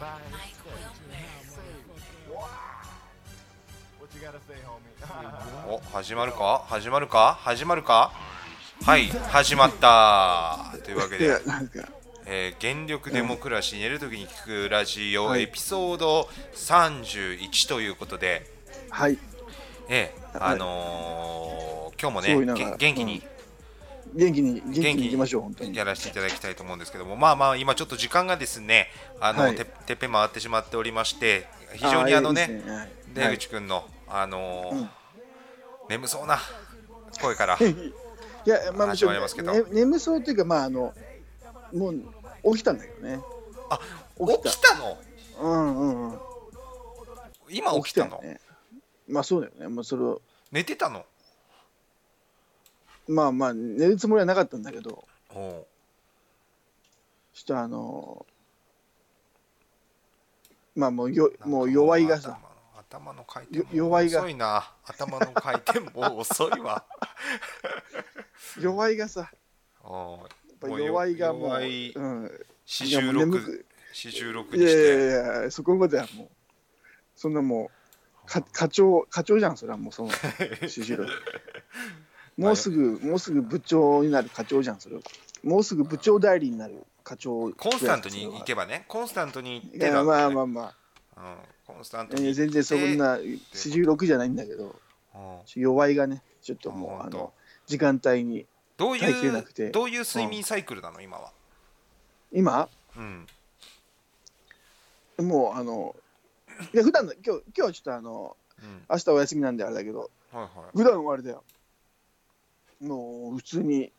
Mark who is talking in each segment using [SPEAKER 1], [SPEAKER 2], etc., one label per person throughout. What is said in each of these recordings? [SPEAKER 1] Bye. What you gotta say, homie?
[SPEAKER 2] お始まるか始まるか始まるかはい始まったというわけ
[SPEAKER 3] い
[SPEAKER 2] で
[SPEAKER 3] や、、なんか、
[SPEAKER 2] えー原力デモクラシー寝るときに聞くラジオ、
[SPEAKER 3] はい
[SPEAKER 2] エピソード31ということで、
[SPEAKER 3] はい、
[SPEAKER 2] えー
[SPEAKER 3] はい
[SPEAKER 2] あのー今日も
[SPEAKER 3] そう
[SPEAKER 2] ね
[SPEAKER 3] 言いながら
[SPEAKER 2] げ元気に
[SPEAKER 3] 元気に、元気にいきましょう、本当に。
[SPEAKER 2] やらせていただきたいと思うんですけどもまあまあ今ちょっと時間がですねあの、
[SPEAKER 3] はい
[SPEAKER 2] ててっぺん回ってしまっておりまして非常に
[SPEAKER 3] ー
[SPEAKER 2] あのね
[SPEAKER 3] いいですはい
[SPEAKER 2] 出口くんの、あのー
[SPEAKER 3] うん
[SPEAKER 2] 眠そうな声から
[SPEAKER 3] はい いや、まあ、むしろ、
[SPEAKER 2] 始まりますけど
[SPEAKER 3] ね眠そうっていうか、まあ、あの、もう、起きたんだけどね。
[SPEAKER 2] あ
[SPEAKER 3] 起きた
[SPEAKER 2] 起きたの
[SPEAKER 3] うんうんうん。
[SPEAKER 2] 今起きたの
[SPEAKER 3] よね。まあ、そうだよね。もう、それを、
[SPEAKER 2] 寝てたの
[SPEAKER 3] まあまあ、寝るつもりはなかったんだけど、
[SPEAKER 2] おう
[SPEAKER 3] ちょっとあのまあ、もう、よ、もう、弱いがさ、
[SPEAKER 2] 頭の頭の回転も
[SPEAKER 3] よ弱いが
[SPEAKER 2] 遅いな頭の回転も遅 いわ
[SPEAKER 3] 弱いがさ、
[SPEAKER 2] おう
[SPEAKER 3] やっぱ弱いがもう、
[SPEAKER 2] 弱い
[SPEAKER 3] うん。
[SPEAKER 2] 四
[SPEAKER 3] いやも
[SPEAKER 2] 十
[SPEAKER 3] う眠
[SPEAKER 2] 六
[SPEAKER 3] く
[SPEAKER 2] 四十六
[SPEAKER 3] い
[SPEAKER 2] に
[SPEAKER 3] や
[SPEAKER 2] し
[SPEAKER 3] い
[SPEAKER 2] て
[SPEAKER 3] やいや、そこまではもう、そんなもう、か課長、課長じゃん、それはもう、 その、しじろもうすぐ、もうすぐ部長になる課長じゃん、それはもうすぐ部長代理になる課長。
[SPEAKER 2] コンスタントに行けばねコンスタントに行って
[SPEAKER 3] いや
[SPEAKER 2] た
[SPEAKER 3] まあま
[SPEAKER 2] あ
[SPEAKER 3] あま
[SPEAKER 2] コンスタン
[SPEAKER 3] あ、
[SPEAKER 2] ト
[SPEAKER 3] い
[SPEAKER 2] に
[SPEAKER 3] や全然そんな、四十六じゃないんだけど、
[SPEAKER 2] うん
[SPEAKER 3] ちょ弱いがね、ちょっともう、
[SPEAKER 2] あ
[SPEAKER 3] あ
[SPEAKER 2] 本当
[SPEAKER 3] の、時間帯に、
[SPEAKER 2] どう
[SPEAKER 3] 耐えきれなく
[SPEAKER 2] い
[SPEAKER 3] て
[SPEAKER 2] うどういう睡眠サイクルなの今は
[SPEAKER 3] 今、
[SPEAKER 2] うん
[SPEAKER 3] もう、あの、いや普段の、今日、今日はちょっとあの、
[SPEAKER 2] うん
[SPEAKER 3] 明日お休みなんであれだけど、
[SPEAKER 2] はいはい
[SPEAKER 3] 普段はあれだよ。もう普通に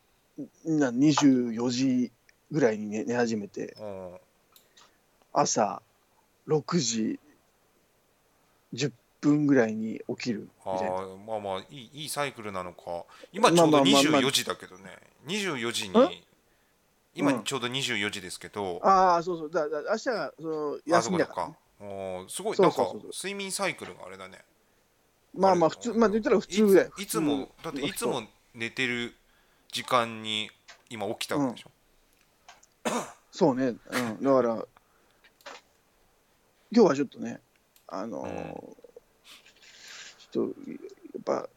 [SPEAKER 3] な24時ぐらいに寝寝始めて
[SPEAKER 2] お
[SPEAKER 3] 朝6時10分ぐらいに起きる
[SPEAKER 2] あ
[SPEAKER 3] みたいな。
[SPEAKER 2] ーまあまあいいいいサイクルなのか今ちょうど
[SPEAKER 3] まあまあまあまあ
[SPEAKER 2] 24時だけどね24時に今ちょうど24時ですけど
[SPEAKER 3] ああそうそうだだ明日がその
[SPEAKER 2] あ
[SPEAKER 3] 休
[SPEAKER 2] そう
[SPEAKER 3] み
[SPEAKER 2] か
[SPEAKER 3] だ
[SPEAKER 2] そ
[SPEAKER 3] か
[SPEAKER 2] う
[SPEAKER 3] らね、
[SPEAKER 2] かおーすごい
[SPEAKER 3] そ
[SPEAKER 2] な
[SPEAKER 3] うんそう
[SPEAKER 2] か
[SPEAKER 3] そうそう
[SPEAKER 2] 睡眠サイクルがあれだね
[SPEAKER 3] まあまあ普通まあ言ったら普通ぐらい
[SPEAKER 2] いついつもだっていつも寝てる時間に今起きたわけでしょ
[SPEAKER 3] そうね、うん、だから今日はちょっとねあのーちょっとやっぱ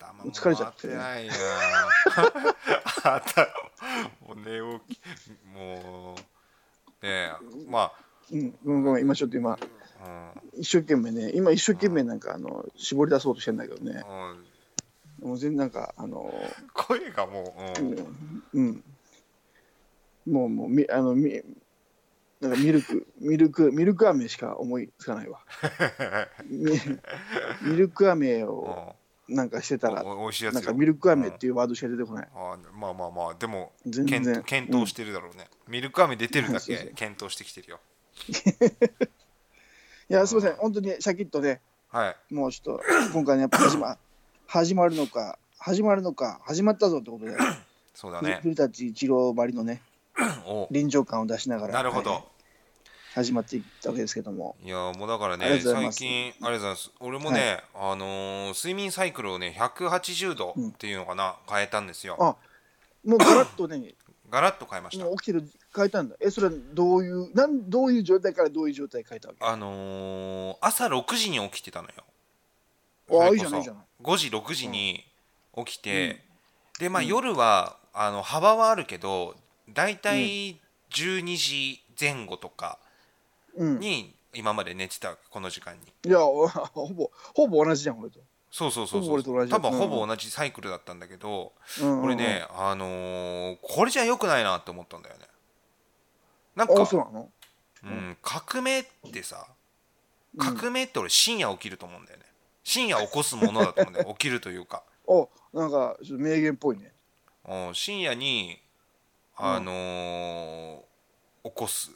[SPEAKER 2] 頭も
[SPEAKER 3] 疲れちゃって
[SPEAKER 2] 回ないな頭もう寝起きもうねえま
[SPEAKER 3] うんごめんごめん今ちょっと今
[SPEAKER 2] あ
[SPEAKER 3] 一生懸命ね、今一生懸命なんかあの絞り出そうとしてんだけどね、
[SPEAKER 2] うん、うん、
[SPEAKER 3] もう全然なんかあの、
[SPEAKER 2] 声がも
[SPEAKER 3] う
[SPEAKER 2] う、うん、
[SPEAKER 3] ん、うんもうもうみあのみなんかミルクミルクミルク飴しか思いつか ないわ。みミルク飴をなんかしてたら
[SPEAKER 2] お、お美味しいやつ
[SPEAKER 3] なん
[SPEAKER 2] よ
[SPEAKER 3] かミルク飴っていうワードしか出てこない。
[SPEAKER 2] あーまあまあまあでも
[SPEAKER 3] 全然
[SPEAKER 2] 検討検討してるだろうね、ミルク飴出てるだ
[SPEAKER 3] そうそう
[SPEAKER 2] け
[SPEAKER 3] そう
[SPEAKER 2] 検討してきてるよ
[SPEAKER 3] いやすみません本当にシャキッとね、
[SPEAKER 2] はい
[SPEAKER 3] もうちょっと今回ねやっぱ始 ま始まるのか始まるのか始まったぞってことで、
[SPEAKER 2] そうだね
[SPEAKER 3] 古舘一郎ばりのね
[SPEAKER 2] お
[SPEAKER 3] 臨場感を出しながら。
[SPEAKER 2] なるほど、
[SPEAKER 3] はい始まっていったわけですけども。
[SPEAKER 2] いやーもうだから
[SPEAKER 3] あり
[SPEAKER 2] ね
[SPEAKER 3] がとうござい
[SPEAKER 2] 最
[SPEAKER 3] ます
[SPEAKER 2] 近ありがとうございます俺もね、あのー睡眠サイクルをね180度っていうのかな、変えたんですよ
[SPEAKER 3] あもうガラッと ね、
[SPEAKER 2] ガラッと変えました
[SPEAKER 3] もう起きてる、変えたんだ。え、それはどういう、なんどういう状態からどういう状態変えたわけ
[SPEAKER 2] あのー朝6時に起きてたのよ
[SPEAKER 3] ああ、
[SPEAKER 2] そ
[SPEAKER 3] い
[SPEAKER 2] れこ
[SPEAKER 3] いじゃない、
[SPEAKER 2] そ
[SPEAKER 3] いいじゃない。
[SPEAKER 2] 5時6時に起きて、でまあ夜はあの幅はあるけどだいたい12時前後とか
[SPEAKER 3] うん。い
[SPEAKER 2] に今まで寝てたこの時間に
[SPEAKER 3] や、おほぼ、ほぼ同じじゃん、俺と。
[SPEAKER 2] そうそうそう
[SPEAKER 3] ほぼ
[SPEAKER 2] そう
[SPEAKER 3] 俺と同じ
[SPEAKER 2] 多分
[SPEAKER 3] うん
[SPEAKER 2] ほぼ同じサイクルだったんだけど、
[SPEAKER 3] うんうんうん
[SPEAKER 2] 俺ね、あのーこれじゃ良くないなって思ったんだよねなんか
[SPEAKER 3] あ、そうなの
[SPEAKER 2] うん、革命ってさ革命って俺深夜起きると思うんだよね深夜起こすものだと思うんだよ 起きるというか、
[SPEAKER 3] お、なんか、ちょっと名言っぽいね。
[SPEAKER 2] うん深夜に
[SPEAKER 3] うん
[SPEAKER 2] あのー起こす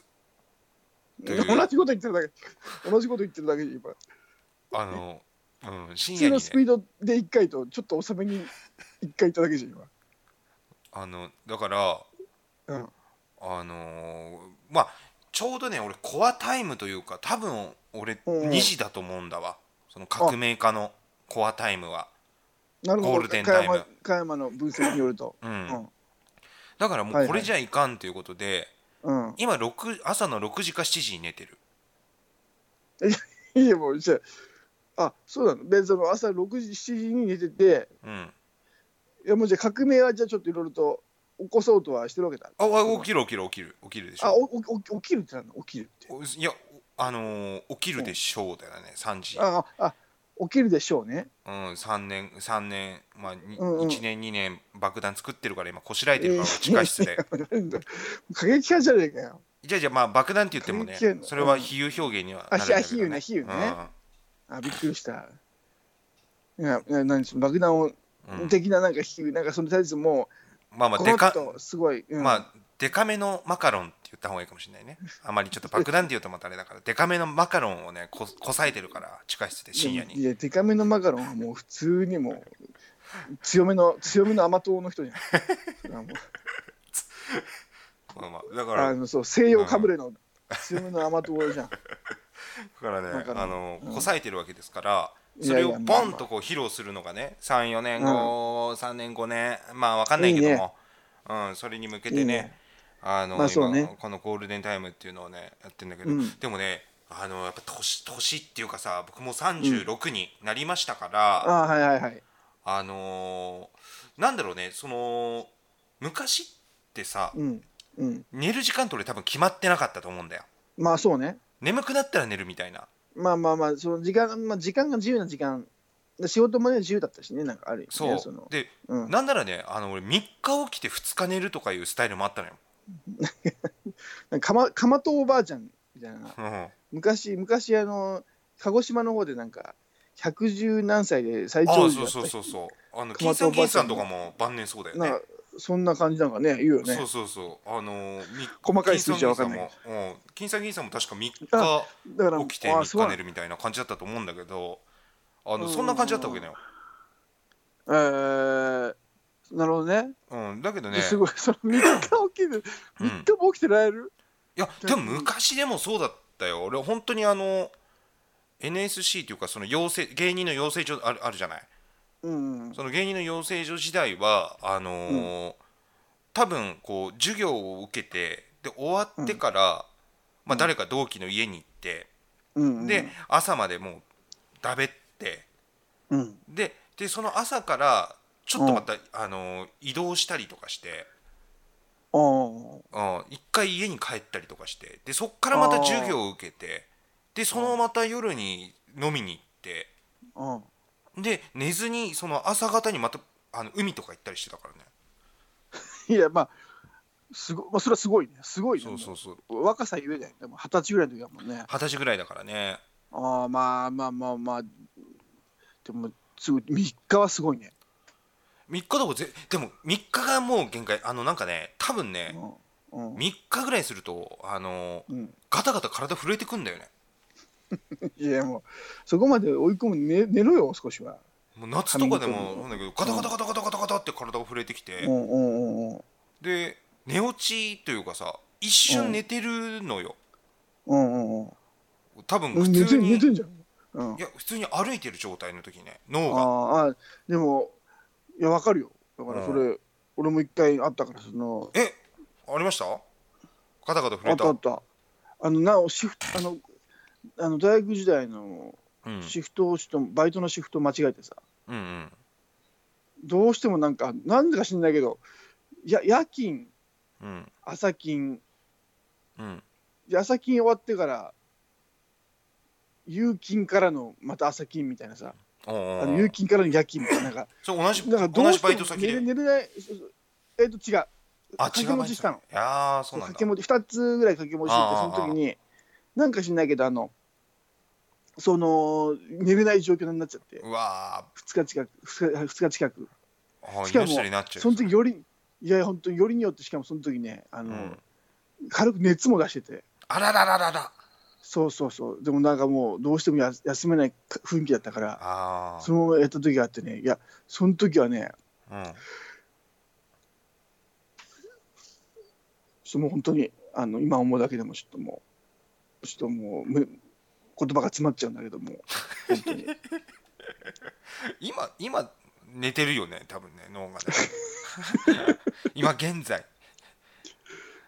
[SPEAKER 2] と
[SPEAKER 3] 同
[SPEAKER 2] いう
[SPEAKER 3] じこと言ってるだけ。同じこと言ってるだけで、今。
[SPEAKER 2] あのー、うん、
[SPEAKER 3] 普
[SPEAKER 2] 深
[SPEAKER 3] 通
[SPEAKER 2] 夜に、
[SPEAKER 3] のスピ
[SPEAKER 2] ね、
[SPEAKER 3] ードで1回と、ちょっと遅めに1回言っただけじゃん、今。
[SPEAKER 2] あのだから
[SPEAKER 3] うん。
[SPEAKER 2] あのーまあちょうどね俺コアタイムというか多分俺
[SPEAKER 3] うん
[SPEAKER 2] 2時だと思うんだわその革命家のコアタイムは、
[SPEAKER 3] なるほど。
[SPEAKER 2] ゴールデンタイム
[SPEAKER 3] 加山加山の分析によると。
[SPEAKER 2] うん
[SPEAKER 3] うん。
[SPEAKER 2] だからも
[SPEAKER 3] はいうはい
[SPEAKER 2] これじゃいかんということで、
[SPEAKER 3] うん。
[SPEAKER 2] 今6朝の6時か7時に寝てる
[SPEAKER 3] いや、もう、じゃあ、あ、そうなの。で、その朝6時、7時に寝てて、
[SPEAKER 2] うん
[SPEAKER 3] いや、もうじゃあ革命はじゃあちょっといろいろと起こそうとはしてるわけだ。
[SPEAKER 2] ああ起きる起きる起きる起きるでし
[SPEAKER 3] あ、
[SPEAKER 2] ょ
[SPEAKER 3] おお起きるってなんだ、起きるって。
[SPEAKER 2] おいやあのー起きるでしょうだよね3時
[SPEAKER 3] あ、あ、あ起きるでしょうね。
[SPEAKER 2] うん、3年3年、まあに
[SPEAKER 3] うんうん
[SPEAKER 2] 1年2年爆弾作ってるから今こしらえてるから地下室で
[SPEAKER 3] なんだ過激派じゃねえかよ。
[SPEAKER 2] じゃあじゃあまあ爆弾って言ってもね
[SPEAKER 3] 関係ない
[SPEAKER 2] それは比喩表現にはなるんだけど、ね、
[SPEAKER 3] あ比喩ね比喩ね
[SPEAKER 2] う
[SPEAKER 3] あ、びっくりした。いや、いや何その爆弾を
[SPEAKER 2] んうん
[SPEAKER 3] 的ななんか引き、なんかそのとりあえずも
[SPEAKER 2] まあ
[SPEAKER 3] う、
[SPEAKER 2] まあ
[SPEAKER 3] こ
[SPEAKER 2] で
[SPEAKER 3] の
[SPEAKER 2] か、
[SPEAKER 3] とすごい、うん
[SPEAKER 2] まあでかめのマカロンって言った方がいいかもしれないねあまりちょっと爆弾って言うとまたあれだからでかめのマカロンをねここさえてるから地下室で深夜
[SPEAKER 3] い
[SPEAKER 2] に
[SPEAKER 3] や、デカめのマカロンはもう普通にもう、強めの、強めの甘党の人じゃん。そ れはもう
[SPEAKER 2] まあまあだから
[SPEAKER 3] あのそう西洋かぶれの強めの甘党じ ゃん。
[SPEAKER 2] だから
[SPEAKER 3] な
[SPEAKER 2] ね
[SPEAKER 3] んかね
[SPEAKER 2] あの、
[SPEAKER 3] うん
[SPEAKER 2] こさえてるわけですから
[SPEAKER 3] い
[SPEAKER 2] そ
[SPEAKER 3] やい
[SPEAKER 2] れ
[SPEAKER 3] や
[SPEAKER 2] をボンとこう披露するのがね34年後、3年5年まあわかんないけども
[SPEAKER 3] いいね
[SPEAKER 2] うん、それに向けてね
[SPEAKER 3] いいね
[SPEAKER 2] あの、
[SPEAKER 3] まあそうね
[SPEAKER 2] 今このゴールデンタイムっていうのをねやってんだけど、
[SPEAKER 3] うん
[SPEAKER 2] でもねあのやっぱ年年っていうかさ僕もう36になりましたから、
[SPEAKER 3] ああ、はいはいはい。
[SPEAKER 2] あのーなんだろうねその昔ってさ、
[SPEAKER 3] うん。うん。
[SPEAKER 2] 寝る時間と俺多分決まってなかったと思うんだよ
[SPEAKER 3] まあそうね。
[SPEAKER 2] 眠くなったら寝るみたいな
[SPEAKER 3] まあまあまあ、その時間、まあ時間が自由な時間。仕事もね、自由だったしね、なんかある意味
[SPEAKER 2] そ
[SPEAKER 3] ね
[SPEAKER 2] う
[SPEAKER 3] の
[SPEAKER 2] で
[SPEAKER 3] うん。
[SPEAKER 2] なんならねあの俺3日起きて2日寝るとかいうスタイルもあったのよ、
[SPEAKER 3] なんかま、かまとおばあちゃんみたいな。
[SPEAKER 2] うん
[SPEAKER 3] 昔、昔、あの、鹿児島の方でなんか、110何歳で最
[SPEAKER 2] あ
[SPEAKER 3] 長
[SPEAKER 2] あ
[SPEAKER 3] 寿
[SPEAKER 2] そ
[SPEAKER 3] だった人
[SPEAKER 2] うそうそうそうあの金
[SPEAKER 3] 熊
[SPEAKER 2] さ
[SPEAKER 3] と
[SPEAKER 2] ん
[SPEAKER 3] おば
[SPEAKER 2] 金
[SPEAKER 3] あちゃ
[SPEAKER 2] さ
[SPEAKER 3] ん
[SPEAKER 2] んとかも晩年そうだよ
[SPEAKER 3] なん
[SPEAKER 2] ね
[SPEAKER 3] かそんな感じなんかね、言うよね
[SPEAKER 2] そう。そうそうあのーみ
[SPEAKER 3] 細かい数字は分かんない
[SPEAKER 2] 金さ銀さんもうん金さん銀さんも確か3
[SPEAKER 3] あ
[SPEAKER 2] 日
[SPEAKER 3] だから、
[SPEAKER 2] 起きて
[SPEAKER 3] あそう
[SPEAKER 2] 3
[SPEAKER 3] な
[SPEAKER 2] 日寝
[SPEAKER 3] の
[SPEAKER 2] るみたいな感じだったと思うんだけどあの
[SPEAKER 3] うん
[SPEAKER 2] そんな感じだったわけだよ、
[SPEAKER 3] えー、なるほどね。
[SPEAKER 2] うん、だけどね
[SPEAKER 3] すごい、 その3日起きる、
[SPEAKER 2] うん
[SPEAKER 3] 3日も起きてられる、
[SPEAKER 2] いやでも昔でもそうだったよ俺本当にあの NSC っていうかその養成芸人の養成所あるあるじゃない
[SPEAKER 3] うん、
[SPEAKER 2] その芸人の養成所時代はあのー多分こう授業を受けてで終わってから、まあ、誰か同期の家に行って、
[SPEAKER 3] うん、
[SPEAKER 2] で、朝までもうだべって
[SPEAKER 3] うん、
[SPEAKER 2] ででその朝からちょっとまた、あのー移動したりとかして、
[SPEAKER 3] あー
[SPEAKER 2] うん、一回家に帰ったりとかしてでそっからまた授業を受けてでそのまた夜に飲みに行って
[SPEAKER 3] あー、
[SPEAKER 2] で寝ずにその朝方にまたあの海とか行ったりしてたからね。
[SPEAKER 3] いや、まあ、すごまあ、それはすごいね、すごいね、
[SPEAKER 2] そうそうそう
[SPEAKER 3] 若さゆえだよね、でも二十歳ぐらいの時だもんね、
[SPEAKER 2] 二十歳ぐらいだからね
[SPEAKER 3] ああ、まあまあまあまあ、でも、すごい、3日はすごいね、
[SPEAKER 2] 3日どこぜでも3日がもう限界あのなんかね多分ね
[SPEAKER 3] うん、うん、
[SPEAKER 2] 3日ぐらいするとあの
[SPEAKER 3] うん、
[SPEAKER 2] ガタガタ体震えてくんだよね
[SPEAKER 3] いや、もう、そこまで追い込む、ね、寝ろよ、少しは、
[SPEAKER 2] もう夏とかで
[SPEAKER 3] 髪の毛
[SPEAKER 2] も
[SPEAKER 3] も
[SPEAKER 2] なんだけどガタガタガタガタガタガタって体が震えてき
[SPEAKER 3] う
[SPEAKER 2] て
[SPEAKER 3] んうんうんうん
[SPEAKER 2] で寝落ちというかさ一瞬寝てるのよ
[SPEAKER 3] うんうん
[SPEAKER 2] 多分
[SPEAKER 3] うん、
[SPEAKER 2] 普
[SPEAKER 3] 寝
[SPEAKER 2] 通
[SPEAKER 3] て
[SPEAKER 2] に
[SPEAKER 3] 寝
[SPEAKER 2] い
[SPEAKER 3] てんじゃん、うん、
[SPEAKER 2] や普通に歩いてる状態の時ね脳が
[SPEAKER 3] あーあでもいやわかるよだからそれ、俺も一回あったからその
[SPEAKER 2] えありましたガタガタ震
[SPEAKER 3] あ
[SPEAKER 2] え
[SPEAKER 3] ったあ
[SPEAKER 2] た
[SPEAKER 3] ったあのなおシフトあのあの大学時代の
[SPEAKER 2] うん
[SPEAKER 3] シフトをちょっとバイトのシフトを間違えてさ
[SPEAKER 2] うんうん
[SPEAKER 3] どうしてもなんかなんでか知んないけどや夜勤
[SPEAKER 2] うん
[SPEAKER 3] 朝勤
[SPEAKER 2] うん
[SPEAKER 3] で朝勤終わってから夕勤からのまた朝勤みたいなさ
[SPEAKER 2] おうおう
[SPEAKER 3] あ
[SPEAKER 2] お
[SPEAKER 3] の
[SPEAKER 2] う
[SPEAKER 3] 夕勤からの夜勤みたいななんか
[SPEAKER 2] それ同じ
[SPEAKER 3] なんかど
[SPEAKER 2] 同
[SPEAKER 3] う
[SPEAKER 2] じバイト
[SPEAKER 3] しても寝
[SPEAKER 2] 先
[SPEAKER 3] れ
[SPEAKER 2] で
[SPEAKER 3] 寝れないそうそうえっ、と違う
[SPEAKER 2] あ違う
[SPEAKER 3] 掛け持ちしたの
[SPEAKER 2] いやーそうな
[SPEAKER 3] 掛
[SPEAKER 2] んだ
[SPEAKER 3] け持ち2つぐらい掛け持ちしてて
[SPEAKER 2] あ
[SPEAKER 3] そ
[SPEAKER 2] あ
[SPEAKER 3] の時になんか知んないけどあのその寝れない状況になっちゃって
[SPEAKER 2] うわ
[SPEAKER 3] 2日近く 2, 日二日近く
[SPEAKER 2] ーあ
[SPEAKER 3] しかも
[SPEAKER 2] 命取りになっちゃう
[SPEAKER 3] その時よりいや本当によりによってしかもその時ねあ
[SPEAKER 2] う
[SPEAKER 3] の、
[SPEAKER 2] ん
[SPEAKER 3] 軽く熱も出してて
[SPEAKER 2] あららららら
[SPEAKER 3] そうそうそうでもなんかもうどうしてもや休めない雰囲気だったから
[SPEAKER 2] あ
[SPEAKER 3] そのままやった時があってねいやその時はね
[SPEAKER 2] あ
[SPEAKER 3] その本当にあの今思うだけでもちょっともうちょっともうむ言葉が詰まっちゃうんだけども本当 に
[SPEAKER 2] 今今寝てるよね多分ね脳 がね今現在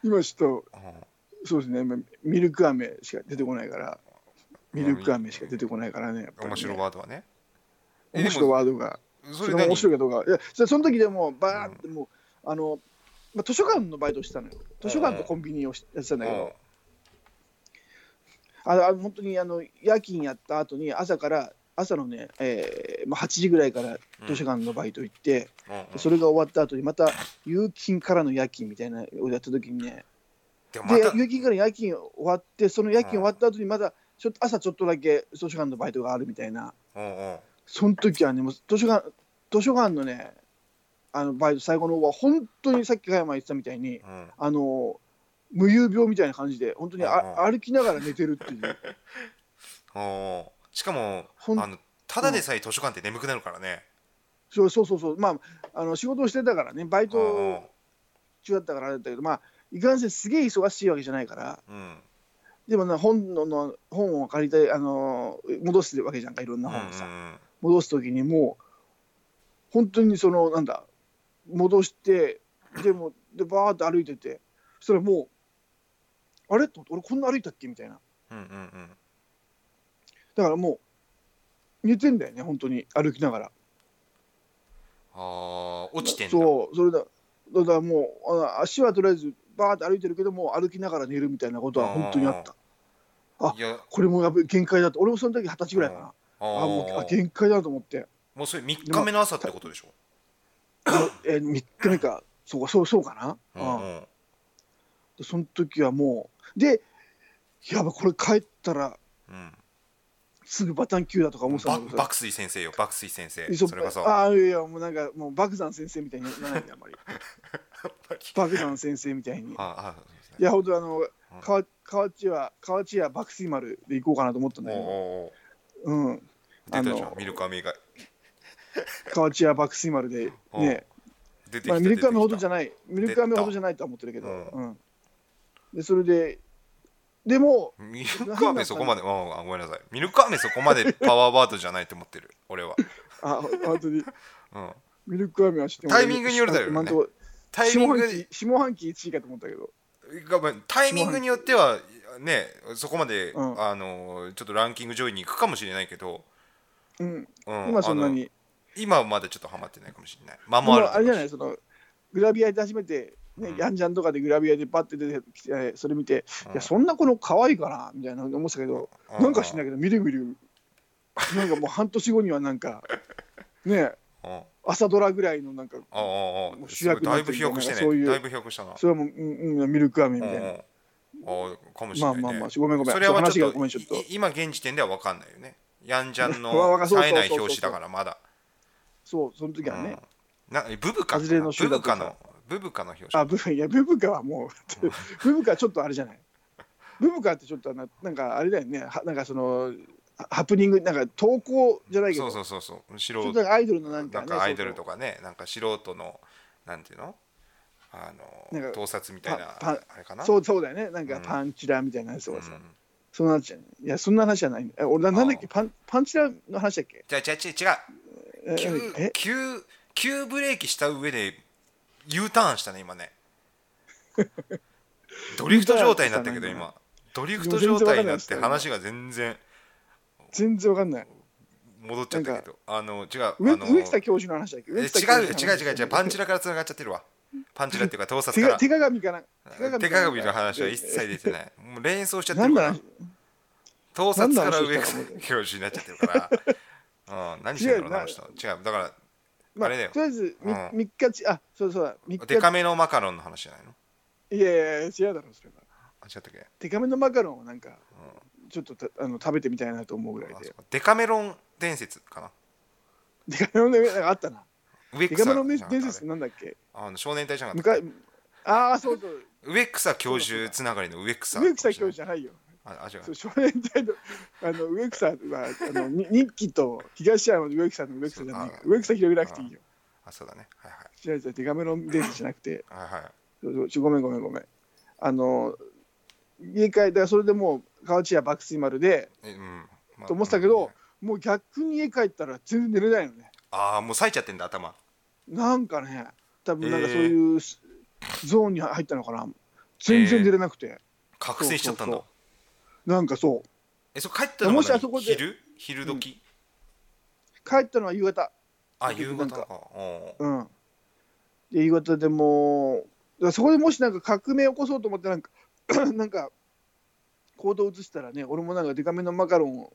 [SPEAKER 3] 今ちょっと
[SPEAKER 2] うん
[SPEAKER 3] そうですねまミルク飴しか出てこないからミルク飴しか出てこないからねやっぱりね
[SPEAKER 2] 面白いワードはねえ
[SPEAKER 3] 面白いワードが
[SPEAKER 2] でも
[SPEAKER 3] そ
[SPEAKER 2] そ
[SPEAKER 3] れ
[SPEAKER 2] れ
[SPEAKER 3] が面
[SPEAKER 2] 何
[SPEAKER 3] 白いかどうかいやそその時でもバーってもう、あの、まあ、図書館のバイトをしてたのよ図書館とコンビニをしやってたんだけど、あのあの本当にあの夜勤やった後に朝から朝のね、えーまあ、8時ぐらいから
[SPEAKER 2] うん
[SPEAKER 3] 図書館のバイト行って、
[SPEAKER 2] うんうん
[SPEAKER 3] それが終わった後にまた夕勤からの夜勤みたいなのをやった時にね
[SPEAKER 2] でもま
[SPEAKER 3] で
[SPEAKER 2] た
[SPEAKER 3] 夕勤から夜勤終わってその夜勤終わった後にまだちょっと朝ちょっとだけ図書館のバイトがあるみたいな
[SPEAKER 2] うんうん
[SPEAKER 3] その時はねもう図書館図書館のねあのバイト最後の方は本当にさっき加山言ってたみたいに
[SPEAKER 2] うん
[SPEAKER 3] あの無遊病みたいな感じで本当にあ
[SPEAKER 2] う
[SPEAKER 3] 歩きながら寝てるっていう。
[SPEAKER 2] おーしかも
[SPEAKER 3] ほん
[SPEAKER 2] あのただでさえ図書館って眠くなるからね
[SPEAKER 3] そうそうそうそう、まあ、あの仕事をしてたからね、バイ
[SPEAKER 2] うんうん
[SPEAKER 3] ト中だったからあれだったけど、まあ、いかんせんすげえ忙しいわけじゃないから、
[SPEAKER 2] うん
[SPEAKER 3] でもな本のの本を借りて、あの戻すわけじゃんか、いろんな
[SPEAKER 2] うんう
[SPEAKER 3] 本をさ、
[SPEAKER 2] ん
[SPEAKER 3] 戻すときにもう、本当にその、なんだ、戻して、でも、で、バーって歩いてて、そしたらもう、あれと思って俺、こんな歩いたっけみたいな。
[SPEAKER 2] うんうんうん
[SPEAKER 3] だからもう、寝てんだよね、本当に、歩きながら。
[SPEAKER 2] あー落ちてんだ
[SPEAKER 3] そうそれだだからもうあの足はとりあえずバーって歩いてるけども歩きながら寝るみたいなことは本当にあったあ
[SPEAKER 2] いや
[SPEAKER 3] これもやっぱり限界だと俺もその時二十歳ぐらいかな
[SPEAKER 2] あ
[SPEAKER 3] あもうあ
[SPEAKER 2] ー
[SPEAKER 3] 限界だと思って
[SPEAKER 2] もうそれ3日目の朝ってことでしょ
[SPEAKER 3] え3日目かそうかそうそうかな、
[SPEAKER 2] う
[SPEAKER 3] うんん
[SPEAKER 2] うん
[SPEAKER 3] でその時はもうでやばいこれ帰ったら
[SPEAKER 2] うん
[SPEAKER 3] すぐバタン級だとか思ってた
[SPEAKER 2] ば
[SPEAKER 3] んだけどさ
[SPEAKER 2] 爆睡先生よ爆睡先生
[SPEAKER 3] そ
[SPEAKER 2] それこそ やっ
[SPEAKER 3] ああいやいやもうなんかもう爆山先生みたいにならないんだあんまり
[SPEAKER 2] ぱり
[SPEAKER 3] 爆山先生みたいに
[SPEAKER 2] ああそうです
[SPEAKER 3] い
[SPEAKER 2] ね
[SPEAKER 3] や、本当あの、河河内は、河内は爆睡丸で行こうかなと思ったんだ
[SPEAKER 2] お
[SPEAKER 3] けど、
[SPEAKER 2] うおうお
[SPEAKER 3] う
[SPEAKER 2] う
[SPEAKER 3] ん、
[SPEAKER 2] 出たじ
[SPEAKER 3] あ
[SPEAKER 2] ゃ
[SPEAKER 3] の
[SPEAKER 2] んミルク飴以外
[SPEAKER 3] 河内は爆睡丸で、
[SPEAKER 2] お
[SPEAKER 3] ね、
[SPEAKER 2] 出てきた
[SPEAKER 3] まあ、ミルク飴ほどじゃ
[SPEAKER 2] ゃ
[SPEAKER 3] ない、ミルク飴ほどじゃないとは思ってるけど、
[SPEAKER 2] うん
[SPEAKER 3] うん。で、それで、でも、
[SPEAKER 2] ミルク飴そこまでうんあごめんなさいミルク飴そこまでパワーワードじゃないと思ってる 俺は
[SPEAKER 3] あ、本当に、
[SPEAKER 2] うん
[SPEAKER 3] ミルク飴は知って
[SPEAKER 2] タイミングによるだよね
[SPEAKER 3] 今んとこ
[SPEAKER 2] タイミン
[SPEAKER 3] 下
[SPEAKER 2] グ
[SPEAKER 3] 半期、下半期1位かと思ったけど、
[SPEAKER 2] がまあタイミングによってはねそこまで、
[SPEAKER 3] うん
[SPEAKER 2] あのちょっとランキング上位に行くかもしれないけど、
[SPEAKER 3] うん、
[SPEAKER 2] うん
[SPEAKER 3] 今そんな
[SPEAKER 2] あの
[SPEAKER 3] に、
[SPEAKER 2] 今はまだちょっとハマってないかもしれない間
[SPEAKER 3] も
[SPEAKER 2] も
[SPEAKER 3] う
[SPEAKER 2] ある
[SPEAKER 3] あれじゃない、
[SPEAKER 2] い
[SPEAKER 3] その、グラビアで初めて、ね
[SPEAKER 2] うん
[SPEAKER 3] ヤンジャンとかでグラビアでパッて出てきて、それ見て、
[SPEAKER 2] うん
[SPEAKER 3] いや、そんな子の可愛いかなみたいな思ってたけど、なんかしないけど、みるみる、なんかもう半年後にはなん か、ねえ
[SPEAKER 2] うんうん
[SPEAKER 3] 朝ドラぐらいのなんか、
[SPEAKER 2] ああああ
[SPEAKER 3] もう主
[SPEAKER 2] すご
[SPEAKER 3] 役に
[SPEAKER 2] いだ
[SPEAKER 3] なっ
[SPEAKER 2] い
[SPEAKER 3] て
[SPEAKER 2] ぶ
[SPEAKER 3] る
[SPEAKER 2] 飛
[SPEAKER 3] みたいな
[SPEAKER 2] 躍してね
[SPEAKER 3] そういう
[SPEAKER 2] だいぶ飛躍したな
[SPEAKER 3] それはもう、うんうん、ミルク飴みたいな。
[SPEAKER 2] うんうんああかもしれ
[SPEAKER 3] ま
[SPEAKER 2] な
[SPEAKER 3] あ
[SPEAKER 2] い、
[SPEAKER 3] まあ
[SPEAKER 2] ね、
[SPEAKER 3] まあ、ごめんごめん、
[SPEAKER 2] それは
[SPEAKER 3] 話
[SPEAKER 2] ちょ
[SPEAKER 3] がご
[SPEAKER 2] っと
[SPEAKER 3] めん、ちょっと
[SPEAKER 2] い。今現時点では分かんないよねヤンジャン
[SPEAKER 3] わわ
[SPEAKER 2] の
[SPEAKER 3] かそうそう
[SPEAKER 2] 冴え
[SPEAKER 3] そうそう
[SPEAKER 2] ない表紙だからまだ
[SPEAKER 3] そう、その時はね。
[SPEAKER 2] うんなブブカ
[SPEAKER 3] 外れの
[SPEAKER 2] ブ
[SPEAKER 3] 集団
[SPEAKER 2] ブ
[SPEAKER 3] とか
[SPEAKER 2] カのブブカの表紙
[SPEAKER 3] あ、ブいや、ブブカはもう、ブブカはちょっとあれじゃない。ブブカってちょっとな、なんかあれだよね、はなんかその、ハハプニング、なんか投稿じゃないけど、
[SPEAKER 2] そう
[SPEAKER 3] ち
[SPEAKER 2] そうそうそう素
[SPEAKER 3] ょっと
[SPEAKER 2] 人
[SPEAKER 3] なんかアイドルのなんか
[SPEAKER 2] な
[SPEAKER 3] ね、
[SPEAKER 2] んかアイドル
[SPEAKER 3] そう
[SPEAKER 2] とかねなんか素人のなんていうのあ
[SPEAKER 3] なん
[SPEAKER 2] の
[SPEAKER 3] か
[SPEAKER 2] 盗撮みたいな
[SPEAKER 3] パパ
[SPEAKER 2] あれかな
[SPEAKER 3] そうそうそうだよね、なんか
[SPEAKER 2] うん
[SPEAKER 3] パンチラみたいなやつと
[SPEAKER 2] う
[SPEAKER 3] か
[SPEAKER 2] ん
[SPEAKER 3] さ、そんな話じゃない。いや、そんな話じゃないんだ。え俺な、なんだっけ、パンパンチラの話だっけ
[SPEAKER 2] じゃあじゃあ
[SPEAKER 3] え
[SPEAKER 2] 違う違う急
[SPEAKER 3] え
[SPEAKER 2] 急急ブレーキした上で U ターンしたね今 ねドリフト状態になったけど
[SPEAKER 3] U ターンしたね
[SPEAKER 2] 今ドリフト状態になって話が全然
[SPEAKER 3] 全然わかんない。
[SPEAKER 2] 戻っちゃったけどあの違うあ
[SPEAKER 3] 植
[SPEAKER 2] の
[SPEAKER 3] 植草教授の話だっけ
[SPEAKER 2] え
[SPEAKER 3] 植
[SPEAKER 2] 違
[SPEAKER 3] 草教
[SPEAKER 2] うよ
[SPEAKER 3] 授の
[SPEAKER 2] 違う
[SPEAKER 3] 話
[SPEAKER 2] 違う違うパン
[SPEAKER 3] 手
[SPEAKER 2] チラからつながっちゃってるわパンチラっていうか盗撮か
[SPEAKER 3] が
[SPEAKER 2] ら
[SPEAKER 3] 手鏡かな
[SPEAKER 2] 手鏡の話は一切出てないもう連想しちゃってるから
[SPEAKER 3] なんだ
[SPEAKER 2] 盗撮か
[SPEAKER 3] なんだ
[SPEAKER 2] ら上から
[SPEAKER 3] 話
[SPEAKER 2] 教授になっちゃってるから、うん、何してんだろうなあの人違うだから
[SPEAKER 3] まあ、
[SPEAKER 2] あれだよ
[SPEAKER 3] とりあえずみ
[SPEAKER 2] うん
[SPEAKER 3] 三、日ちあそうそうだ三
[SPEAKER 2] デカ
[SPEAKER 3] 日
[SPEAKER 2] めのマカロンの話じゃないの
[SPEAKER 3] いやいやいや違うだろそれは
[SPEAKER 2] あ違ったっけ
[SPEAKER 3] 手鏡のマカロンをなんか、ちょっとたあの食べてみたいなと思うぐらい
[SPEAKER 2] あそ
[SPEAKER 3] で
[SPEAKER 2] うかデカメロン伝説かな
[SPEAKER 3] 手鏡のなんかあったな
[SPEAKER 2] 植
[SPEAKER 3] 手鏡
[SPEAKER 2] 草
[SPEAKER 3] の伝説って
[SPEAKER 2] あ
[SPEAKER 3] なんだっけ
[SPEAKER 2] あの少年隊じゃなか
[SPEAKER 3] 向
[SPEAKER 2] った
[SPEAKER 3] かいああそうそう
[SPEAKER 2] 植草教授つながりの植草
[SPEAKER 3] 植草教授じゃないよ
[SPEAKER 2] ああ違
[SPEAKER 3] そうう少年隊のあの植草はあのに日記と東山の植草の植草じゃないから
[SPEAKER 2] そうあ
[SPEAKER 3] 植草広げなくていいよ
[SPEAKER 2] あそうだねはいは
[SPEAKER 3] 違う違う手鏡の伝説じゃなくて
[SPEAKER 2] いはいはい
[SPEAKER 3] そうそうごめんごめんごめん。あの家帰ったらそれでもう河内や爆睡丸で
[SPEAKER 2] えうんまあ
[SPEAKER 3] と思ってたけど、もう逆に家帰ったら全然寝れないのね。
[SPEAKER 2] ああもう冴えちゃってんだ頭
[SPEAKER 3] なんかね多分なんか
[SPEAKER 2] えー
[SPEAKER 3] そういうゾーンに入ったのかな全然寝れなくて、
[SPEAKER 2] 覚醒しちゃったんだ
[SPEAKER 3] そうそうなんかそう
[SPEAKER 2] えそれ帰ったのが
[SPEAKER 3] もし
[SPEAKER 2] 何
[SPEAKER 3] あそこで
[SPEAKER 2] 昼昼時、
[SPEAKER 3] 帰ったのは夕方
[SPEAKER 2] あ
[SPEAKER 3] 結
[SPEAKER 2] 夕
[SPEAKER 3] 局な
[SPEAKER 2] 方
[SPEAKER 3] ん
[SPEAKER 2] か
[SPEAKER 3] か
[SPEAKER 2] うん
[SPEAKER 3] うんで夕方でもうだからそこでもしなんか革命起こそうと思ってなんか なんか行動を移したらね俺もなんかデカめのマカロンを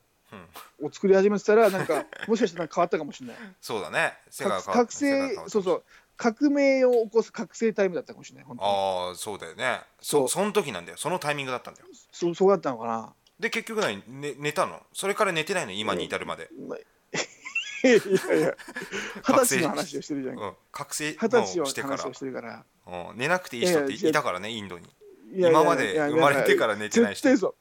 [SPEAKER 2] うん
[SPEAKER 3] を作り始めてたらなんかもしかしたらなんか変わったかもしれない
[SPEAKER 2] そうだね 世界が
[SPEAKER 3] 覚
[SPEAKER 2] 変わっ
[SPEAKER 3] 覚
[SPEAKER 2] 世界
[SPEAKER 3] 醒
[SPEAKER 2] が変わった
[SPEAKER 3] そうそう革命を起こす覚醒タイムだったかもしれない本当に
[SPEAKER 2] ああそうだよねそその時なんだよそのタイミングだったんだよ
[SPEAKER 3] そうそうだったのかな
[SPEAKER 2] で結局何、ね、寝たのそれから寝てないの今に至るまで、
[SPEAKER 3] まあいやいや二
[SPEAKER 2] 覚
[SPEAKER 3] 十
[SPEAKER 2] 醒
[SPEAKER 3] 歳の話をしてるじゃん
[SPEAKER 2] うん、覚醒
[SPEAKER 3] 二十歳
[SPEAKER 2] も
[SPEAKER 3] の
[SPEAKER 2] うしてから
[SPEAKER 3] 話をしてるから
[SPEAKER 2] うん、寝なくていい人っ
[SPEAKER 3] い
[SPEAKER 2] て
[SPEAKER 3] やいや
[SPEAKER 2] いたからねインドに
[SPEAKER 3] いやいや
[SPEAKER 2] 今まで
[SPEAKER 3] いやい
[SPEAKER 2] 生
[SPEAKER 3] や
[SPEAKER 2] まれてから寝てない
[SPEAKER 3] 絶
[SPEAKER 2] 人い
[SPEAKER 3] 対そう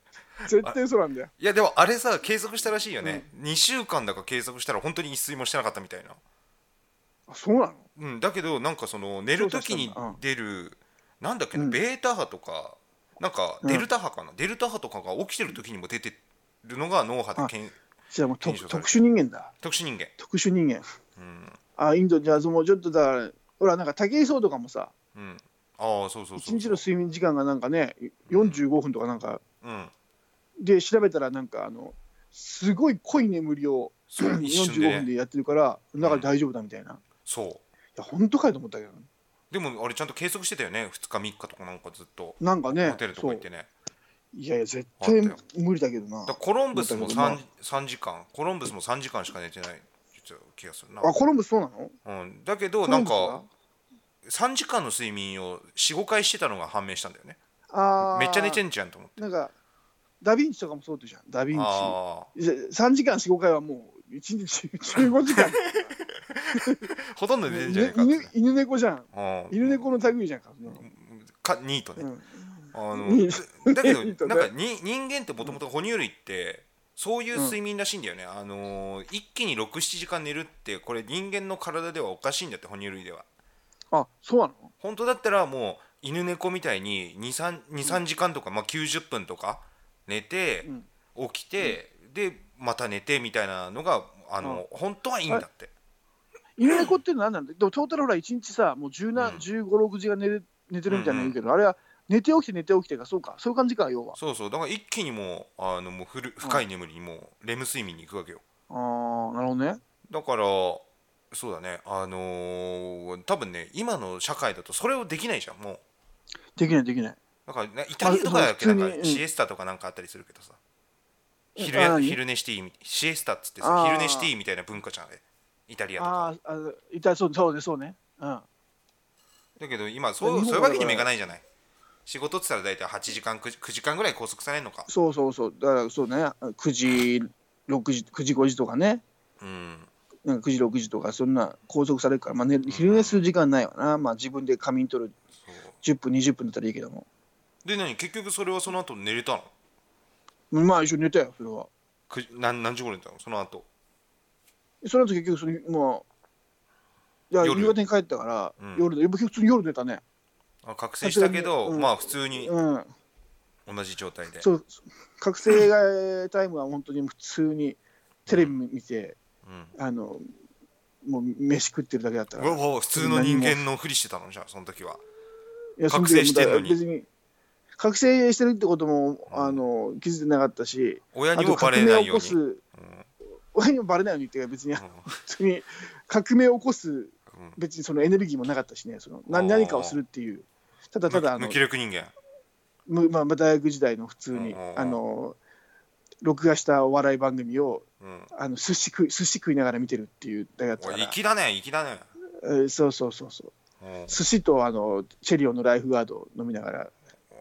[SPEAKER 3] 絶対そうなんだよ
[SPEAKER 2] やでもあれさ計測したらしいよね、2週間だか計測したら本当に一睡もしてなかったみたいな、
[SPEAKER 3] あそうなの
[SPEAKER 2] うん、だけどなんかその寝る時に出るなんだっけな、
[SPEAKER 3] うん
[SPEAKER 2] ベータ波とかなんかデルタ波かな、デルタ波とかが起きてる時にも出てるのが脳波でけん
[SPEAKER 3] じゃあもう特
[SPEAKER 2] 検証され
[SPEAKER 3] 特
[SPEAKER 2] た
[SPEAKER 3] 殊人間だ
[SPEAKER 2] 特殊人間
[SPEAKER 3] 特殊人間
[SPEAKER 2] うん、
[SPEAKER 3] あインドじゃあそのちょっとだからほらなんか武井壮とかもさ
[SPEAKER 2] うん、ああそうそう
[SPEAKER 3] 一
[SPEAKER 2] そう
[SPEAKER 3] 日の睡眠時間がなんかね45分とかなんか
[SPEAKER 2] うん
[SPEAKER 3] で調べたらなんかあのすごい濃い眠りを
[SPEAKER 2] そう一瞬で
[SPEAKER 3] 45分
[SPEAKER 2] ね
[SPEAKER 3] でやってるからだから大丈夫だみたいな、い
[SPEAKER 2] そ
[SPEAKER 3] や本当かよと思ったけど
[SPEAKER 2] うでもあれちゃんと計測してたよね2日3日とかなんかずっと
[SPEAKER 3] なんかね
[SPEAKER 2] ホテルとか
[SPEAKER 3] そ
[SPEAKER 2] 行
[SPEAKER 3] う
[SPEAKER 2] ってね
[SPEAKER 3] いやいや絶
[SPEAKER 2] あ
[SPEAKER 3] 対
[SPEAKER 2] ったよ
[SPEAKER 3] 無理だけどな
[SPEAKER 2] だからコロンブスも
[SPEAKER 3] だけどまあ
[SPEAKER 2] 3, 3時間コロンブスも3時間しか寝てない実は気がするな
[SPEAKER 3] あ、コロンブスそうなの
[SPEAKER 2] うん、だけどなんか3時間の睡眠を45回してたのが判明したんだよね
[SPEAKER 3] あ
[SPEAKER 2] めっちゃ寝て
[SPEAKER 3] る
[SPEAKER 2] んじゃんと思って
[SPEAKER 3] なんかダヴィンチとかもそうでじゃんダヴィン
[SPEAKER 2] あ
[SPEAKER 3] チで3時間45回はもう1日15時 間
[SPEAKER 2] あほとんど寝てんじゃね
[SPEAKER 3] 犬
[SPEAKER 2] えかって
[SPEAKER 3] 犬犬猫じゃん
[SPEAKER 2] うん
[SPEAKER 3] 犬猫の類じゃんか、
[SPEAKER 2] かニート
[SPEAKER 3] う
[SPEAKER 2] ね、
[SPEAKER 3] ん、
[SPEAKER 2] あ
[SPEAKER 3] ニ
[SPEAKER 2] のだけ
[SPEAKER 3] ニー
[SPEAKER 2] ど
[SPEAKER 3] トね
[SPEAKER 2] なんかに人間ってもともと哺乳類ってそういう睡眠らしいんだよね、あのー一気に67時間寝るってこれ人間の体ではおかしいんだって哺乳類では
[SPEAKER 3] あそうなの
[SPEAKER 2] 本当だったらもう犬猫みたいに23時間とか、まあ、90分とか寝て
[SPEAKER 3] うん、
[SPEAKER 2] 起きて、でまた寝てみたいなのがあの、本当はいいんだって
[SPEAKER 3] 犬猫って何なんだでもトータルほら1日さもう1
[SPEAKER 2] うん
[SPEAKER 3] 7 1 5六6時間寝る寝てるみたいなの言うけど、あれは寝て起きて寝て起きてかそうかそういう感じか要は
[SPEAKER 2] そうそうだから一気にもうあのもうふる深い眠りにもうレム睡眠に行くわけよ
[SPEAKER 3] あーなるほどね
[SPEAKER 2] だからそうだねあのー多分ね今の社会だとそれをできないじゃんもう
[SPEAKER 3] できないできない
[SPEAKER 2] だから、ね、イタリアとかだっけ
[SPEAKER 3] あ
[SPEAKER 2] な
[SPEAKER 3] そうん
[SPEAKER 2] か
[SPEAKER 3] 普通にうん
[SPEAKER 2] シエスタとかなんかあったりするけどさ
[SPEAKER 3] うん
[SPEAKER 2] 昼や
[SPEAKER 3] あ何
[SPEAKER 2] 昼寝していいみシエスタっつって
[SPEAKER 3] あ
[SPEAKER 2] さ
[SPEAKER 3] ー
[SPEAKER 2] 昼寝していいみたいな文化じゃんあれイタリアとか
[SPEAKER 3] あーあいたそうそうねそうねうん
[SPEAKER 2] だけど今そう
[SPEAKER 3] 日本
[SPEAKER 2] そ
[SPEAKER 3] は
[SPEAKER 2] ういうわけにもいかないじゃない仕事っつったら大体8時間 9, 時間ぐらい拘束されるのか
[SPEAKER 3] そうそうそうだからそうね9時6時9時5時とかね
[SPEAKER 2] うん
[SPEAKER 3] なんか9時6時とかそんな拘束されるから、まあね、昼寝する時間ないわな、まあ、自分で仮眠取る
[SPEAKER 2] そう
[SPEAKER 3] 10分20分だったらいいけども
[SPEAKER 2] で何結局それはその後寝れたの
[SPEAKER 3] まあ一緒に寝たよそれは
[SPEAKER 2] く何何時頃寝たのその後
[SPEAKER 3] その後結局そのもういや
[SPEAKER 2] 夜
[SPEAKER 3] 夕方に帰ったから、
[SPEAKER 2] うん
[SPEAKER 3] 夜で普通に夜出たね
[SPEAKER 2] あ覚醒したけ
[SPEAKER 3] さす
[SPEAKER 2] ど、
[SPEAKER 3] がにうん
[SPEAKER 2] まあ普通に
[SPEAKER 3] うん
[SPEAKER 2] 同じ状態で、
[SPEAKER 3] そう覚醒がタイムは本当に普通にテレビ見て、
[SPEAKER 2] うん
[SPEAKER 3] あのもう飯食ってるだけだった
[SPEAKER 2] う
[SPEAKER 3] から
[SPEAKER 2] わうわ普通の人間のふりしてたのじゃあその時はい
[SPEAKER 3] や
[SPEAKER 2] 覚醒してんのに
[SPEAKER 3] そ時はもう別に覚醒してるってこともあの気づいてなかったし
[SPEAKER 2] 親
[SPEAKER 3] あ
[SPEAKER 2] に
[SPEAKER 3] と
[SPEAKER 2] もバ
[SPEAKER 3] 革
[SPEAKER 2] レ
[SPEAKER 3] 命
[SPEAKER 2] な
[SPEAKER 3] を
[SPEAKER 2] い
[SPEAKER 3] 起
[SPEAKER 2] よう
[SPEAKER 3] こ
[SPEAKER 2] に、うん
[SPEAKER 3] す 親にもバレないようにっていうか別に
[SPEAKER 2] うん
[SPEAKER 3] 普通に革命を起こす
[SPEAKER 2] うん
[SPEAKER 3] 別にそのエネルギーもなかったしねその
[SPEAKER 2] あー
[SPEAKER 3] 何何かをするっていうただただあ
[SPEAKER 2] 無
[SPEAKER 3] の
[SPEAKER 2] 無気力人間
[SPEAKER 3] むまあ、大学時代の普通に、
[SPEAKER 2] うんうんうん
[SPEAKER 3] あの録画したお笑い番組を
[SPEAKER 2] うん
[SPEAKER 3] あの寿司食い寿司食いながら見てるっていうだけだった
[SPEAKER 2] お
[SPEAKER 3] か
[SPEAKER 2] い
[SPEAKER 3] ら、
[SPEAKER 2] 粋だね粋だね
[SPEAKER 3] えーそうそうそうそう
[SPEAKER 2] うん
[SPEAKER 3] 寿司とあのチェリオのライフガードを飲みなが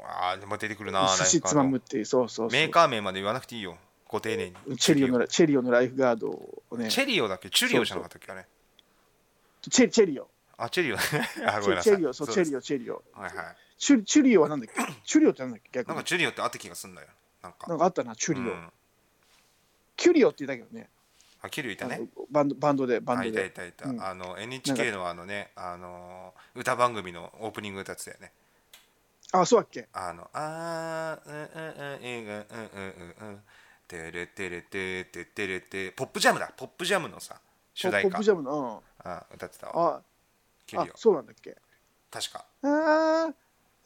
[SPEAKER 2] あーでも出てくるな
[SPEAKER 3] ら寿
[SPEAKER 2] ライ
[SPEAKER 3] 司
[SPEAKER 2] フカー
[SPEAKER 3] つ
[SPEAKER 2] ド
[SPEAKER 3] まむっていうそうそうそう
[SPEAKER 2] メーカー名まで言わなくていいよご丁寧に
[SPEAKER 3] チェリオのチェリオのライフガードをね
[SPEAKER 2] チェリオだっけチュリオじゃなかったっけあれ
[SPEAKER 3] チェチェリオ
[SPEAKER 2] あチェリオだね あご
[SPEAKER 3] チ
[SPEAKER 2] め
[SPEAKER 3] ェ
[SPEAKER 2] んな
[SPEAKER 3] チ
[SPEAKER 2] さい
[SPEAKER 3] ェリオそうチェ
[SPEAKER 2] です
[SPEAKER 3] リオチェリオ
[SPEAKER 2] はいはい
[SPEAKER 3] チュチュリオはなんだっけチュリオってなんだっけ逆
[SPEAKER 2] なん
[SPEAKER 3] に
[SPEAKER 2] かチュリオってあった気がすんだよなんか
[SPEAKER 3] なんかあったなチュリオ、
[SPEAKER 2] うん
[SPEAKER 3] キュリオって言ったけどね
[SPEAKER 2] あキュリオいた
[SPEAKER 3] あ
[SPEAKER 2] ね
[SPEAKER 3] のバンドバンドでバン
[SPEAKER 2] あ
[SPEAKER 3] ド
[SPEAKER 2] いたい
[SPEAKER 3] で
[SPEAKER 2] たいた、
[SPEAKER 3] うん
[SPEAKER 2] あの NHK のあのねあのー歌番組のオープニング歌ってたよね
[SPEAKER 3] あそうだっけ
[SPEAKER 2] あの、あー、うんうんうん、映画、うんうんうんうん、てれてれてててれて、ポップジャムだ、ポップジャムのさ、主題
[SPEAKER 3] ポッ
[SPEAKER 2] 歌
[SPEAKER 3] プジ、ャムの、
[SPEAKER 2] あ歌ってた
[SPEAKER 3] うん、
[SPEAKER 2] わ、
[SPEAKER 3] あ
[SPEAKER 2] キュ
[SPEAKER 3] あ
[SPEAKER 2] リオ、
[SPEAKER 3] そうなんだっけ
[SPEAKER 2] 確か。
[SPEAKER 3] あーあ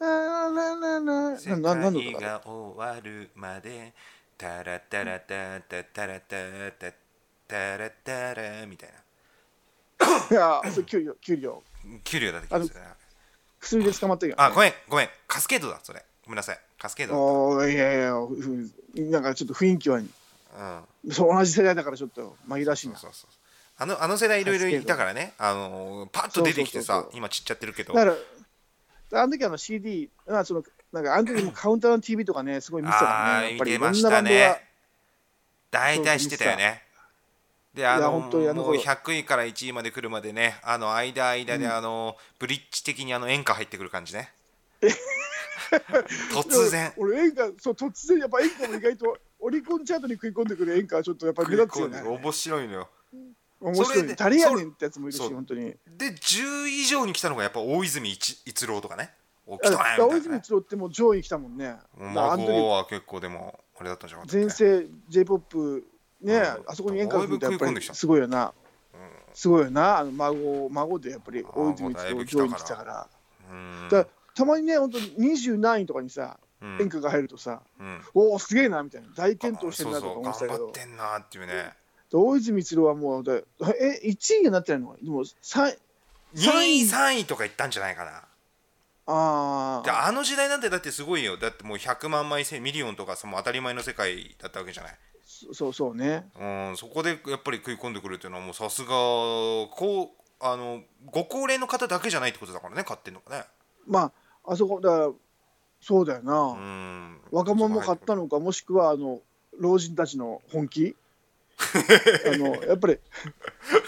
[SPEAKER 3] ーななな
[SPEAKER 2] 世
[SPEAKER 3] ななんの
[SPEAKER 2] 界
[SPEAKER 3] とか
[SPEAKER 2] が終わるまでタラタラタタタラタタタラタラみたいな
[SPEAKER 3] だいやそれ給料給料
[SPEAKER 2] 給料だって聞いてたな
[SPEAKER 3] 薬で捕まったけどね、
[SPEAKER 2] あごめんごめんカスケードだそれごめんなさいカスケード
[SPEAKER 3] おーいやいやふなんかちょっと雰囲気は
[SPEAKER 2] うん
[SPEAKER 3] そう同じ世代だからちょっと紛らわしい
[SPEAKER 2] そう
[SPEAKER 3] な
[SPEAKER 2] そうそうあのあの世代いろいろいたからねあのパッと出てき
[SPEAKER 3] そう
[SPEAKER 2] て
[SPEAKER 3] そうそ
[SPEAKER 2] さ
[SPEAKER 3] うそう
[SPEAKER 2] 今散っちゃってるけど
[SPEAKER 3] だからあの時あの CD まあそのなんかあの時もカウンターの TV とかねすごい見てたから
[SPEAKER 2] あ
[SPEAKER 3] ねや
[SPEAKER 2] ー
[SPEAKER 3] っ
[SPEAKER 2] 見
[SPEAKER 3] ぱりい
[SPEAKER 2] て
[SPEAKER 3] ろ
[SPEAKER 2] ま
[SPEAKER 3] ん
[SPEAKER 2] し
[SPEAKER 3] なバ
[SPEAKER 2] た
[SPEAKER 3] ンドは
[SPEAKER 2] ね大体知ってたよねであ
[SPEAKER 3] や
[SPEAKER 2] の
[SPEAKER 3] 本当にあの
[SPEAKER 2] もう
[SPEAKER 3] 頃
[SPEAKER 2] 100位から1位まで来るまでねあの間間であの、ブリッジ的にあの演歌入ってくる感 じね突然
[SPEAKER 3] 俺演歌そう突然やっぱ演歌も意外とオリコンチャートに食い込んでくる演歌はちょっとやっぱ目立つよね
[SPEAKER 2] 面白いのよ
[SPEAKER 3] 面
[SPEAKER 2] そ
[SPEAKER 3] 白
[SPEAKER 2] れ
[SPEAKER 3] い
[SPEAKER 2] で
[SPEAKER 3] ね誰やねんってやつもいるし
[SPEAKER 2] そう
[SPEAKER 3] 本当に
[SPEAKER 2] で10位以上に来たのがやっぱ大泉一一郎とかねお来
[SPEAKER 3] だ
[SPEAKER 2] たね
[SPEAKER 3] から
[SPEAKER 2] み
[SPEAKER 3] 大
[SPEAKER 2] たいな
[SPEAKER 3] 泉
[SPEAKER 2] ね
[SPEAKER 3] 一郎ってもう上位来たもんねだからあの
[SPEAKER 2] 孫
[SPEAKER 3] 時
[SPEAKER 2] は結構でもあれだったんじゃなかったっけ
[SPEAKER 3] 全盛 j p o p ね、
[SPEAKER 2] うん
[SPEAKER 3] あそこに演歌が来るとやっぱ
[SPEAKER 2] だいぶ食い込んで
[SPEAKER 3] り
[SPEAKER 2] きた
[SPEAKER 3] すごいよな、
[SPEAKER 2] ん
[SPEAKER 3] すごいよなあの孫孫でやっぱり
[SPEAKER 2] あー
[SPEAKER 3] 大泉一
[SPEAKER 2] もうだいぶ
[SPEAKER 3] 郎上位
[SPEAKER 2] 来たから
[SPEAKER 3] に来たから
[SPEAKER 2] うん
[SPEAKER 3] だたまにね本当二20何位とかにさ
[SPEAKER 2] うん
[SPEAKER 3] 演歌が入るとさ、
[SPEAKER 2] うん
[SPEAKER 3] おおすげえなみたいな大健闘してるなとか思ってた
[SPEAKER 2] そう
[SPEAKER 3] け
[SPEAKER 2] そう頑張
[SPEAKER 3] ど
[SPEAKER 2] ってんなっていうね
[SPEAKER 3] 大泉一郎はもうだえ1位になってないのでも3
[SPEAKER 2] 2位
[SPEAKER 3] 位
[SPEAKER 2] 3位とかいったんじゃないかな
[SPEAKER 3] あ
[SPEAKER 2] で
[SPEAKER 3] あ
[SPEAKER 2] あの時代なんてだってすごいよだってもう100万枚せミリオンとかさもう当たり前の世界だったわけじゃない
[SPEAKER 3] そうそうね
[SPEAKER 2] うんそこでやっぱり食い込んでくるっていうのはもうさすがこうあのご高齢の方だけじゃないってことだからね買ってんのがね
[SPEAKER 3] まああそこだからそうだよな、
[SPEAKER 2] うん
[SPEAKER 3] 若者も買ったのかもしくはあの老人たちの本 気あのやっぱり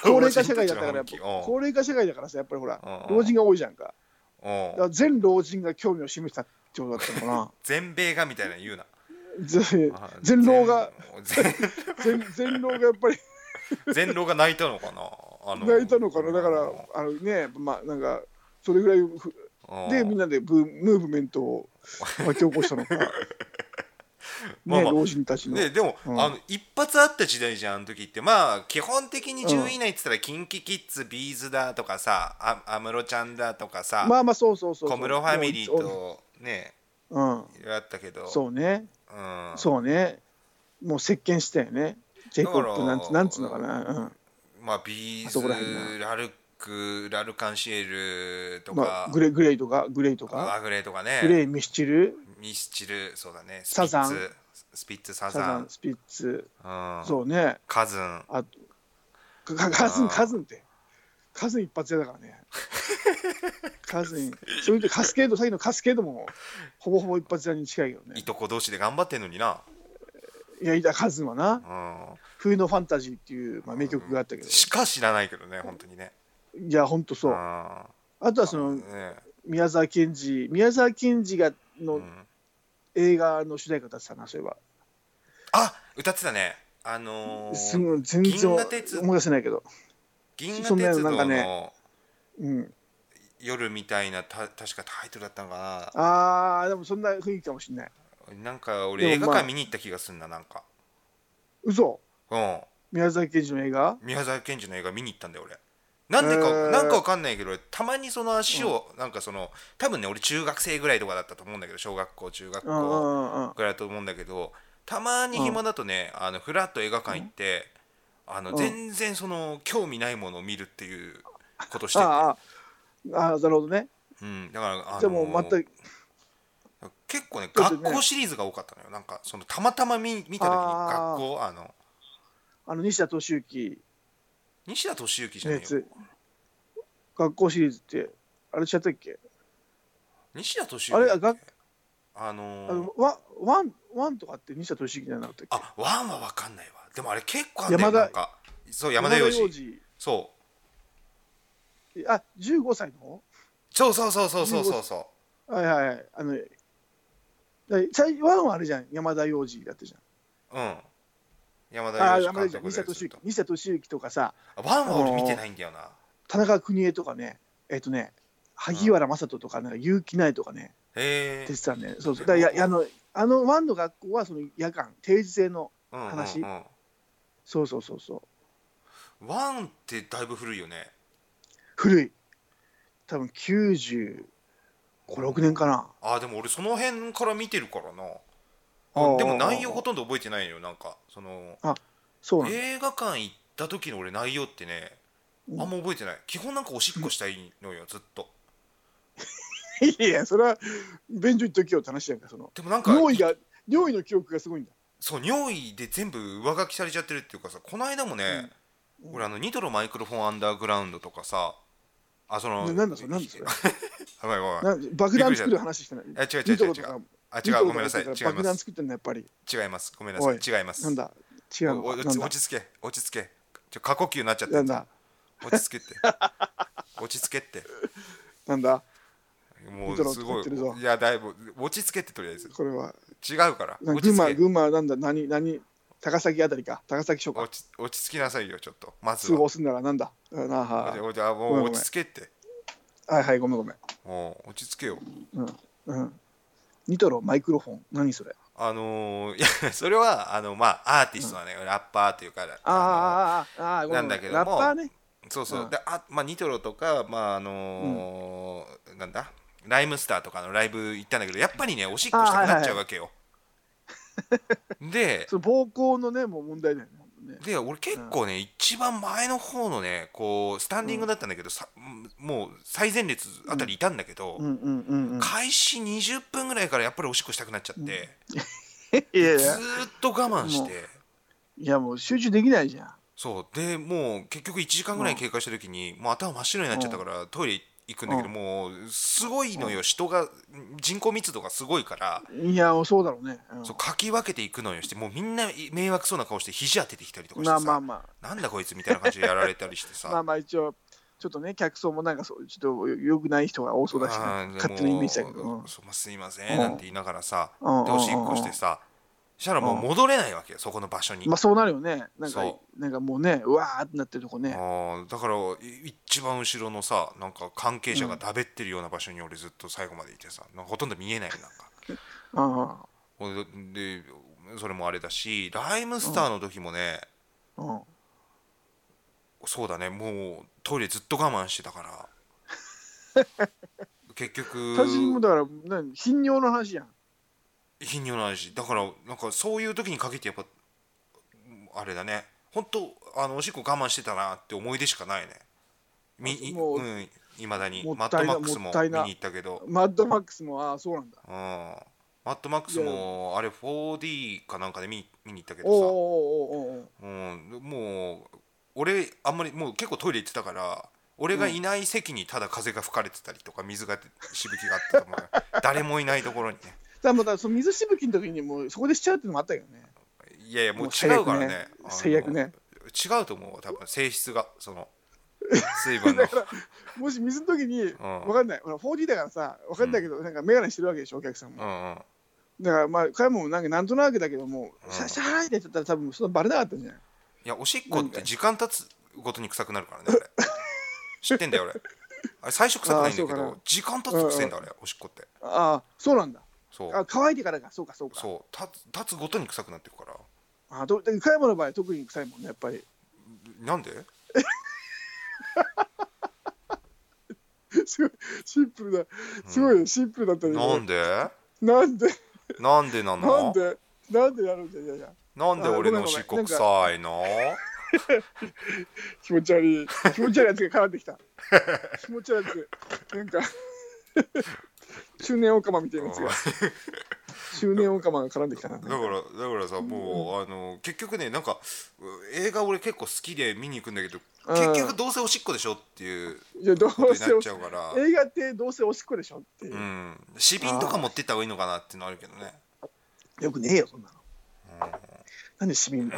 [SPEAKER 3] 高齢化社会だったからやっぱ高齢化社会だからさやっぱりほら
[SPEAKER 2] うんうん
[SPEAKER 3] 老人が多いじゃんかだか
[SPEAKER 2] うん
[SPEAKER 3] ら全老人が興味を示したってことだったの かな
[SPEAKER 2] 全米がみたいなの言うな
[SPEAKER 3] ぜ 全老が
[SPEAKER 2] 全
[SPEAKER 3] 全全老がやっぱり
[SPEAKER 2] 全老が泣いたのかなあ
[SPEAKER 3] 泣いたのかなだからあのねまあなんかそれぐらいふ
[SPEAKER 2] ら
[SPEAKER 3] でみんなでブームーブメントを巻き起こしたのか ね
[SPEAKER 2] まあまあ
[SPEAKER 3] 老人たちの
[SPEAKER 2] ね、でも、
[SPEAKER 3] うん
[SPEAKER 2] あの一発あった時代じゃんあの時ってまあ基本的に10位以内って言ったら、キンキキッズビーズだとかさあ安室ちゃんだとかさ、
[SPEAKER 3] まあまあそうそうそうそう
[SPEAKER 2] 小室ファミリーとね
[SPEAKER 3] うん
[SPEAKER 2] いろいろあったけど
[SPEAKER 3] そうね
[SPEAKER 2] うん、
[SPEAKER 3] そうね。もう席巻したよね。j p
[SPEAKER 2] だ
[SPEAKER 3] o
[SPEAKER 2] から
[SPEAKER 3] p なんつなんつうのかな。
[SPEAKER 2] まあビー
[SPEAKER 3] あそこら辺
[SPEAKER 2] ズラルクラルカンシエル
[SPEAKER 3] う
[SPEAKER 2] と
[SPEAKER 3] ん、まあ
[SPEAKER 2] か、
[SPEAKER 3] グレグレイとかグレイと
[SPEAKER 2] ア
[SPEAKER 3] か、
[SPEAKER 2] グレとか
[SPEAKER 3] グレ
[SPEAKER 2] ね
[SPEAKER 3] イミスチル、
[SPEAKER 2] ミスチルそうだねスピ
[SPEAKER 3] サザ
[SPEAKER 2] ッ
[SPEAKER 3] ン
[SPEAKER 2] ツスピッツサ
[SPEAKER 3] サ
[SPEAKER 2] ザ
[SPEAKER 3] ザ
[SPEAKER 2] ン
[SPEAKER 3] ン、スピッツ、
[SPEAKER 2] うん、
[SPEAKER 3] そうね。
[SPEAKER 2] カズン
[SPEAKER 3] あ、かかカズ
[SPEAKER 2] あ
[SPEAKER 3] ン
[SPEAKER 2] ー
[SPEAKER 3] カズンって。カズン一発屋だから ね。カズン、そういう意味でカスケード、さっきのカスケードもほぼほぼ一発屋に近いよ
[SPEAKER 2] い
[SPEAKER 3] ね。
[SPEAKER 2] とこ同士で頑張ってんのにな、
[SPEAKER 3] いや、いやカズンはな、
[SPEAKER 2] う
[SPEAKER 3] 冬のファンタジーっていう、まあ、名曲があったけ
[SPEAKER 2] ん、
[SPEAKER 3] ど、
[SPEAKER 2] しか知らないけどね本当にね
[SPEAKER 3] いや、ほんとそうう。
[SPEAKER 2] ん
[SPEAKER 3] あとはその
[SPEAKER 2] ね
[SPEAKER 3] 宮沢賢治、宮沢賢治が
[SPEAKER 2] う
[SPEAKER 3] の
[SPEAKER 2] ん
[SPEAKER 3] 映画の主題歌だってたな、そういえば。
[SPEAKER 2] あ歌ってたねあのー
[SPEAKER 3] すごい全然
[SPEAKER 2] 銀
[SPEAKER 3] 思
[SPEAKER 2] 河
[SPEAKER 3] い
[SPEAKER 2] 鉄
[SPEAKER 3] 出せないけど、
[SPEAKER 2] 銀河
[SPEAKER 3] そんな
[SPEAKER 2] 鉄道
[SPEAKER 3] なんかね
[SPEAKER 2] の
[SPEAKER 3] うん、
[SPEAKER 2] 夜みたいなた確かタイトルだったのか
[SPEAKER 3] ああでもそんな雰囲気かもしれない
[SPEAKER 2] ななんか俺映
[SPEAKER 3] で
[SPEAKER 2] 画
[SPEAKER 3] もまあ
[SPEAKER 2] 館見に行った気がすんななんか
[SPEAKER 3] 嘘
[SPEAKER 2] うん
[SPEAKER 3] 宮崎賢治の映画
[SPEAKER 2] 宮沢賢治の映画見に行ったんだよ俺なんでか、
[SPEAKER 3] へー
[SPEAKER 2] なんかわかんないけど俺たまにその足を、なんかその多分ね俺中学生ぐらいとかだったと思うんだけど小学校中学
[SPEAKER 3] うんう
[SPEAKER 2] 校
[SPEAKER 3] んうんうん
[SPEAKER 2] ぐらいだと思うんだけどたまに暇だとね、あのフラッと映画館行って、あの
[SPEAKER 3] うん
[SPEAKER 2] 全然その興味ないものを見るっていうことしてて
[SPEAKER 3] あーあーあーなるほどね
[SPEAKER 2] うん、だから、あのー
[SPEAKER 3] でもまた
[SPEAKER 2] 結構ね
[SPEAKER 3] ょっとね
[SPEAKER 2] 学校シリーズが多かったのよなんかそのたまたま見見た時
[SPEAKER 3] あ
[SPEAKER 2] に
[SPEAKER 3] ー
[SPEAKER 2] 学校あの
[SPEAKER 3] あの西田敏行
[SPEAKER 2] 西田敏行じゃ
[SPEAKER 3] の
[SPEAKER 2] ね
[SPEAKER 3] や
[SPEAKER 2] えよ
[SPEAKER 3] つ学校シリーズってあれしちゃったっけ
[SPEAKER 2] 西田敏
[SPEAKER 3] あ
[SPEAKER 2] 行
[SPEAKER 3] れあ学
[SPEAKER 2] あの
[SPEAKER 3] あ
[SPEAKER 2] ー
[SPEAKER 3] のワワンワンとかって西田敏行じゃなかったっけ
[SPEAKER 2] あワンは分かんないわでもあれ結構あんだよ
[SPEAKER 3] 山田
[SPEAKER 2] なんかそう山田洋次
[SPEAKER 3] 次
[SPEAKER 2] そう
[SPEAKER 3] あ15歳の方
[SPEAKER 2] そうそうそうそうそうそうそ
[SPEAKER 3] はいはいはいあのだ最ワンはあれじゃん山田洋次だったじゃん
[SPEAKER 2] ううん山
[SPEAKER 3] あ
[SPEAKER 2] 田
[SPEAKER 3] あ、
[SPEAKER 2] 洋
[SPEAKER 3] ダメ
[SPEAKER 2] 次監
[SPEAKER 3] だ、
[SPEAKER 2] 督
[SPEAKER 3] 西田敏
[SPEAKER 2] でずっ
[SPEAKER 3] 行
[SPEAKER 2] と。
[SPEAKER 3] 西田敏行とかさ、
[SPEAKER 2] あワンは俺見てないんだよな
[SPEAKER 3] 田中邦衛とかね、えっ、とね、萩原正人とか、なんか結城内とかね、
[SPEAKER 2] へえ
[SPEAKER 3] 出てたんだよね。そうそう。だからややあの、あの、ワンの学校はその夜間、定時制の、話
[SPEAKER 2] うんうん
[SPEAKER 3] そうそうそうそう、
[SPEAKER 2] うん、ワンってだいぶ古いよね
[SPEAKER 3] 古い。多分90、 56年かな
[SPEAKER 2] あーでも俺その辺から見てるからな
[SPEAKER 3] あー
[SPEAKER 2] でも内容ほとんど覚えてないよなんかその
[SPEAKER 3] そうなんだ
[SPEAKER 2] 映画館行った時の俺内容ってね
[SPEAKER 3] うん
[SPEAKER 2] あんま覚えてない基本なんかおしっこしたいのよずっと
[SPEAKER 3] いやいやそれは便所行っときよって話やんかその
[SPEAKER 2] でもなんか
[SPEAKER 3] 尿意が尿意の記憶がすごいんだ
[SPEAKER 2] そう尿意で全部上書きされちゃってるっていうかさこの間もね、
[SPEAKER 3] うん
[SPEAKER 2] 俺あのニトロマイクロフォンアンダーグラウンドとかさあその
[SPEAKER 3] ななんだそれなんだそれ
[SPEAKER 2] やばいやばいやばい
[SPEAKER 3] な爆弾作る話してない
[SPEAKER 2] え違う違
[SPEAKER 3] ニト
[SPEAKER 2] う違
[SPEAKER 3] ロ
[SPEAKER 2] う違
[SPEAKER 3] と
[SPEAKER 2] う
[SPEAKER 3] か
[SPEAKER 2] あ
[SPEAKER 3] ニトロと
[SPEAKER 2] 違
[SPEAKER 3] か
[SPEAKER 2] うごめんなさい違い
[SPEAKER 3] だから爆
[SPEAKER 2] ま
[SPEAKER 3] 弾
[SPEAKER 2] す
[SPEAKER 3] 作ってんのやっぱり
[SPEAKER 2] 違いますごめんなさい違います
[SPEAKER 3] なんだ違う
[SPEAKER 2] おお
[SPEAKER 3] わ
[SPEAKER 2] 落
[SPEAKER 3] なん
[SPEAKER 2] ち
[SPEAKER 3] だ
[SPEAKER 2] 落ち着け落ち着けちょ過呼吸になっちゃって
[SPEAKER 3] な
[SPEAKER 2] る
[SPEAKER 3] んだ
[SPEAKER 2] 落ち着けって 落ち着けって
[SPEAKER 3] なんだ
[SPEAKER 2] も
[SPEAKER 3] ニト
[SPEAKER 2] う
[SPEAKER 3] ロ
[SPEAKER 2] すご
[SPEAKER 3] 使ってるぞ
[SPEAKER 2] いいやだいぶ落ち着けってとりあえず
[SPEAKER 3] これは
[SPEAKER 2] 違うから
[SPEAKER 3] な群
[SPEAKER 2] 落ち
[SPEAKER 3] 馬
[SPEAKER 2] 着け
[SPEAKER 3] 群馬なんだ何何高崎あたりか高崎署か
[SPEAKER 2] 落ち落ち着きなさいよちょっとまず
[SPEAKER 3] 通
[SPEAKER 2] は
[SPEAKER 3] 報すんならなんだあなあ
[SPEAKER 2] おじ
[SPEAKER 3] は
[SPEAKER 2] おじあも
[SPEAKER 3] ごめんご
[SPEAKER 2] う
[SPEAKER 3] めん
[SPEAKER 2] 落ち着けって
[SPEAKER 3] あはいはいごめんごめん
[SPEAKER 2] もう落ち着けよ
[SPEAKER 3] うんうんニトロマイクロフォン何それ
[SPEAKER 2] あのーいや それはあのまあアーティストだね、ラッパーというかあ
[SPEAKER 3] あーあーあーあーごめんごめん
[SPEAKER 2] なんだけども
[SPEAKER 3] ラッパーね
[SPEAKER 2] のそうそう、
[SPEAKER 3] うん
[SPEAKER 2] であまあ、ニトロとか、まああのーなんだライムスターとかのライブ行ったんだけどやっぱりねおしっこしたくなっちゃうわけよ、で
[SPEAKER 3] その暴行のねもう問題だよねほんとね
[SPEAKER 2] で俺結構ね、一番前の方のねこうスタンディングだったんだけど、さもう最前列あたりいたんだけど、
[SPEAKER 3] うんうんうんうん
[SPEAKER 2] 開始20分ぐらいからやっぱりおしっこしたくなっちゃって、
[SPEAKER 3] いやい
[SPEAKER 2] ずー
[SPEAKER 3] や
[SPEAKER 2] っと我慢して。
[SPEAKER 3] いやもう集中できないじゃん
[SPEAKER 2] そうでもう結局1時間ぐらい経過した時に、もう頭真っ白になっちゃったから、トイレ行くんだけど、
[SPEAKER 3] う
[SPEAKER 2] もうすごいのよ、人が人口密度がすごいから、
[SPEAKER 3] いやそうだろうねうん
[SPEAKER 2] そうかき分けていくのよしてもうみんな迷惑そうな顔して肘当ててきたりとかして
[SPEAKER 3] ま
[SPEAKER 2] さ、
[SPEAKER 3] あまあまあ
[SPEAKER 2] なんだこいつみたいな感じでやられたりしてさ。
[SPEAKER 3] まあまあ一応ちょっとね客層もなんかそうちょっとよくない人が多そうだしね
[SPEAKER 2] あー
[SPEAKER 3] 勝手なイメージだけど
[SPEAKER 2] で
[SPEAKER 3] う
[SPEAKER 2] も
[SPEAKER 3] ん
[SPEAKER 2] そうまあすいませ
[SPEAKER 3] うん
[SPEAKER 2] んなんて言いながらさ、
[SPEAKER 3] うん
[SPEAKER 2] でおしっこしてさ、したらもう戻れないわけよ、そこの場所に。
[SPEAKER 3] まあそうなるよね。なんか
[SPEAKER 2] そ、
[SPEAKER 3] なんかもうね、うわーってなってるとこね。
[SPEAKER 2] あーだからい一番後ろのさなんか関係者がだべってるような場所に俺ずっと最後までいてさなんかほとんど見えないなん
[SPEAKER 3] あ
[SPEAKER 2] かおでそれもあれだしライムスターの時もね、
[SPEAKER 3] あ、うん。
[SPEAKER 2] そうだねもうトイレずっと我慢してたから 結局
[SPEAKER 3] 私もだから、何頻尿の話やん。
[SPEAKER 2] 頻尿ないしだからなんかそういう時に限ってやっぱあれだね本当あのおしっこ我慢してたなって思い出しかないねみい
[SPEAKER 3] もう
[SPEAKER 2] うん、未だに
[SPEAKER 3] もっ
[SPEAKER 2] マッ
[SPEAKER 3] た
[SPEAKER 2] ド
[SPEAKER 3] いな
[SPEAKER 2] マックスも
[SPEAKER 3] もった
[SPEAKER 2] 見に
[SPEAKER 3] いな
[SPEAKER 2] 行ったけど
[SPEAKER 3] マッドマックスも、ああ、そうなんだ。
[SPEAKER 2] うん、マッドマックスもあれ 4D かなんかで見見に行ったけ
[SPEAKER 3] おう
[SPEAKER 2] ど
[SPEAKER 3] おうおうおうおう
[SPEAKER 2] さ、うん、もう俺あんまりもう結構トイレ行ってたから俺がいない席にただ風が吹かれてたりとか水がしぶきがあったと思う誰もいないところにね
[SPEAKER 3] だからまたその水しぶきの時にもうそこでしちゃうっていうのもあったけどね。
[SPEAKER 2] いやいやもう
[SPEAKER 3] もう
[SPEAKER 2] 違
[SPEAKER 3] 最悪
[SPEAKER 2] うからね
[SPEAKER 3] ね
[SPEAKER 2] あの
[SPEAKER 3] 最悪ね
[SPEAKER 2] 違うと思うわ多分性質がその水分の
[SPEAKER 3] だから、もし水の時に、わかんない。ほら、4D だからさ、わかんないけど、なんかメガネしてるわけでしょ、お客さん
[SPEAKER 2] う
[SPEAKER 3] も。
[SPEAKER 2] んうん
[SPEAKER 3] だから、まあ、彼もなんかなんとなくだけども、
[SPEAKER 2] うん
[SPEAKER 3] シャシャーってやっちゃったら多分そんなバレなかったんじゃない
[SPEAKER 2] いやおしっこって時間経つごとに臭くなるからね俺 知ってんだよ俺あれ最初臭くないんだけ
[SPEAKER 3] あーそうか
[SPEAKER 2] ど
[SPEAKER 3] な
[SPEAKER 2] 時間経つと臭いんだあれおしっこって
[SPEAKER 3] ああ、そうなんだ。
[SPEAKER 2] そう
[SPEAKER 3] あ乾いてからか、そうか、そうか。
[SPEAKER 2] そう立つ立つごとに臭くなってるから
[SPEAKER 3] あどで加山の場合特に臭いもんねやっぱり
[SPEAKER 2] なんで
[SPEAKER 3] すごいシンプルだすごいね、シンプルだったね
[SPEAKER 2] なんで
[SPEAKER 3] なんで
[SPEAKER 2] なんでなの
[SPEAKER 3] なんでなんでやろうじゃいやいや
[SPEAKER 2] なんで俺のおしっこ臭いの
[SPEAKER 3] 気持ち悪い気持ち悪いやつが絡んできた気持ち悪いやつなんか 中年オカマみたいなやつが中年オカマが絡んできたな
[SPEAKER 2] だからだからさもうあの結局ねなんか映画俺結構好きで見に行くんだけど
[SPEAKER 3] うん
[SPEAKER 2] 結局どうせおしっこでしょっていう
[SPEAKER 3] いやどう
[SPEAKER 2] ことに
[SPEAKER 3] せ
[SPEAKER 2] なっ
[SPEAKER 3] お
[SPEAKER 2] ちゃうから
[SPEAKER 3] 映画ってどうせおしっこでしょっていうう、
[SPEAKER 2] ん紙瓶とか持ってった方がいいのかなっていうのあるけどね
[SPEAKER 3] よくねえよそんなの、なんで市民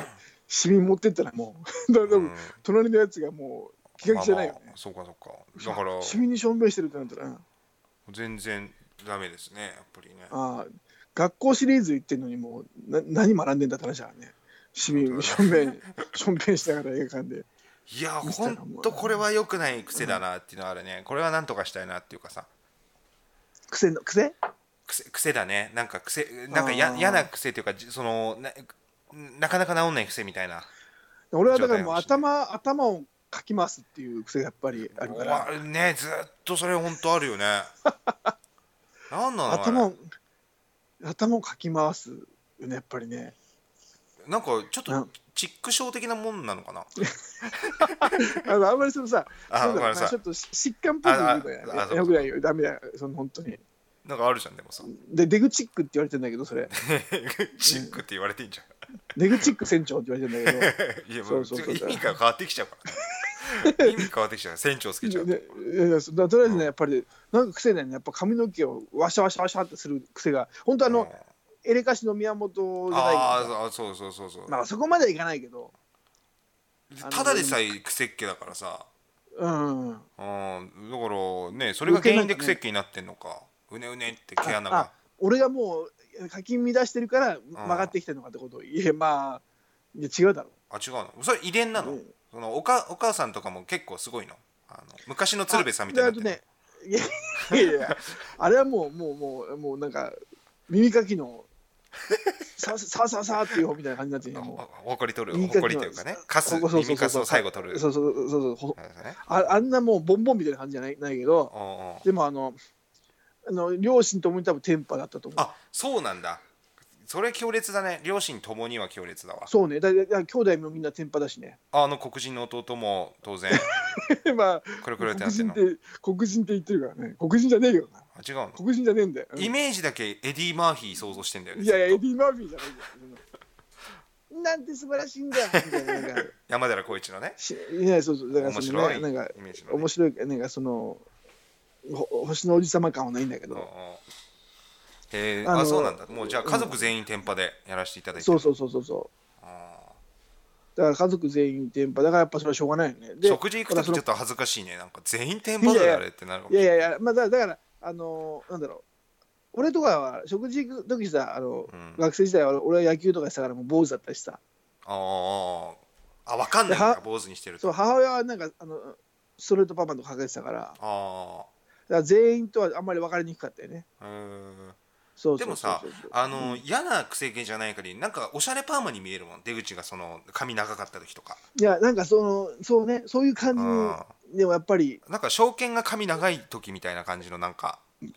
[SPEAKER 3] 市民持ってったらもう だから多分、
[SPEAKER 2] うん
[SPEAKER 3] 隣のやつがもう気が気じゃないよね
[SPEAKER 2] まあまあそうかそうかだから
[SPEAKER 3] 市民にしょんべんしてるってなったら
[SPEAKER 2] 全然ダメですねやっぱりね
[SPEAKER 3] ああ学校シリーズ行ってんのにもうな何学んでんだって話だからね市民しょんべん しょんべんしながら映画館で
[SPEAKER 2] いや
[SPEAKER 3] 見せたら
[SPEAKER 2] ほ
[SPEAKER 3] もうん
[SPEAKER 2] とこれは良くない癖だなっていうのはあるねこれはなんとかしたいなっていうかさ
[SPEAKER 3] 癖の癖
[SPEAKER 2] 癖癖だねなんか癖なんかや
[SPEAKER 3] あー
[SPEAKER 2] 嫌な癖っていうかじそのななかなか治んない癖みたいな
[SPEAKER 3] 俺はだからもう
[SPEAKER 2] 状態
[SPEAKER 3] 頭頭をかき回すっていう癖がやっぱりあるから
[SPEAKER 2] うわねずっとそれ本当あるよねなんなのあ
[SPEAKER 3] 頭
[SPEAKER 2] れ
[SPEAKER 3] を頭をかき回すよねやっぱりね
[SPEAKER 2] なんかちょ
[SPEAKER 3] う
[SPEAKER 2] っと
[SPEAKER 3] ん
[SPEAKER 2] チックショー的なもんなのかな
[SPEAKER 3] あのあんまりそのさ
[SPEAKER 2] あ
[SPEAKER 3] そう
[SPEAKER 2] ごめん
[SPEAKER 3] だ
[SPEAKER 2] なさ
[SPEAKER 3] ちょ
[SPEAKER 2] い
[SPEAKER 3] っと疾患っぽく言うの
[SPEAKER 2] ああ
[SPEAKER 3] や
[SPEAKER 2] あそう
[SPEAKER 3] やよくないよダメだよその本当に
[SPEAKER 2] なんかあるじゃんでも さ
[SPEAKER 3] で出口チックって言われてんだけどそれ
[SPEAKER 2] チックって言われてんじゃん
[SPEAKER 3] 出口チック船長って言われてんだけど
[SPEAKER 2] いや
[SPEAKER 3] そうそうそう
[SPEAKER 2] も意味が変わってきちゃうから。 意味変わってきちゃうから。 船長つけちゃうと。
[SPEAKER 3] でいやいやそだからとりあえずね、やっぱりなんか癖だよねやっぱ髪の毛をワシャワシャワシャってする癖が本当あの、
[SPEAKER 2] うん
[SPEAKER 3] エレカシの宮本じゃない
[SPEAKER 2] あ
[SPEAKER 3] けど
[SPEAKER 2] ーそうそうそうそうそう、
[SPEAKER 3] まあそこまではいかないけどあの
[SPEAKER 2] ただでさえ癖っ気だからさ、
[SPEAKER 3] うんあ
[SPEAKER 2] うん、だからねそれが原因で癖っ気になってんのかうねうねって毛穴が
[SPEAKER 3] あ俺がもうかき乱してるから曲がってきてるのかってこといやまあいや違うだ ろ
[SPEAKER 2] あ違うのそれ遺伝なの,、
[SPEAKER 3] うん
[SPEAKER 2] そのおかお母さんとかも結構すごいのあの昔の鶴瓶さんみたいに
[SPEAKER 3] あ
[SPEAKER 2] な
[SPEAKER 3] で
[SPEAKER 2] って
[SPEAKER 3] あ
[SPEAKER 2] る
[SPEAKER 3] とねいやいやいやあれはもうもうもうもうなんか耳かきのささささっていう方みたいな感じになってるよもう
[SPEAKER 2] あおほこり取る
[SPEAKER 3] 耳
[SPEAKER 2] ほ
[SPEAKER 3] かきの
[SPEAKER 2] こりというかねカス
[SPEAKER 3] そうそうそうそう
[SPEAKER 2] 耳かすを最後取る
[SPEAKER 3] そうそうそうそうほ
[SPEAKER 2] そうですね
[SPEAKER 3] ああんなもうボンボンみたいな感じじゃないないけど
[SPEAKER 2] うんうん
[SPEAKER 3] でもあのあの両親ともに多分テンパだったと思う
[SPEAKER 2] あそうなんだそれ強烈だね両親ともには強烈だわ
[SPEAKER 3] そうねだだだ兄弟もみんなテンパだしね
[SPEAKER 2] あの黒人の弟も当然
[SPEAKER 3] まあ
[SPEAKER 2] くるく
[SPEAKER 3] 黒
[SPEAKER 2] るってなってん
[SPEAKER 3] 人っ
[SPEAKER 2] の
[SPEAKER 3] て黒人って言ってるからね黒人じゃねえよな
[SPEAKER 2] あ違うの
[SPEAKER 3] 黒人じゃねえんだよ、うん
[SPEAKER 2] イメージだけエディ・マーヒー想像してんだよね
[SPEAKER 3] いやいやエディ・マーフィーじゃないんだよそのなんて素晴らしいんだよみたいななんか
[SPEAKER 2] 山寺宏一のね
[SPEAKER 3] しいやそうそうだから
[SPEAKER 2] 面
[SPEAKER 3] その
[SPEAKER 2] 白
[SPEAKER 3] ね
[SPEAKER 2] い
[SPEAKER 3] なんか
[SPEAKER 2] イメージのね
[SPEAKER 3] 面白いなんかそのほ星のおじさま感はないんだけ
[SPEAKER 2] うんうん
[SPEAKER 3] ど
[SPEAKER 2] へえ
[SPEAKER 3] あ
[SPEAKER 2] あ
[SPEAKER 3] の
[SPEAKER 2] そうなんだもうじゃあ家族全員天パでやらせていただいて
[SPEAKER 3] そうそうそうそうそ
[SPEAKER 2] あ
[SPEAKER 3] うだから家族全員テンパだからやっぱそれはしょうがないよね
[SPEAKER 2] ー
[SPEAKER 3] で
[SPEAKER 2] 食事行くときちょっと恥ずかしいねなんか全員天パ
[SPEAKER 3] いやい
[SPEAKER 2] だ
[SPEAKER 3] や
[SPEAKER 2] よあれってなるかも
[SPEAKER 3] いやいやいや、まあ、だだから、あのーなんだろう、俺とかは食事行く時さ、あの
[SPEAKER 2] うん
[SPEAKER 3] 学生時代は俺俺は野球とかしたから、もう坊主だったしさ、
[SPEAKER 2] あーあ分かんないのか坊主にしてる
[SPEAKER 3] そう
[SPEAKER 2] と
[SPEAKER 3] 母親はなんかあのストレートパーマとかかけてたから、だか
[SPEAKER 2] あ
[SPEAKER 3] ら全員とはあんまり分かりにくかったよね。
[SPEAKER 2] あうん
[SPEAKER 3] そう
[SPEAKER 2] で
[SPEAKER 3] そう
[SPEAKER 2] も
[SPEAKER 3] そう
[SPEAKER 2] さ
[SPEAKER 3] そう
[SPEAKER 2] あの嫌な癖毛じゃない限りなんかおしゃれパーマに見えるもん出口がその髪長かった時とか
[SPEAKER 3] いや、なんかその、そうね、そういう感じ
[SPEAKER 2] うん
[SPEAKER 3] に、でもやっぱり、
[SPEAKER 2] なんか証券が髪長い時みたいな感じのなんかる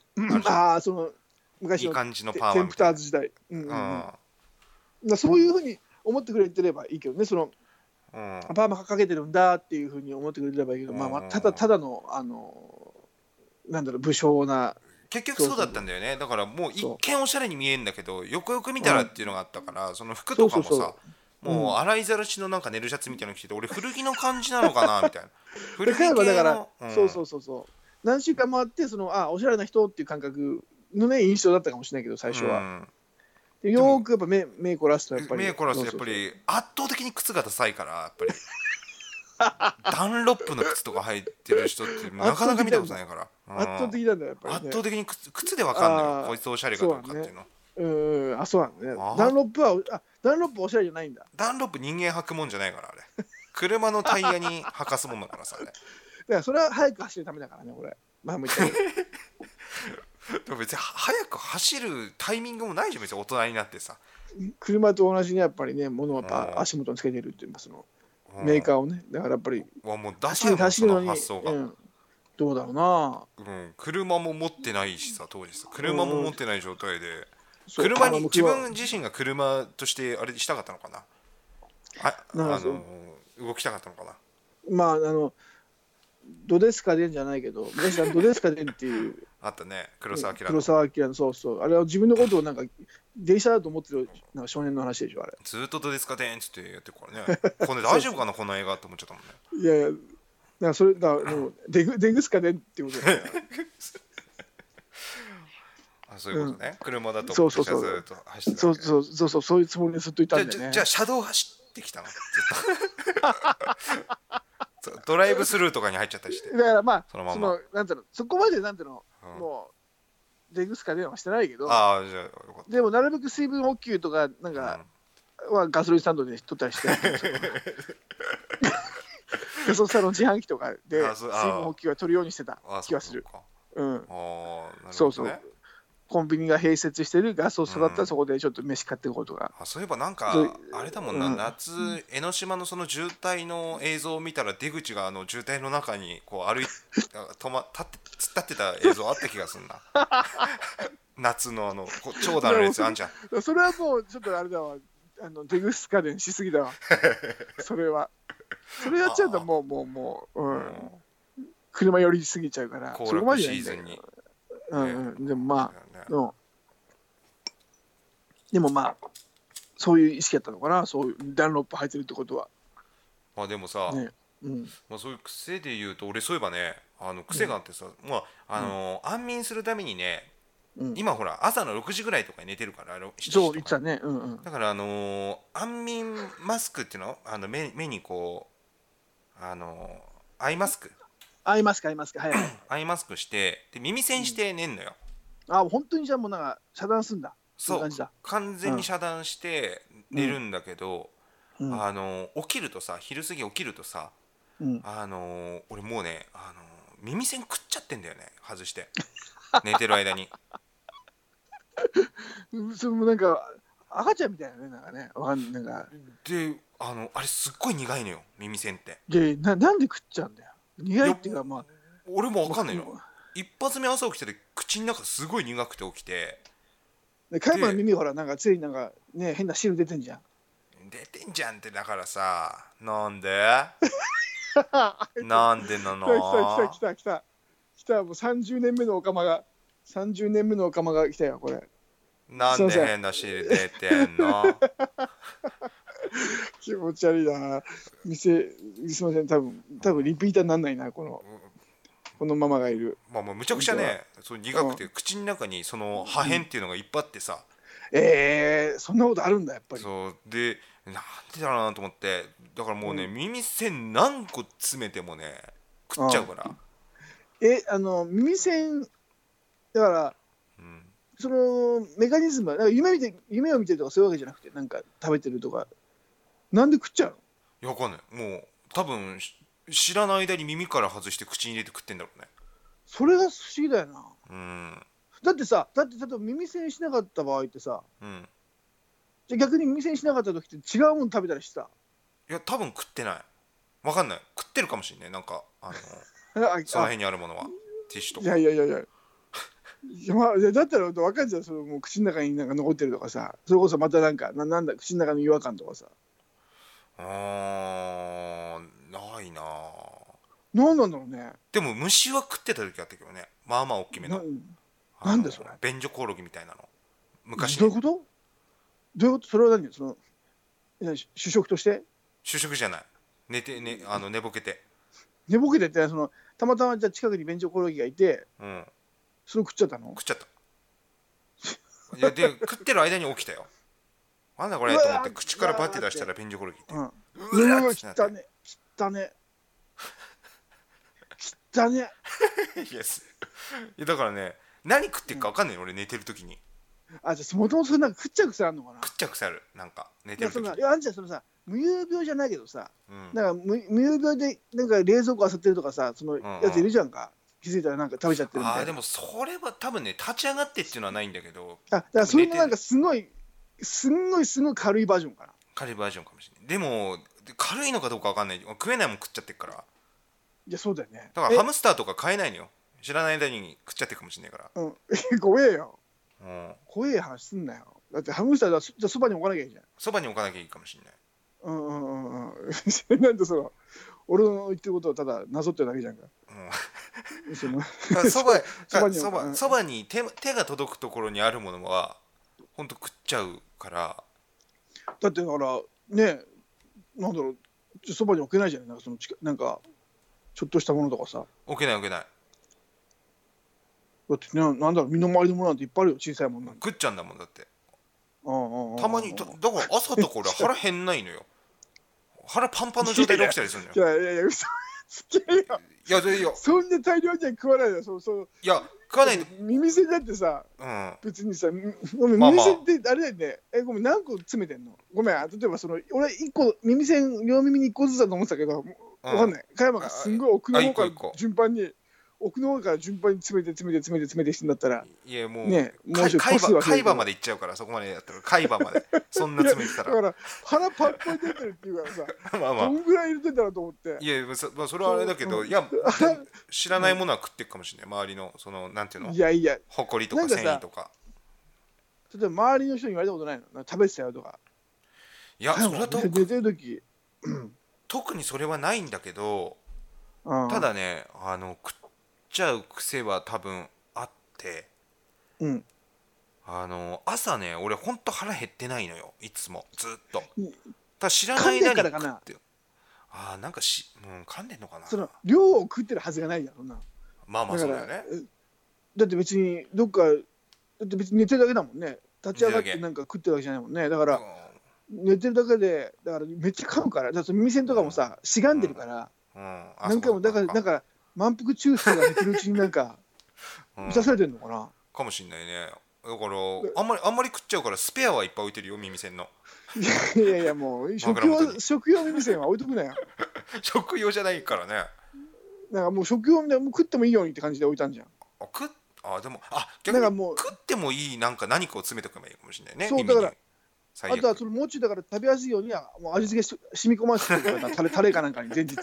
[SPEAKER 3] ああ、その、昔
[SPEAKER 2] いい
[SPEAKER 3] のテ
[SPEAKER 2] 感じのパー
[SPEAKER 3] テ
[SPEAKER 2] マ
[SPEAKER 3] ン
[SPEAKER 2] み
[SPEAKER 3] プ
[SPEAKER 2] た
[SPEAKER 3] タ
[SPEAKER 2] い
[SPEAKER 3] ーズ時代、うんうんうんだか
[SPEAKER 2] な
[SPEAKER 3] らそういうふうに思ってくれてればいいけどね、その、
[SPEAKER 2] うんうん
[SPEAKER 3] パーマかけてるんだっていうふうに思ってくれればいいけど、まあまあ、
[SPEAKER 2] うん
[SPEAKER 3] ただただの、あの、なんだろう、武将な、
[SPEAKER 2] 結局そうだったんだよねだからもう一
[SPEAKER 3] そ
[SPEAKER 2] 見おしゃれに見えるんだけどよくよく見たらっていうのがあったからその服とかも
[SPEAKER 3] そうそう
[SPEAKER 2] さもう洗いざらしのなんか寝るシャツみたいなの着てて俺古着の感じなのかなみたいな 古
[SPEAKER 3] だ
[SPEAKER 2] 着
[SPEAKER 3] から
[SPEAKER 2] 系の
[SPEAKER 3] だから、
[SPEAKER 2] うん
[SPEAKER 3] そうそうそうそう、何週間もあって、その、あ、おしゃれな人っていう感覚のね、印象だったかもしれないけど、最初は。でよーくやっぱ目目凝らすと、やっ
[SPEAKER 2] う
[SPEAKER 3] ぱ
[SPEAKER 2] ん
[SPEAKER 3] り。
[SPEAKER 2] 目凝らすとやっぱり圧倒的に靴がダサいからやっぱり ダンロップの靴とか履いてる人ってなかなか見たことないから
[SPEAKER 3] そうそう。圧倒
[SPEAKER 2] うん
[SPEAKER 3] 的なんだよ、やっぱり、
[SPEAKER 2] 圧
[SPEAKER 3] ね。
[SPEAKER 2] 倒的に靴靴でわかんない
[SPEAKER 3] あ
[SPEAKER 2] よ
[SPEAKER 3] ー
[SPEAKER 2] こいつおしゃれかどうかっていうの
[SPEAKER 3] うんうん、あ、そうなんだね
[SPEAKER 2] あ。
[SPEAKER 3] ダンロップは、あ、ダンロップおしゃれじゃないんだ。
[SPEAKER 2] ダンロップ人間履くもんじゃないからあれ車のタイヤに履かすもんだからさあれ
[SPEAKER 3] だから、それは早く走るためだからね、 俺。前も言ったけど
[SPEAKER 2] でも別には早く走るタイミングもないじゃん別に大人になってさ、
[SPEAKER 3] 車と同じにやっぱりね、物をやっ
[SPEAKER 2] うん
[SPEAKER 3] ぱ足元につけてるっていうか、その、
[SPEAKER 2] うん
[SPEAKER 3] メーカーをね、だからやっぱり、
[SPEAKER 2] はもうダ
[SPEAKER 3] 走る
[SPEAKER 2] サいもん
[SPEAKER 3] 走
[SPEAKER 2] そ
[SPEAKER 3] るの
[SPEAKER 2] の
[SPEAKER 3] に、
[SPEAKER 2] 発想が、う
[SPEAKER 3] うんん、どうだろうな
[SPEAKER 2] 車も持ってないしさ当時さ車も持ってない状態で、
[SPEAKER 3] そう
[SPEAKER 2] 車
[SPEAKER 3] あ
[SPEAKER 2] に
[SPEAKER 3] の
[SPEAKER 2] 自分自身が車としてあれしたかったのかなあ
[SPEAKER 3] なんか
[SPEAKER 2] あ
[SPEAKER 3] そう
[SPEAKER 2] の動きたかったのかな
[SPEAKER 3] まああのドデスカデンじゃないけど皆さんドデスカデンっていう
[SPEAKER 2] あったね黒澤明の
[SPEAKER 3] 黒沢明のそうそうあれは自分のことをなんか電車だと思ってるなんか少年の話でしょあれ
[SPEAKER 2] ずーっとどですかでんっつってやってるからね これ大丈夫かなこの映画って思っちゃったもん
[SPEAKER 3] い
[SPEAKER 2] ね
[SPEAKER 3] やいやだからそれだからでもデグデグスカデンっていうこと だよね
[SPEAKER 2] あそういうことね、車だと
[SPEAKER 3] そ
[SPEAKER 2] 思
[SPEAKER 3] う
[SPEAKER 2] って
[SPEAKER 3] そうそ
[SPEAKER 2] ず
[SPEAKER 3] う
[SPEAKER 2] ーっと走ってた
[SPEAKER 3] そ
[SPEAKER 2] わ
[SPEAKER 3] う
[SPEAKER 2] け
[SPEAKER 3] そうそうそうそういうつもりでずっといたんだ
[SPEAKER 2] じ
[SPEAKER 3] よ
[SPEAKER 2] ゃあじ
[SPEAKER 3] ね
[SPEAKER 2] ゃあじゃあ車道走ってきたのずっと そうドライブスルーとかに入っちゃったりして、
[SPEAKER 3] だからまあ
[SPEAKER 2] そ
[SPEAKER 3] そ
[SPEAKER 2] の
[SPEAKER 3] の
[SPEAKER 2] まま
[SPEAKER 3] なんていうのそこまでなんていうの、
[SPEAKER 2] うん
[SPEAKER 3] もうデグスカデンはしてないけど
[SPEAKER 2] ああじゃあよかっ
[SPEAKER 3] でもなるべく水分補給とかなん
[SPEAKER 2] た、
[SPEAKER 3] か、はガソリンスタンドで取ったりして ガソスタの自販機とかで
[SPEAKER 2] あ
[SPEAKER 3] 水
[SPEAKER 2] そう
[SPEAKER 3] 分
[SPEAKER 2] あー
[SPEAKER 3] 補給は取るようにしてた
[SPEAKER 2] うんあ
[SPEAKER 3] 気
[SPEAKER 2] そう
[SPEAKER 3] は
[SPEAKER 2] か
[SPEAKER 3] す
[SPEAKER 2] そう
[SPEAKER 3] る。
[SPEAKER 2] か
[SPEAKER 3] うん、
[SPEAKER 2] ああなるほどね
[SPEAKER 3] そうそうコンビニが併設してるガスを育った
[SPEAKER 2] う
[SPEAKER 3] ら
[SPEAKER 2] ん
[SPEAKER 3] そこでちょっと飯買ってこうとか、
[SPEAKER 2] あそういえばなんか
[SPEAKER 3] そう
[SPEAKER 2] あれだもんな、
[SPEAKER 3] うん
[SPEAKER 2] 夏江ノ島のその渋滞の映像を見たら出口があの渋滞の中にこう歩いあ止ま立って突っ立ってた映像あった気がすんな 夏のあのこう長蛇の列あんじゃん
[SPEAKER 3] それはもうちょっとあれだわあの出口家電しすぎだ わそれはそれやっちゃうともうもうもう、うん
[SPEAKER 2] も
[SPEAKER 3] 車寄りすぎちゃうから
[SPEAKER 2] 行
[SPEAKER 3] そこまで
[SPEAKER 2] 楽シ
[SPEAKER 3] じゃないんだ
[SPEAKER 2] ー
[SPEAKER 3] けど
[SPEAKER 2] ズンに、
[SPEAKER 3] うんうん、でもまあ
[SPEAKER 2] ね
[SPEAKER 3] うん、でもまあそういう意識やったのかなそういうダンロップ履いてるってことは
[SPEAKER 2] まあでもさ、
[SPEAKER 3] ねうん
[SPEAKER 2] まあ、そういう癖で言うと俺そういえばねあの癖があってさ、まああの安眠するためにね
[SPEAKER 3] うん
[SPEAKER 2] 今ほら朝の6時ぐらいとかに寝てるからあの7時
[SPEAKER 3] そう
[SPEAKER 2] とか
[SPEAKER 3] 言ってたねうんうん
[SPEAKER 2] だからあのー安眠マスクっていうのあの目目にこうあのーアイマスク
[SPEAKER 3] 合いますか合いますかはいはい
[SPEAKER 2] アイマスクしてで耳栓して寝んのよ、
[SPEAKER 3] あ本当にじゃあもうなんか遮断すんだそ
[SPEAKER 2] そ
[SPEAKER 3] いう感
[SPEAKER 2] うう
[SPEAKER 3] じだ
[SPEAKER 2] 完全に遮断して寝るんだけど、
[SPEAKER 3] うん
[SPEAKER 2] あのー起きるとさ昼過ぎ起きるとさ
[SPEAKER 3] うん
[SPEAKER 2] あのー俺もうね、あのー耳栓食っちゃってんだよね外 して寝てる間に
[SPEAKER 3] うんそれもなんか赤ちゃんみたいなねなんかねわかんないなんか
[SPEAKER 2] であのあれすっごい苦いのよ耳栓って
[SPEAKER 3] でななんで食っちゃうんだよ苦いっていうかまあ
[SPEAKER 2] 俺もわかんないよ一発目朝起きてて口の中すごい苦くて起きて
[SPEAKER 3] で加山の耳ほらなんかついなんかね変な汁出てんじゃん
[SPEAKER 2] 出てんじゃんってだからさなん でなんでな
[SPEAKER 3] 来た来た来た来た
[SPEAKER 2] の
[SPEAKER 3] 来た来たもう30年目のオカマが30年目のオカマが来たよこれ
[SPEAKER 2] なん
[SPEAKER 3] すいま
[SPEAKER 2] で
[SPEAKER 3] せん
[SPEAKER 2] 変な汁出てんの
[SPEAKER 3] 気持ち悪いな店すいません多分多分リピーターになんないなこのこのママがいる
[SPEAKER 2] まあまあむちゃくちゃねそう苦くて口の中にその破片っていうのがいっぱいあってさ、
[SPEAKER 3] えー、そんなことあるんだやっぱり
[SPEAKER 2] そうでなんでだろうなと思ってだからもうね、
[SPEAKER 3] うん
[SPEAKER 2] 耳栓何個詰めてもね食っちゃうから、
[SPEAKER 3] えあの耳栓だから
[SPEAKER 2] うん、
[SPEAKER 3] そのメカニズムはなんか夢見て夢を見てるとかそういうわけじゃなくてなんか食べてるとかなんで食っちゃう
[SPEAKER 2] いやわかんないもう多分し知らない間に耳から外して口に入れて食ってんだろうね
[SPEAKER 3] それが不思議だよな
[SPEAKER 2] うん
[SPEAKER 3] だってさだって例えば耳栓しなかった場合ってさ
[SPEAKER 2] うん
[SPEAKER 3] じゃあ逆に耳栓しなかった時って違うもの食べたりしてた
[SPEAKER 2] いや多分食ってないわかんない食ってるかもしんないなんかあ の
[SPEAKER 3] あ
[SPEAKER 2] その
[SPEAKER 3] あ
[SPEAKER 2] 辺にあるものはティッシュと
[SPEAKER 3] い
[SPEAKER 2] か
[SPEAKER 3] やいやいやいや。いやまあ、いやだったら分かんじゃんそのもう口の中になんか残ってるとかさそれこそまたなんかななんだ口の中の違和感とかさ
[SPEAKER 2] うーんないなぁ
[SPEAKER 3] 何なんだろうね
[SPEAKER 2] でも虫は食ってた時あったけどねまあまあ大きめ
[SPEAKER 3] な
[SPEAKER 2] の
[SPEAKER 3] ななんでそれ
[SPEAKER 2] あの便所コオロギみたいなの昔
[SPEAKER 3] どう
[SPEAKER 2] ね
[SPEAKER 3] いうことどういうことそれは何その何主主食として
[SPEAKER 2] 就職じゃない寝て、ね、あの寝ぼけて
[SPEAKER 3] 寝ぼけてってそのたまたまじゃあ近くにベンチョコロギがいて
[SPEAKER 2] うん
[SPEAKER 3] それ食っちゃったの
[SPEAKER 2] 食っち ゃったいやで食ってる間に起きたよなんだこれと思って
[SPEAKER 3] うわ
[SPEAKER 2] 口からバッて出したら便所コオロギって
[SPEAKER 3] うん
[SPEAKER 2] うわ
[SPEAKER 3] う
[SPEAKER 2] ー
[SPEAKER 3] わ
[SPEAKER 2] って
[SPEAKER 3] 切
[SPEAKER 2] な
[SPEAKER 3] っ
[SPEAKER 2] って
[SPEAKER 3] たね切ったね切ったね
[SPEAKER 2] いやすいやだからね何食ってるか分かんないの俺寝てる時に
[SPEAKER 3] あじゃあもともとそれなんか食っちゃう癖あるのかな
[SPEAKER 2] 食っちゃくさるなんか寝
[SPEAKER 3] い
[SPEAKER 2] て
[SPEAKER 3] や
[SPEAKER 2] る
[SPEAKER 3] そ
[SPEAKER 2] 時
[SPEAKER 3] ん
[SPEAKER 2] に
[SPEAKER 3] ないやあんちゃんそのさ無遊病じゃないけどさ
[SPEAKER 2] うん
[SPEAKER 3] なんか無無遊病でなんか冷蔵庫漁ってるとかさそのやついるじゃんか、気づいたらなんか食べちゃってるみ
[SPEAKER 2] あ
[SPEAKER 3] た
[SPEAKER 2] ー
[SPEAKER 3] い
[SPEAKER 2] で
[SPEAKER 3] な
[SPEAKER 2] もそれは多分ね立ち上がってっていうのはないんだけど
[SPEAKER 3] あだからそれのなんかすごいすんごいすごい軽いバージョンかな
[SPEAKER 2] 軽いバージョンかもしれないでもで軽いのかどうか分かんない食えないもん食っちゃってるから
[SPEAKER 3] いやそうだよね
[SPEAKER 2] だからハムスターとか買えないのよ知らない間に食っちゃってるかもしれないか
[SPEAKER 3] え、うん、 怖えよ
[SPEAKER 2] らうん
[SPEAKER 3] 怖え話すんなよだってハムスターだそじゃあそばに置かなきゃいいじゃん
[SPEAKER 2] そばに置かなきゃいいかもしれない
[SPEAKER 3] うんうんうんうん なんでその俺の言ってることをただなぞってるだけじゃんか
[SPEAKER 2] うん
[SPEAKER 3] その
[SPEAKER 2] だ からそば
[SPEAKER 3] そばに
[SPEAKER 2] そ
[SPEAKER 3] うん
[SPEAKER 2] ばそばに手手が届くところにあるものはほんと食っちゃうから
[SPEAKER 3] だってだからねなんだろうそばに置けないじゃないなんかその近なんかちょっとしたものとかさ
[SPEAKER 2] 置けない置けない
[SPEAKER 3] だってななんだろう身の回りのものなんていっぱいあるよ小さいもんなんて
[SPEAKER 2] 食っちゃうんだもんだってた
[SPEAKER 3] た
[SPEAKER 2] まにだだから朝とか俺腹減んない のよ腹パンパンの状態で起きたりするのよ
[SPEAKER 3] いやいやいや嘘つけよ
[SPEAKER 2] いやいや
[SPEAKER 3] そんな大量には食わないよそうそう
[SPEAKER 2] いや食わないと
[SPEAKER 3] 耳栓だってさ
[SPEAKER 2] うん
[SPEAKER 3] 別にさみごめん
[SPEAKER 2] まあ
[SPEAKER 3] 耳
[SPEAKER 2] まあ
[SPEAKER 3] 栓ってあれだよねえごめん何個詰めてんのごめんあ例えばその俺一個耳栓両耳に一個ずつだと思ってたけどもう
[SPEAKER 2] うん
[SPEAKER 3] わかんない加山がすんごい奥の方か
[SPEAKER 2] あ一個一
[SPEAKER 3] ら
[SPEAKER 2] 個
[SPEAKER 3] 順番に奥の方から順番に詰めて詰めて詰めて詰めてしてんだったら
[SPEAKER 2] いやもう、
[SPEAKER 3] ねもう
[SPEAKER 2] 海
[SPEAKER 3] ちょい
[SPEAKER 2] 海
[SPEAKER 3] 越す
[SPEAKER 2] 馬
[SPEAKER 3] わけ
[SPEAKER 2] 海馬まで行っちゃうからそこまでやったら海馬までそんな詰めてた
[SPEAKER 3] だ
[SPEAKER 2] ら
[SPEAKER 3] から腹パンパンに出てるっていうからさ
[SPEAKER 2] まあま
[SPEAKER 3] ど
[SPEAKER 2] あ
[SPEAKER 3] んぐらい入れてんだろうと思って
[SPEAKER 2] いやそ,、まあ、それはあれだけど
[SPEAKER 3] うん
[SPEAKER 2] いや知らないものは食っていくかもしれない周りのそのなんていうの
[SPEAKER 3] いやいや
[SPEAKER 2] ほこりとか
[SPEAKER 3] なんかさ
[SPEAKER 2] 繊維とか
[SPEAKER 3] ちょっと周りの人に言われたことないのなんか食べてたよとか
[SPEAKER 2] いや
[SPEAKER 3] あ
[SPEAKER 2] それはと
[SPEAKER 3] 寝てる時、
[SPEAKER 2] 特にそれはないんだけど
[SPEAKER 3] うん、
[SPEAKER 2] た、だねあの食っちゃう癖は多分あって
[SPEAKER 3] うん、
[SPEAKER 2] あの朝ね俺ほんと腹減ってないのよいつもずっとただ知らない
[SPEAKER 3] 噛
[SPEAKER 2] 間に
[SPEAKER 3] んでるからかな
[SPEAKER 2] 食ってあーなんかし、うん、噛んでんのかな
[SPEAKER 3] その量を食ってるはずがないじゃんそんな
[SPEAKER 2] まあまあ
[SPEAKER 3] だ
[SPEAKER 2] そう
[SPEAKER 3] か
[SPEAKER 2] だ
[SPEAKER 3] ら
[SPEAKER 2] よね
[SPEAKER 3] だって別にどっかだって別に寝てるだけだもんね立ち上がっ
[SPEAKER 2] 寝て
[SPEAKER 3] て
[SPEAKER 2] るだけ
[SPEAKER 3] なんか食ってるわけじゃないもんねだから寝てるだけでだからめっちゃ噛むからだからその耳栓とかもさしがんでるから、
[SPEAKER 2] うん、うんあ
[SPEAKER 3] 何回もだから
[SPEAKER 2] そう
[SPEAKER 3] なんか満腹中枢が寝てるうちになんか
[SPEAKER 2] うん
[SPEAKER 3] 満たされてるのか な、
[SPEAKER 2] かもしんないねだからあんまりあんまり食っちゃうからスペアはいっぱい置いてるよ耳栓の
[SPEAKER 3] いやいやいやもう食
[SPEAKER 2] 枕元
[SPEAKER 3] 用
[SPEAKER 2] に
[SPEAKER 3] 食用耳栓は置いとくなよ
[SPEAKER 2] 食用じゃないからね
[SPEAKER 3] なんかもう食用みたいなもう食ってもいいようにって感じで置いたんじゃん
[SPEAKER 2] あ食っあでもあ
[SPEAKER 3] だ
[SPEAKER 2] 逆
[SPEAKER 3] か
[SPEAKER 2] に
[SPEAKER 3] らもう
[SPEAKER 2] 食ってもいいなんか何かを詰めとけばいいかもしれないね
[SPEAKER 3] そう
[SPEAKER 2] 耳に
[SPEAKER 3] だから
[SPEAKER 2] 最
[SPEAKER 3] あ
[SPEAKER 2] 悪
[SPEAKER 3] とはそのもうちょいだから食べやすいようにはもう味付けし染み込ませてくれたタレタレかなんかに 前日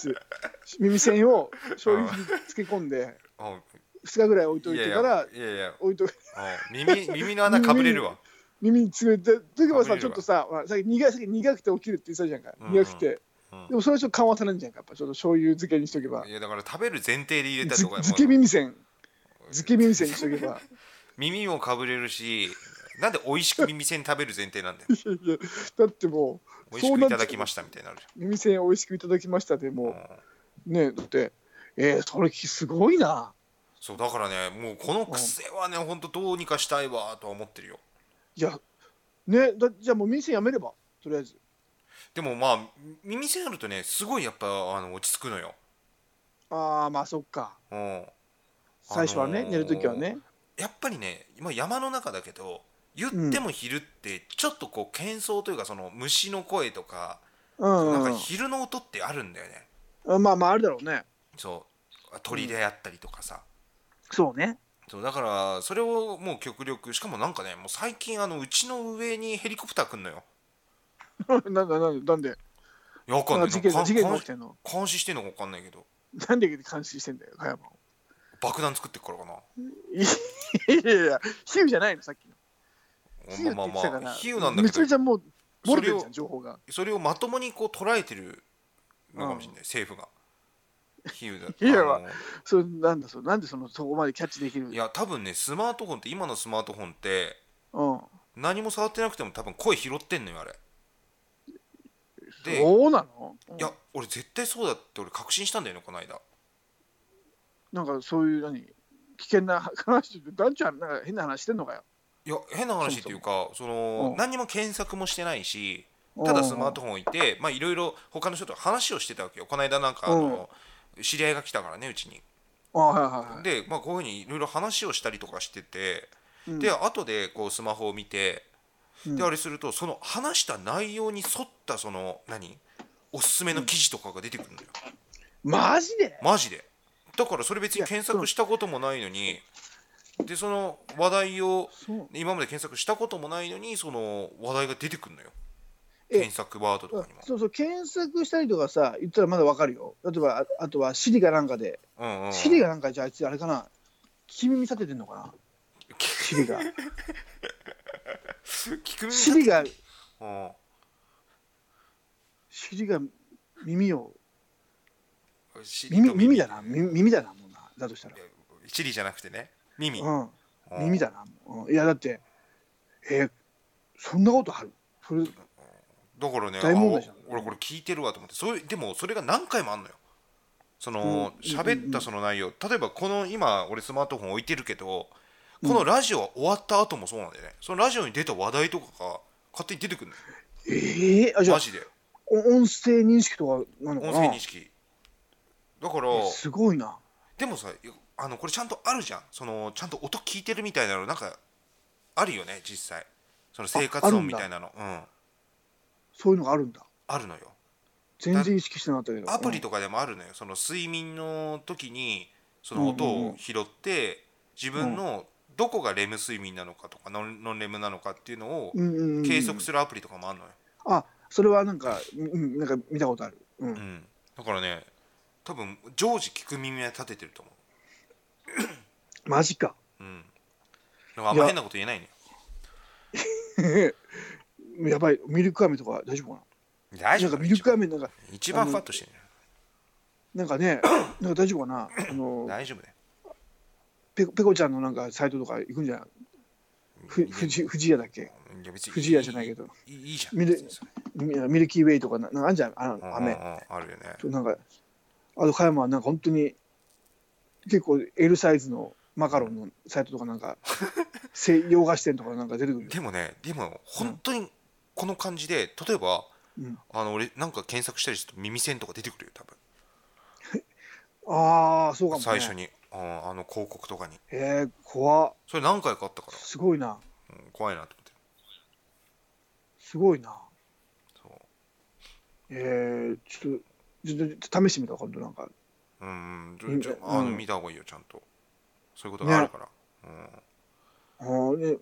[SPEAKER 3] 耳栓を醤油に漬け込んで
[SPEAKER 2] あ
[SPEAKER 3] 2日ぐらい置いとい
[SPEAKER 2] いやい
[SPEAKER 3] て
[SPEAKER 2] や
[SPEAKER 3] から
[SPEAKER 2] いやいや
[SPEAKER 3] 置いと
[SPEAKER 2] あ耳耳の穴かぶれるわ
[SPEAKER 3] 耳に詰めてといえば
[SPEAKER 2] あ無理だ
[SPEAKER 3] さちょっとさほらさっき苦いさっき苦くて起きるって言ってたじゃんか、
[SPEAKER 2] うんうん
[SPEAKER 3] 苦くて
[SPEAKER 2] うん
[SPEAKER 3] でもそれはちょっと緩和されんじゃんかやっぱちょっと醤油漬けにしとけば
[SPEAKER 2] いやだから食べる前提で入れたり
[SPEAKER 3] ず
[SPEAKER 2] とかも
[SPEAKER 3] 漬け耳栓漬け耳栓にしとけば
[SPEAKER 2] 耳もかぶれるしなんで美味しく耳栓食べる前提なん だよ
[SPEAKER 3] いやいやだっても
[SPEAKER 2] 美
[SPEAKER 3] う
[SPEAKER 2] 味し
[SPEAKER 3] そう
[SPEAKER 2] くい
[SPEAKER 3] な
[SPEAKER 2] た
[SPEAKER 3] っ
[SPEAKER 2] だ
[SPEAKER 3] て
[SPEAKER 2] きましたみたいになるじ
[SPEAKER 3] 耳栓美味しくいただきましたで
[SPEAKER 2] ゃん
[SPEAKER 3] も
[SPEAKER 2] うん
[SPEAKER 3] うねだってえー、それすごいな
[SPEAKER 2] そうだからねもうこの癖はねほんとどうにかしたいわとは思ってるよ
[SPEAKER 3] いやねだじゃあもう耳栓やめればとりあえず
[SPEAKER 2] でもまあ耳栓あるとねすごいやっぱあの落ち着くのよ、
[SPEAKER 3] ああまあそっか
[SPEAKER 2] うん、
[SPEAKER 3] 最初はね、
[SPEAKER 2] あのー
[SPEAKER 3] 寝るときはね
[SPEAKER 2] やっぱりね今山の中だけど言っても昼ってちょっとこう喧騒というかその虫の声とか、
[SPEAKER 3] うん
[SPEAKER 2] なん
[SPEAKER 3] う
[SPEAKER 2] か
[SPEAKER 3] ん
[SPEAKER 2] 昼の音ってあるんだよね
[SPEAKER 3] うんまあまああるだろうね
[SPEAKER 2] そう鳥であったりとかさ、
[SPEAKER 3] そうね
[SPEAKER 2] そうだからそれをもう極力しかもなんかねもう最近あのうちの上にヘリコプター来んのよ
[SPEAKER 3] なんだなんだなんで
[SPEAKER 2] いやわかんない
[SPEAKER 3] 事件
[SPEAKER 2] なんか
[SPEAKER 3] 事件が
[SPEAKER 2] 監
[SPEAKER 3] 起きてんの
[SPEAKER 2] 監視してんのかわかんないけど
[SPEAKER 3] なんで監視してんだよ、加山を。
[SPEAKER 2] 爆弾作ってっからかない
[SPEAKER 3] やいやいや、比喩じゃないの、さっきの。比喩って
[SPEAKER 2] ま
[SPEAKER 3] 言
[SPEAKER 2] あ
[SPEAKER 3] って
[SPEAKER 2] ま
[SPEAKER 3] た
[SPEAKER 2] あ
[SPEAKER 3] か
[SPEAKER 2] ま
[SPEAKER 3] ら、
[SPEAKER 2] あ比喩なんだ
[SPEAKER 3] めちゃ
[SPEAKER 2] け
[SPEAKER 3] めち
[SPEAKER 2] ど
[SPEAKER 3] ゃもう、漏れてるじ
[SPEAKER 2] それ
[SPEAKER 3] ゃ
[SPEAKER 2] を
[SPEAKER 3] ん、情報が。
[SPEAKER 2] それをまともにこう捉えてるのかもしれない政府が比 喩だ
[SPEAKER 3] いや
[SPEAKER 2] あの
[SPEAKER 3] それなんだ、それなんでそのそこまでキャッチできる
[SPEAKER 2] いや多分ねスマートフォンって今のスマートフォンって
[SPEAKER 3] うん。
[SPEAKER 2] 何も触ってなくても多分声拾ってんのよあれで
[SPEAKER 3] そうなの
[SPEAKER 2] いや、俺絶対そうだって俺確信したんだよねこの間
[SPEAKER 3] なんかそういう、何、危険な 話で、団長はなんか変な話してんのかよ。
[SPEAKER 2] いや変な話っていうかその
[SPEAKER 3] うん
[SPEAKER 2] 何も検索もしてないしただスマートフォン置いてまあいろいろ他の人と話をしてたわけよこの間なんかあの知り合いが来たからねうちに
[SPEAKER 3] フォン。あはいはいはい。
[SPEAKER 2] でまあこういうふうにいろいろ話をしたりとかしてて
[SPEAKER 3] うん
[SPEAKER 2] で後でこうスマホを見て
[SPEAKER 3] うん
[SPEAKER 2] であれするとその話した内容に沿ったその何おすすめの記事とかが出てくるんだよ
[SPEAKER 3] マジで
[SPEAKER 2] マジでだからそれ別に検
[SPEAKER 3] いやそ
[SPEAKER 2] 索
[SPEAKER 3] う
[SPEAKER 2] したこともないのにでその話題を
[SPEAKER 3] そう。
[SPEAKER 2] 今まで検索したこともないのにその話題が出てくるのよ
[SPEAKER 3] え
[SPEAKER 2] 検索ワードとかにも
[SPEAKER 3] そうそう検索したりとかさ言ったらまだわかるよ例えばああとはシリがなんかで
[SPEAKER 2] うんうん
[SPEAKER 3] シリがなんかじゃああいつあれかな君見立ててんのかなシリ が
[SPEAKER 2] 聞く耳
[SPEAKER 3] シリが
[SPEAKER 2] うん
[SPEAKER 3] シリが耳を
[SPEAKER 2] シリ
[SPEAKER 3] 耳
[SPEAKER 2] と
[SPEAKER 3] 耳だな耳耳だなもんなだとしたら
[SPEAKER 2] シリじゃなくてね耳
[SPEAKER 3] うん耳だなもう、うん、いやだってえーそんなことあるそれ
[SPEAKER 2] だからねあ
[SPEAKER 3] 大問題じゃん
[SPEAKER 2] 俺これ聞いてるわと思ってそれでもそれが何回もあんのよその
[SPEAKER 3] うん
[SPEAKER 2] 喋、ったその内容例えばこの今俺スマートフォン置いてるけどこのラジオは終わった後もそうなんだよねそのラジオに出た話題とかが勝手に出てくるのよ
[SPEAKER 3] えー、あじゃあ
[SPEAKER 2] マジで
[SPEAKER 3] お音声認識とかなの
[SPEAKER 2] 音
[SPEAKER 3] か
[SPEAKER 2] 声
[SPEAKER 3] な
[SPEAKER 2] 認識だから
[SPEAKER 3] すごいな
[SPEAKER 2] でもさあのこれちゃんとあるじゃんそのちゃんと音聞いてるみたいなのなんかあるよね実際その生活
[SPEAKER 3] あある
[SPEAKER 2] 音
[SPEAKER 3] ん
[SPEAKER 2] み
[SPEAKER 3] だ
[SPEAKER 2] たいなのうん
[SPEAKER 3] そういうのがあるんだ
[SPEAKER 2] あるのよ
[SPEAKER 3] 全然意識してなかったけど
[SPEAKER 2] アプリとかでもあるのよその睡眠の時にその音を拾って自分のどこがレム睡眠なのかとかノンノンレムなのかっていうのを
[SPEAKER 3] うんうんうん、
[SPEAKER 2] 計測するアプリとかもあるのよ、
[SPEAKER 3] あそれはなんか、うん、なんか見たことある、う、
[SPEAKER 2] うんん、だからね多分常時聞く耳は立ててると思
[SPEAKER 3] マジか
[SPEAKER 2] う、うん、だからあんま変なこと言えないね
[SPEAKER 3] やばいミルク飴とか大丈夫かな
[SPEAKER 2] 大
[SPEAKER 3] な
[SPEAKER 2] 丈
[SPEAKER 3] んか
[SPEAKER 2] 夫
[SPEAKER 3] ミルク飴なんか
[SPEAKER 2] 一番ふわっとしてる
[SPEAKER 3] なんか ねなんか大丈夫かなあの
[SPEAKER 2] 大丈夫だよ
[SPEAKER 3] ペコペコちゃんのなんかサイトとか行くんじゃないふ富士富士屋だっけ
[SPEAKER 2] いや別に
[SPEAKER 3] 富士屋じゃないけど
[SPEAKER 2] いいいいじゃん
[SPEAKER 3] ミル
[SPEAKER 2] 別にそれ
[SPEAKER 3] ミミルキーウェイとかななんかあんじゃんあ
[SPEAKER 2] うん
[SPEAKER 3] の
[SPEAKER 2] うん
[SPEAKER 3] 飴
[SPEAKER 2] うんあるよね
[SPEAKER 3] なんかあと加山はなんか本当に結構 L サイズのマカロンのサイトとかなん か西洋菓子店とかなんか出てくるよ
[SPEAKER 2] でもねでも本当にこの感じで例えば、
[SPEAKER 3] うん
[SPEAKER 2] あの俺なんか検索したりすると耳栓とか出てくるよ多分
[SPEAKER 3] ああそうかも、ね、
[SPEAKER 2] 最初に、うんあの広告とかに
[SPEAKER 3] えー、怖っ
[SPEAKER 2] それ何回かあったか
[SPEAKER 3] すごいな
[SPEAKER 2] ら、うん怖いなと思って
[SPEAKER 3] すごいな
[SPEAKER 2] そ
[SPEAKER 3] えー、ちょっとちょっと試してみたら今度なんか
[SPEAKER 2] ううん
[SPEAKER 3] うん
[SPEAKER 2] ちょちょあの
[SPEAKER 3] うん
[SPEAKER 2] 見た方がいいよちゃんとそういうことがあるから、
[SPEAKER 3] あーで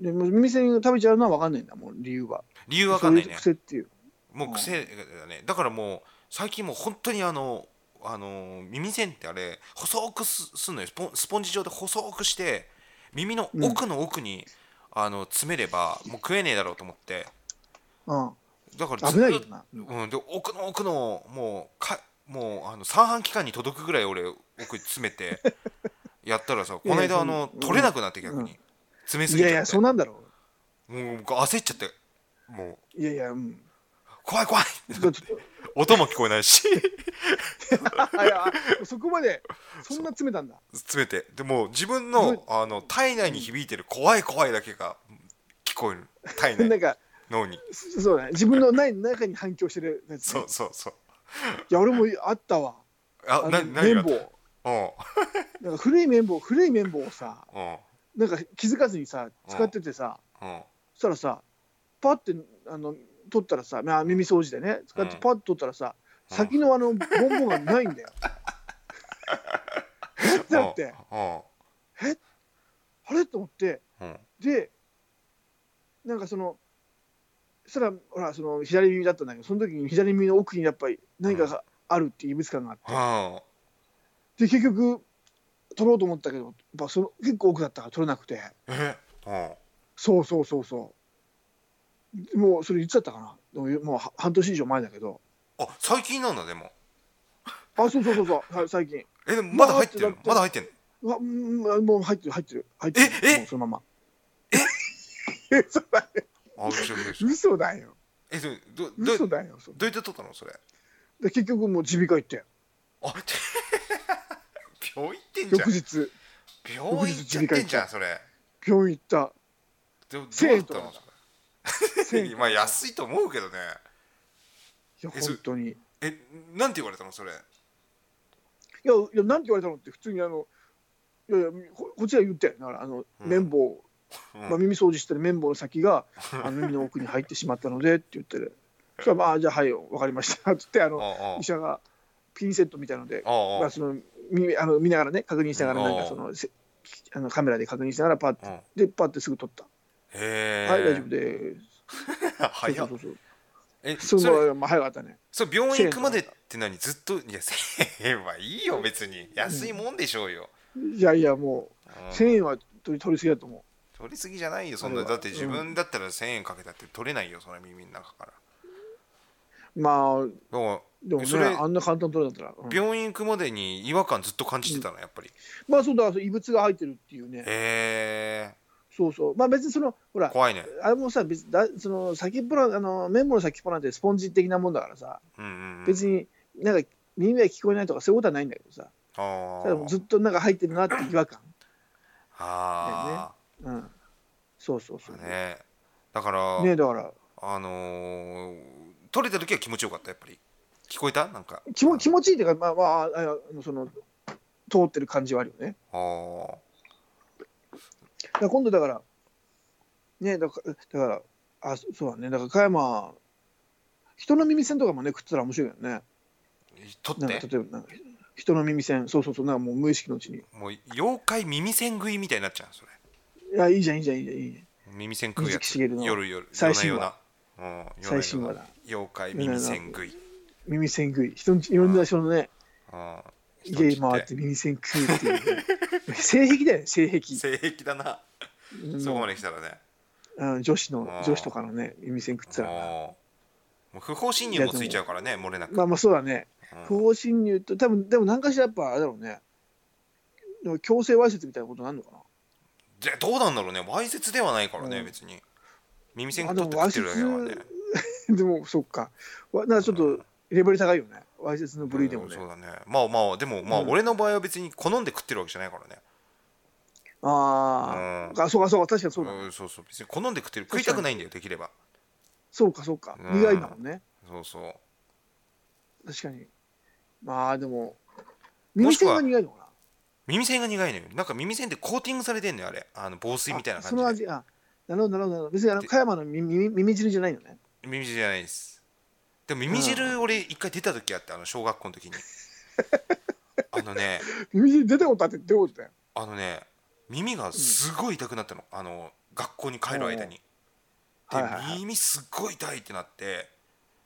[SPEAKER 3] でも耳栓が食べちゃうのは分かんないんだもう理由は
[SPEAKER 2] うん、理由わかんない
[SPEAKER 3] そういう
[SPEAKER 2] ね
[SPEAKER 3] 癖っていう
[SPEAKER 2] もう癖だねだからもう最近もう本当にあのあの耳栓ってあれ細くすすんのよスポンスポンジ状で細くして耳の奥の奥に、あの詰めればもう食えねえだろうと思って
[SPEAKER 3] うん
[SPEAKER 2] だから
[SPEAKER 3] 危
[SPEAKER 2] ず
[SPEAKER 3] ない
[SPEAKER 2] っ
[SPEAKER 3] よ
[SPEAKER 2] と
[SPEAKER 3] な
[SPEAKER 2] うん、で奥の奥のもうかもうあの三半規管に届くぐらい俺奥に詰 めてやったらさこの
[SPEAKER 3] いやい
[SPEAKER 2] 間
[SPEAKER 3] や
[SPEAKER 2] あの
[SPEAKER 3] そん
[SPEAKER 2] 取れなくなって逆に、
[SPEAKER 3] うん
[SPEAKER 2] 詰めす
[SPEAKER 3] い
[SPEAKER 2] ぎちゃ
[SPEAKER 3] や
[SPEAKER 2] って
[SPEAKER 3] いやそうなんだろ
[SPEAKER 2] もう僕焦っちゃってもう
[SPEAKER 3] ういやいや うん
[SPEAKER 2] 怖い怖い
[SPEAKER 3] ちょっと
[SPEAKER 2] 音も聞こえないし
[SPEAKER 3] あいやそこまでそんな詰めたんだ
[SPEAKER 2] 詰めてでも自分
[SPEAKER 3] す
[SPEAKER 2] のあの体内に響いてる怖い怖いだけが聞こえる体
[SPEAKER 3] なん
[SPEAKER 2] 内
[SPEAKER 3] か
[SPEAKER 2] 脳に
[SPEAKER 3] そそうだね自分のない中に反響してるやつね
[SPEAKER 2] そうそうそう
[SPEAKER 3] いや俺もあったわ
[SPEAKER 2] あ
[SPEAKER 3] あ
[SPEAKER 2] な
[SPEAKER 3] の
[SPEAKER 2] 何
[SPEAKER 3] 綿
[SPEAKER 2] がうん
[SPEAKER 3] 棒なんか古い綿棒古い綿棒をさ
[SPEAKER 2] うん
[SPEAKER 3] なんか気づかずにさ使っててさ
[SPEAKER 2] うん
[SPEAKER 3] そしたらさパッてあの取ったらさまあ耳掃除でね使って
[SPEAKER 2] うん
[SPEAKER 3] パッて取ったらさ
[SPEAKER 2] うん
[SPEAKER 3] 先のあのボンボンがない んだよだって
[SPEAKER 2] うん
[SPEAKER 3] あれと思って
[SPEAKER 2] うん
[SPEAKER 3] でなんかそのそしたらほらその左耳だったんだけどその時に左耳の奥にやっぱり何かがあるっていう異物感があって、
[SPEAKER 2] うん
[SPEAKER 3] で結局取ろうと思ったけどやっぱその結構奥だったから取れなくて
[SPEAKER 2] えうん
[SPEAKER 3] そうそうそうそうもうそれいつだったかなでももうは半年以上前だけど
[SPEAKER 2] あ最近なんだでも
[SPEAKER 3] あそうそうそうそうは最近
[SPEAKER 2] えでもまだ入ってるのま
[SPEAKER 3] ま
[SPEAKER 2] だ
[SPEAKER 3] だ
[SPEAKER 2] 入ってんの
[SPEAKER 3] うわうんもう入ってる入ってる入ってる
[SPEAKER 2] ええ
[SPEAKER 3] もうそのままえ 嘘だよ
[SPEAKER 2] あ面白い面白い
[SPEAKER 3] 嘘だよ
[SPEAKER 2] えそれどど
[SPEAKER 3] 嘘
[SPEAKER 2] ど
[SPEAKER 3] だよそう
[SPEAKER 2] うやって撮ったのそれ
[SPEAKER 3] で結局もう耳鼻科行って
[SPEAKER 2] あて 病院行ってんじゃ
[SPEAKER 3] 翌
[SPEAKER 2] ん
[SPEAKER 3] 日
[SPEAKER 2] 病院行っちゃってんじゃんそれ
[SPEAKER 3] 病院行 った
[SPEAKER 2] どどう
[SPEAKER 3] 1000
[SPEAKER 2] だっ
[SPEAKER 3] 円
[SPEAKER 2] た
[SPEAKER 3] と
[SPEAKER 2] の
[SPEAKER 3] か
[SPEAKER 2] それまあ安いと思うけどね
[SPEAKER 3] いや
[SPEAKER 2] えそ
[SPEAKER 3] 本当にい
[SPEAKER 2] えなんて言われたのそれ
[SPEAKER 3] やいやなんて言われたのって普通にあのいやいやここっちが言ったよだからあの、
[SPEAKER 2] うん
[SPEAKER 3] 綿棒
[SPEAKER 2] うん
[SPEAKER 3] まあ、耳掃除してる綿棒の先があの耳の奥に入ってしまったのでって言ってる。そしたらまあじゃあはいわかりましたって言ってあの
[SPEAKER 2] あ
[SPEAKER 3] 医者がピンセットみたいので
[SPEAKER 2] ああ
[SPEAKER 3] まあ、その耳あの見ながらね確認しながら
[SPEAKER 2] うん
[SPEAKER 3] なんかそのせあのカメラで確認しながらパッて、
[SPEAKER 2] うん
[SPEAKER 3] でパッてすぐ撮った。
[SPEAKER 2] へえ
[SPEAKER 3] はい大丈夫です。
[SPEAKER 2] 早
[SPEAKER 3] そう
[SPEAKER 2] っ
[SPEAKER 3] そうそう。
[SPEAKER 2] え
[SPEAKER 3] そ
[SPEAKER 2] そ
[SPEAKER 3] の
[SPEAKER 2] れ
[SPEAKER 3] まあ早かったね。
[SPEAKER 2] それ病院行くまでって何ずっといや1000円はいいよ別に安いもんでしょうよ、
[SPEAKER 3] いやいやもう
[SPEAKER 2] うん
[SPEAKER 3] 1000円は取り取りすぎだと思
[SPEAKER 2] 取りすぎじゃないよそん
[SPEAKER 3] あ
[SPEAKER 2] な
[SPEAKER 3] れは
[SPEAKER 2] だって自分だったら1000円かけたって取れないよその耳の中から
[SPEAKER 3] う。まあ
[SPEAKER 2] だから
[SPEAKER 3] でもね
[SPEAKER 2] それ
[SPEAKER 3] あんな簡単に取れたんだったら。うん
[SPEAKER 2] 病院行くまでに違和感ずっと感じてたのやっぱり
[SPEAKER 3] まあそうだそう異物が入ってるっていうね。
[SPEAKER 2] へえ
[SPEAKER 3] そうそう。まあ別にそのほら
[SPEAKER 2] 怖いね
[SPEAKER 3] あれもさ、別にだその先っぽなあの綿棒の先っぽなんてスポンジ的なもんだからさ、
[SPEAKER 2] うんうんうん
[SPEAKER 3] 別になんか耳が聞こえないとかそういうことはないんだけどさ、
[SPEAKER 2] あー
[SPEAKER 3] ただもうずっとなんか入ってるなって違和感。
[SPEAKER 2] あ
[SPEAKER 3] うん。そうそうそ
[SPEAKER 2] ー
[SPEAKER 3] う。
[SPEAKER 2] ね
[SPEAKER 3] ね
[SPEAKER 2] だから、
[SPEAKER 3] だから
[SPEAKER 2] あのー、取れた時は気持ちよかったやっぱり聞こえたなんか
[SPEAKER 3] 気も気持ちいいっていうか、まあまあ、ああのその通ってる感じはあるよね。
[SPEAKER 2] あー
[SPEAKER 3] だから今度だから、ねだから、だからあそそうだね、だから加山、人の耳栓とかもね、食ってたら面白いよね。
[SPEAKER 2] 取
[SPEAKER 3] な
[SPEAKER 2] っ
[SPEAKER 3] んか
[SPEAKER 2] て
[SPEAKER 3] 例えばなんか、人の耳栓そうそうそうなんかもう無意識のうちにい
[SPEAKER 2] もう妖怪耳栓食いみたいになっちゃうそれ
[SPEAKER 3] やいいじゃんいいじゃんいいじゃんいいじ
[SPEAKER 2] 耳栓食うや
[SPEAKER 3] 水
[SPEAKER 2] つ
[SPEAKER 3] 木しげるの
[SPEAKER 2] 夜夜
[SPEAKER 3] 最新話
[SPEAKER 2] 夜な夜なうん夜な夜な
[SPEAKER 3] 最新話だ
[SPEAKER 2] 妖怪耳栓食い
[SPEAKER 3] ゃん耳栓食い人んちいろんな人のね
[SPEAKER 2] ああ
[SPEAKER 3] 家回って耳栓食うっていうね、 性癖だよね性癖
[SPEAKER 2] 性癖だな
[SPEAKER 3] うん
[SPEAKER 2] そこまで来たらね
[SPEAKER 3] うん女子
[SPEAKER 2] あ
[SPEAKER 3] の
[SPEAKER 2] ー
[SPEAKER 3] 女子とかのね耳栓食ってたらな
[SPEAKER 2] もうもう不法侵入もついちゃうからね漏れなく、
[SPEAKER 3] まあまあそうだね
[SPEAKER 2] うん
[SPEAKER 3] 不法侵入と多分でも何かしらやっぱあれだろうねでも強制わいせつみたいなことなんのかな
[SPEAKER 2] でどうなんだろうねわいせつではないからね、
[SPEAKER 3] うん
[SPEAKER 2] 別に耳栓取って食ってるだけだからね
[SPEAKER 3] でもそっかわなんかちょっとレベル高いよねわいせつの部類でも
[SPEAKER 2] うん
[SPEAKER 3] ね、
[SPEAKER 2] そうだねまあまあでもまあ
[SPEAKER 3] うん
[SPEAKER 2] 俺の場合は別に好んで食ってるわけじゃないからね
[SPEAKER 3] あ
[SPEAKER 2] う
[SPEAKER 3] ーあそうかそうか確かにそうだ、
[SPEAKER 2] うんそうそう別に好んで食ってる
[SPEAKER 3] 確か
[SPEAKER 2] 食
[SPEAKER 3] に
[SPEAKER 2] いたくないんだよできれば
[SPEAKER 3] そうかそうか
[SPEAKER 2] うん
[SPEAKER 3] 苦いんだもんね
[SPEAKER 2] そうそう
[SPEAKER 3] 確かにまあでも
[SPEAKER 2] も
[SPEAKER 3] 耳
[SPEAKER 2] しく
[SPEAKER 3] 栓
[SPEAKER 2] は
[SPEAKER 3] が苦いのかな
[SPEAKER 2] 耳栓が苦いのよなんか耳栓ってコーティングされてんのよあれあの防水みたいな
[SPEAKER 3] あその
[SPEAKER 2] 感じで
[SPEAKER 3] 味あなるほどなるほどなるほど別にあの
[SPEAKER 2] で
[SPEAKER 3] 加山の耳耳耳汁じゃないのね
[SPEAKER 2] 耳汁じゃないですでも耳汁、俺一回出た時あってあの小学校 の時にあのね
[SPEAKER 3] 耳汁出たことあってどういうことだよ
[SPEAKER 2] あのね耳がすごい痛くなったの、あの学校に帰る間にで、
[SPEAKER 3] はいはいはい
[SPEAKER 2] 耳すっごい痛いってなって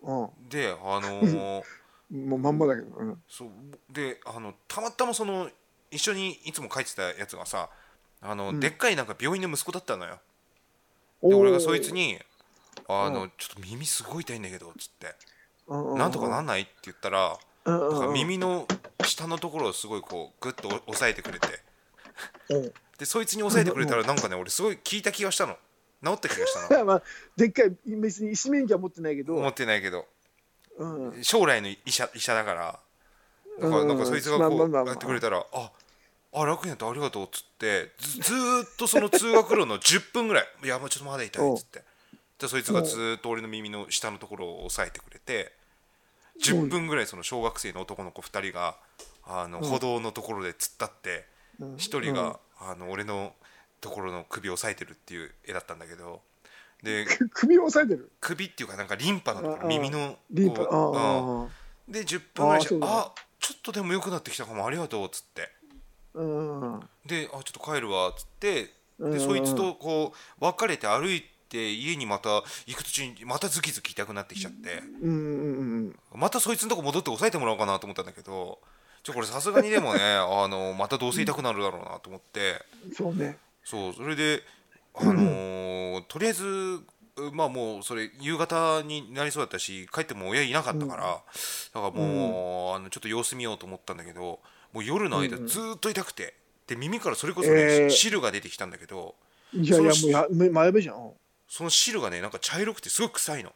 [SPEAKER 3] う
[SPEAKER 2] であ のー
[SPEAKER 3] んもうまんまだけど、うん、
[SPEAKER 2] そうであのたまたまその一緒にいつも帰ってたやつがさあの、
[SPEAKER 3] うん
[SPEAKER 2] でっかいなんか病院の息子だったのよで
[SPEAKER 3] おー
[SPEAKER 2] 俺がそいつに「あの、
[SPEAKER 3] う
[SPEAKER 2] ちょっと耳すごい痛いんだけど」っつって
[SPEAKER 3] う
[SPEAKER 2] 「
[SPEAKER 3] う
[SPEAKER 2] なんとかなんない?」って言ったら
[SPEAKER 3] うんうんうん
[SPEAKER 2] なんか耳の下のところをすごいこうグッと押押さえてくれて
[SPEAKER 3] うん
[SPEAKER 2] でそいつに押さえてくれたらなんかね俺すごい効いた気がしたの治った気が
[SPEAKER 3] ま
[SPEAKER 2] したの
[SPEAKER 3] あまあ、でっかい別に医師免許は持ってないけど、
[SPEAKER 2] 思ってないけど
[SPEAKER 3] うん、うん
[SPEAKER 2] 将来の医者医者だからだから
[SPEAKER 3] うん
[SPEAKER 2] なんかそいつが
[SPEAKER 3] まあ
[SPEAKER 2] こ
[SPEAKER 3] まあまあ
[SPEAKER 2] う
[SPEAKER 3] まあ
[SPEAKER 2] やってくれたらああ楽になったありがとうっつってずずーっとその通学路の10分ぐらい「いやもうちょっとまだ痛い」っつってでそいつがずーっと俺の耳の下のところを押さえてくれて10分ぐらいその小学生の男の子2人があの
[SPEAKER 3] うん
[SPEAKER 2] 歩道のところで突っ立って
[SPEAKER 3] うん
[SPEAKER 2] 1人があの俺のところの首を押さえてるっていう絵だったんだけどで
[SPEAKER 3] く 首を押さえてる
[SPEAKER 2] 首っていうかなんかリンパのとこ
[SPEAKER 3] う
[SPEAKER 2] ろ
[SPEAKER 3] ん
[SPEAKER 2] 耳の
[SPEAKER 3] リンパ
[SPEAKER 2] こう
[SPEAKER 3] あ
[SPEAKER 2] うん
[SPEAKER 3] あ
[SPEAKER 2] で10分ぐらいして
[SPEAKER 3] あーそう
[SPEAKER 2] 「
[SPEAKER 3] だ
[SPEAKER 2] あちょっとでも良くなってきたかもありがとう」っつって
[SPEAKER 3] うん
[SPEAKER 2] で「あちょっと帰るわ」っつって
[SPEAKER 3] うんう
[SPEAKER 2] で
[SPEAKER 3] ん
[SPEAKER 2] そいつとこう別れて歩いて家にまた行く途中にまたズキズキ痛くなってきちゃって
[SPEAKER 3] うんうんうん
[SPEAKER 2] またそいつのとこ戻って押さえてもらおうかなと思ったんだけどちょこれさすがにでもね あのまたどうせ痛くなるだろうなと思って
[SPEAKER 3] うんそうね
[SPEAKER 2] そうそれであのーとりあえずまあもうそれ夕方になりそうだったし帰っても親いなかったから、だからもう、あのちょっと様子見ようと思ったんだけどもう夜の間
[SPEAKER 3] うんうん
[SPEAKER 2] ずーっと痛くて、で耳からそれこそね、
[SPEAKER 3] えー
[SPEAKER 2] 汁が出てきたんだけど
[SPEAKER 3] いやいや
[SPEAKER 2] そ
[SPEAKER 3] もう
[SPEAKER 2] の
[SPEAKER 3] やめ前べじゃん
[SPEAKER 2] その汁がねなんか茶色くてすごい臭いの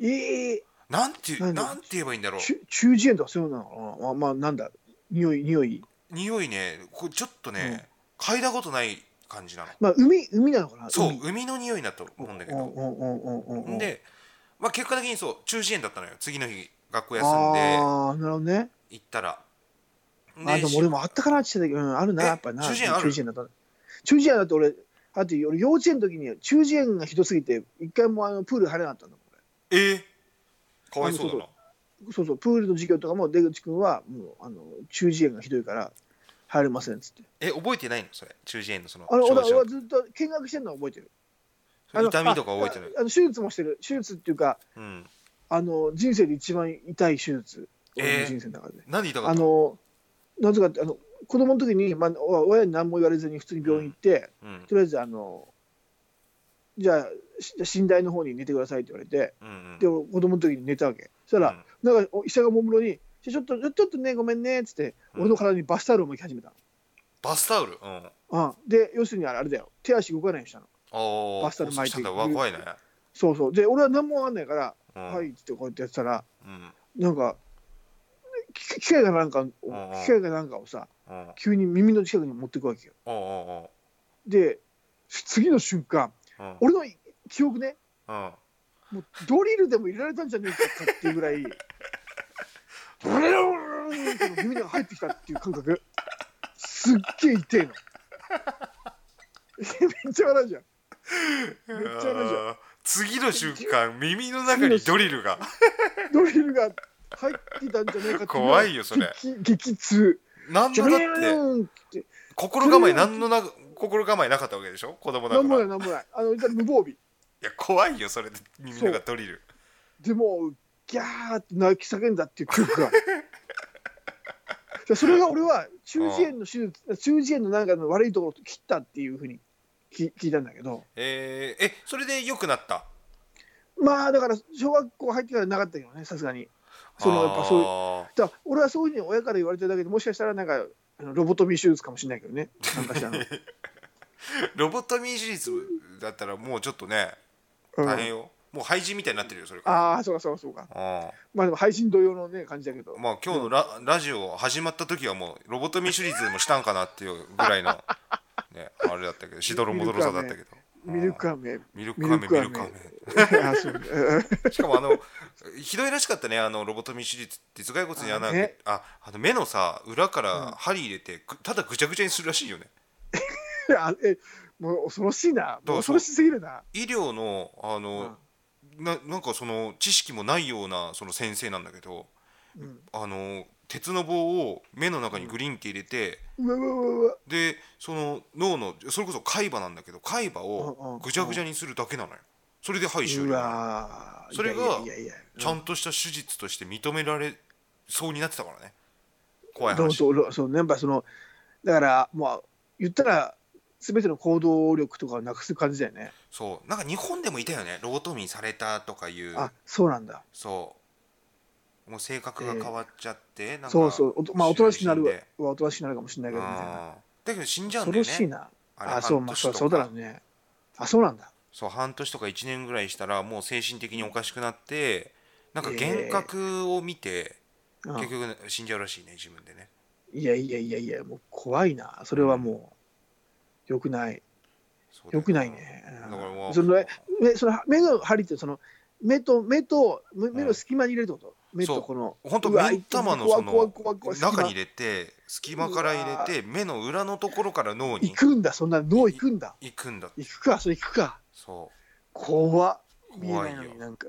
[SPEAKER 3] ええ
[SPEAKER 2] なんて
[SPEAKER 3] 何
[SPEAKER 2] なんて言えばいいんだろう
[SPEAKER 3] 中中耳炎とかそういうのなのかなまあまあなんだ匂い匂い
[SPEAKER 2] 匂いねこうちょっと
[SPEAKER 3] うん
[SPEAKER 2] ね、嗅いだことない感じなの
[SPEAKER 3] まあ海海なのかな
[SPEAKER 2] そう
[SPEAKER 3] 海
[SPEAKER 2] 海の匂いだと思うんだけ
[SPEAKER 3] うんう
[SPEAKER 2] ど
[SPEAKER 3] んうんうんうん
[SPEAKER 2] で、まあ、結果的にそう中耳炎だったのよ次の日学校休んで
[SPEAKER 3] ああなるほどね
[SPEAKER 2] 行ったら
[SPEAKER 3] あでも俺もあったかなって言ってたけど、うん、あるな、
[SPEAKER 2] え
[SPEAKER 3] やっぱな。
[SPEAKER 2] 中耳炎ある
[SPEAKER 3] 中だと。中耳炎だって俺、あと俺幼稚園の時に中耳炎がひどすぎて、一回もあのプール入れなかったんだもん
[SPEAKER 2] えーかわいそうだな
[SPEAKER 3] 俺。そうそう、プールの授業とかも出口君は、もうあの中耳炎がひどいから入れませんっつって。
[SPEAKER 2] え覚えてないのそれ中耳炎のその
[SPEAKER 3] あの俺
[SPEAKER 2] 症
[SPEAKER 3] は俺
[SPEAKER 2] 状
[SPEAKER 3] はずっと見学してるのは覚えてる。
[SPEAKER 2] その痛みとか覚えてない
[SPEAKER 3] あああの手術もしてる。手術っていうか、
[SPEAKER 2] うん
[SPEAKER 3] あの人生で一番痛い手術、
[SPEAKER 2] えー
[SPEAKER 3] 俺の人生の中で。
[SPEAKER 2] 何で痛か
[SPEAKER 3] あ
[SPEAKER 2] った
[SPEAKER 3] の、なぜかって、あの子供の時に、まあ、お親に何も言われずに普通に病院行って、
[SPEAKER 2] うん
[SPEAKER 3] とりあえずあのじゃあしじゃあ寝台の方に寝てくださいって言われて
[SPEAKER 2] うん
[SPEAKER 3] で俺子供の時に寝たわけそしたら、なんかお医者がおもむろに「ちょちょっとちょちょっとねごめんね」っつって
[SPEAKER 2] うん
[SPEAKER 3] 俺の体にバスタオルを巻き始めたの、
[SPEAKER 2] バスタオルうんあ
[SPEAKER 3] あで要するにあれあれだよ手足動かないようにしたの
[SPEAKER 2] あ
[SPEAKER 3] バスタオル巻いて
[SPEAKER 2] したんだわ怖いね
[SPEAKER 3] そうそうで俺は何もわかんないから「
[SPEAKER 2] うん
[SPEAKER 3] はい」っつってこうやってやってたら
[SPEAKER 2] うん
[SPEAKER 3] なんかき機械がなんかを
[SPEAKER 2] ん
[SPEAKER 3] 機械がなんかをさ
[SPEAKER 2] うん
[SPEAKER 3] 急に耳の近くに持ってくわけよ
[SPEAKER 2] おう
[SPEAKER 3] で次の瞬間
[SPEAKER 2] おうおううん
[SPEAKER 3] 俺の記憶ね
[SPEAKER 2] うん
[SPEAKER 3] もうドリルでも入れられたんじゃねえかっていうぐらい、ブルルルルルルって耳が入ってきたっていう感覚、すっげえ痛いの。めっちゃ笑うじゃん。めっちゃ笑うじゃん。
[SPEAKER 2] あー次の瞬間耳の中にドリルが
[SPEAKER 3] ドリルが入ってたんじゃないかって
[SPEAKER 2] 怖いよそれ
[SPEAKER 3] 激激痛
[SPEAKER 2] 何
[SPEAKER 3] ジ
[SPEAKER 2] の
[SPEAKER 3] ャ
[SPEAKER 2] だ
[SPEAKER 3] リ
[SPEAKER 2] って
[SPEAKER 3] ーンって
[SPEAKER 2] 心構え何のな心構えなかったわけでしょ子供だ
[SPEAKER 3] なん
[SPEAKER 2] か
[SPEAKER 3] もな
[SPEAKER 2] ら
[SPEAKER 3] い
[SPEAKER 2] い
[SPEAKER 3] なんもないあの無防備
[SPEAKER 2] や怖いよそれで耳の中ドリル
[SPEAKER 3] でもギャーって泣き叫んだっていう記憶がある でそれが俺は中耳炎の手術中耳炎のなんかの悪いところを切ったっていうふうに聞聞いたんだけど
[SPEAKER 2] えー、えそれで良くなった
[SPEAKER 3] まあだから小学校入ってからなかったけどねさすがにそのやっぱそういう
[SPEAKER 2] あ
[SPEAKER 3] だから俺はそういうふうに親から言われてるだけでもしかしたらなんかあのロボトミー手術かもしれないけどねなんかした の、
[SPEAKER 2] ーロボトミー手術だったらもうちょっとね
[SPEAKER 3] うん
[SPEAKER 2] 大変よ、もう廃人みたいになってるよそれから
[SPEAKER 3] ああそうかそうかそうか
[SPEAKER 2] あ
[SPEAKER 3] まあでも配信同様のね感じだけど
[SPEAKER 2] ーまあ今日のラ,、ラジオ始まった時はもうロボトミー手術でもしたんかなっていうぐらいの、ね、あれだったけどしどろもどろさだったけど
[SPEAKER 3] ミルク飴
[SPEAKER 2] ミルク飴ミ
[SPEAKER 3] ミ
[SPEAKER 2] ル
[SPEAKER 3] ル
[SPEAKER 2] ク
[SPEAKER 3] ク飴
[SPEAKER 2] 飴
[SPEAKER 3] あそう ね
[SPEAKER 2] しかもあのひどいらしかったねあのロボトミー手術って頭蓋骨に穴開け
[SPEAKER 3] あね
[SPEAKER 2] ああの目のさ裏か
[SPEAKER 3] うん
[SPEAKER 2] ら針入れて、ぐただぐちゃぐちゃにするらしいよね
[SPEAKER 3] いやえもう恐ろしいなもう恐ろしすぎるな
[SPEAKER 2] 医療のあの、ななんかその知識もないようなその先生なんだけど
[SPEAKER 3] うん
[SPEAKER 2] あの鉄の棒を目の中にグリンって入れて、
[SPEAKER 3] うわうわうわうわ
[SPEAKER 2] でその脳のそれこそ海馬なんだけど海馬
[SPEAKER 3] うんう
[SPEAKER 2] を
[SPEAKER 3] ん
[SPEAKER 2] ぐちゃぐちゃにするだけなのよそれで肺終
[SPEAKER 3] う
[SPEAKER 2] 了
[SPEAKER 3] わ
[SPEAKER 2] それが
[SPEAKER 3] いやいやいやいや
[SPEAKER 2] ちゃんとした手術として認められそうになってたからね怖い
[SPEAKER 3] どう
[SPEAKER 2] 話
[SPEAKER 3] そうどうそうねやっぱそのだからまあ言ったら全ての行動力とかをなくす感じだよね
[SPEAKER 2] そうなんか日本でもいたよねロボトミーされたとかいう
[SPEAKER 3] あそうなんだ
[SPEAKER 2] そうもう性格が変わっちゃって、なんか
[SPEAKER 3] そうそうおとまあおとなしくなる
[SPEAKER 2] 囚人で
[SPEAKER 3] はおとなしくなるかもしれないけどみたいな
[SPEAKER 2] あーだけど死んじゃうん
[SPEAKER 3] 恐
[SPEAKER 2] だよ
[SPEAKER 3] ろしい
[SPEAKER 2] ね
[SPEAKER 3] な
[SPEAKER 2] れ
[SPEAKER 3] あそうま
[SPEAKER 2] 半
[SPEAKER 3] あ
[SPEAKER 2] 年
[SPEAKER 3] そう
[SPEAKER 2] とか
[SPEAKER 3] そうだろうねあそうなんだ
[SPEAKER 2] そう半年とか1年ぐらいしたらもう精神的におかしくなってなんか
[SPEAKER 3] えー
[SPEAKER 2] 幻覚を見て、
[SPEAKER 3] うん
[SPEAKER 2] 結局ね死んじゃうらしいね自分でね
[SPEAKER 3] いやいやいやいやもう怖いなそれはもうよくない
[SPEAKER 2] そうだ
[SPEAKER 3] よくないね
[SPEAKER 2] だから
[SPEAKER 3] う
[SPEAKER 2] もうん
[SPEAKER 3] その目その目の針ってその目と目と目目の隙間に入れるってこと、目
[SPEAKER 2] そう
[SPEAKER 3] とこの
[SPEAKER 2] 本当
[SPEAKER 3] うわ
[SPEAKER 2] 目ん玉の
[SPEAKER 3] 怖
[SPEAKER 2] そ
[SPEAKER 3] い怖い怖い
[SPEAKER 2] の
[SPEAKER 3] 怖い
[SPEAKER 2] 中に入
[SPEAKER 3] 隙
[SPEAKER 2] れて隙間から入れて目の裏のところから脳
[SPEAKER 3] 間行
[SPEAKER 2] に
[SPEAKER 3] くんだそんな脳行くんだ
[SPEAKER 2] 行くんだ
[SPEAKER 3] 行くかそれ行くか
[SPEAKER 2] そ
[SPEAKER 3] 怖っ
[SPEAKER 2] う
[SPEAKER 3] 見え
[SPEAKER 2] 怖
[SPEAKER 3] ないい
[SPEAKER 2] よ
[SPEAKER 3] のになんか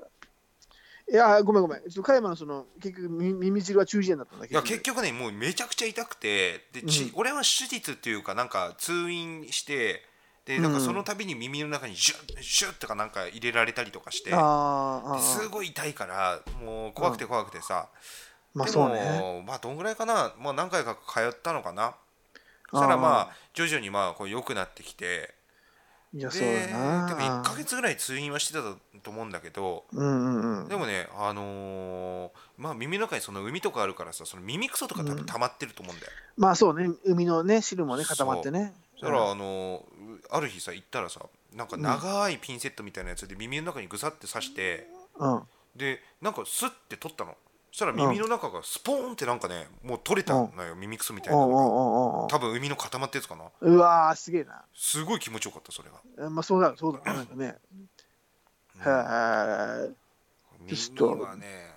[SPEAKER 3] いやーごめんごめんちょっと加山のその結局み耳汁は中耳炎だったんだ
[SPEAKER 2] い
[SPEAKER 3] けど
[SPEAKER 2] や結局ねもうめちゃくちゃ痛くてで、ち
[SPEAKER 3] うん
[SPEAKER 2] 俺は手術っていうかなんか通院してでなんかその度に耳の中にシュッシュッとかなんか入れられたりとかして
[SPEAKER 3] あーあーあー
[SPEAKER 2] ですごい痛いからもう怖くて怖くてさ、
[SPEAKER 3] まあ
[SPEAKER 2] で
[SPEAKER 3] そうね
[SPEAKER 2] もまあどんぐらいかな、まあ、何回か通ったのかな
[SPEAKER 3] あー
[SPEAKER 2] そしたらまあ徐々にまあこう良くなってきて
[SPEAKER 3] いや
[SPEAKER 2] で
[SPEAKER 3] そう
[SPEAKER 2] でも
[SPEAKER 3] だな
[SPEAKER 2] 1ヶ月ぐらい通院はしてたと思うんだけど
[SPEAKER 3] うんうんうん
[SPEAKER 2] でもねあのーまあ耳の中にその海とかあるからさその耳くそとか多
[SPEAKER 3] う
[SPEAKER 2] 分
[SPEAKER 3] ん
[SPEAKER 2] 溜まってると思うんだよ、
[SPEAKER 3] まあそうね海のね汁もね固まってね
[SPEAKER 2] そしたらあのーある日さ行ったらさなんか長いピンセットみたいなやつで耳の中にぐさって刺して、
[SPEAKER 3] うん
[SPEAKER 2] でなんかスッて取ったのそしたら耳の中がスポーンってなんかねもう取れたのよ、耳くそみたいな
[SPEAKER 3] おう
[SPEAKER 2] の
[SPEAKER 3] お
[SPEAKER 2] が
[SPEAKER 3] うおうおう
[SPEAKER 2] 多分海の固まったやつかな
[SPEAKER 3] うわーすげえな
[SPEAKER 2] すごい気持ちよかったそれが、
[SPEAKER 3] えまあそうだそう だなんかねへ
[SPEAKER 2] うん
[SPEAKER 3] えちょっと
[SPEAKER 2] 耳はね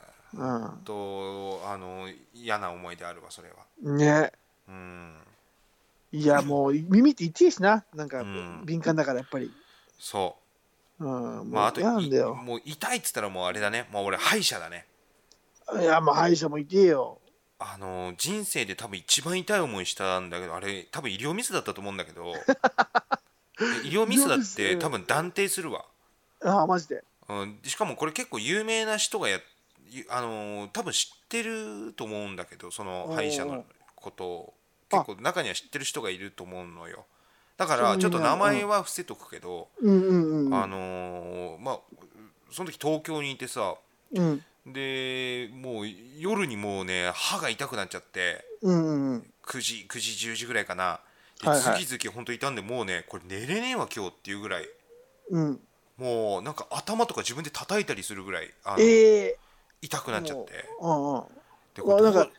[SPEAKER 3] う
[SPEAKER 2] とあの嫌な思いであるわそれは
[SPEAKER 3] んね
[SPEAKER 2] うん
[SPEAKER 3] いやもう耳って痛いしななんか
[SPEAKER 2] うん
[SPEAKER 3] 敏感だからやっぱり
[SPEAKER 2] そ
[SPEAKER 3] うん
[SPEAKER 2] うまあ
[SPEAKER 3] も
[SPEAKER 2] あ
[SPEAKER 3] う
[SPEAKER 2] と
[SPEAKER 3] 嫌なんだ
[SPEAKER 2] い
[SPEAKER 3] よ
[SPEAKER 2] もう痛いっつったらもうあれだねもう俺歯医者だね
[SPEAKER 3] いやもう歯医者も痛えよ
[SPEAKER 2] あの人生で多分一番痛い思いしたんだけどあれ多分医療ミスだったと思うんだ けど医療ミスだ
[SPEAKER 3] 医療
[SPEAKER 2] っ
[SPEAKER 3] ミス
[SPEAKER 2] て多分断定するわ
[SPEAKER 3] ああマジで
[SPEAKER 2] うん、しかもこれ結構有名な人がやっ、ゆあのー多分知ってると思うんだけどその
[SPEAKER 3] おー
[SPEAKER 2] 歯医者のことを
[SPEAKER 3] あ
[SPEAKER 2] 結構中には知ってる人がいると思うのよだか
[SPEAKER 3] そう
[SPEAKER 2] ら
[SPEAKER 3] いう
[SPEAKER 2] ちょっと
[SPEAKER 3] の
[SPEAKER 2] 名前は伏せとくけど、
[SPEAKER 3] うんうんうん
[SPEAKER 2] あのーまあその時東京にいてさ
[SPEAKER 3] うん
[SPEAKER 2] でもう夜にもうね歯が痛くなっちゃって
[SPEAKER 3] うんうんうん
[SPEAKER 2] 9時9時10時ぐらいかなで
[SPEAKER 3] はいはい
[SPEAKER 2] 次々ほんといたんでもうねこれ寝れねえわ今日っていうぐらい
[SPEAKER 3] うん
[SPEAKER 2] もうなんか頭とか自分で叩いたりするぐらいあの
[SPEAKER 3] ええ
[SPEAKER 2] 痛くなっちゃって
[SPEAKER 3] うんうん
[SPEAKER 2] で
[SPEAKER 3] うわなんか
[SPEAKER 2] どう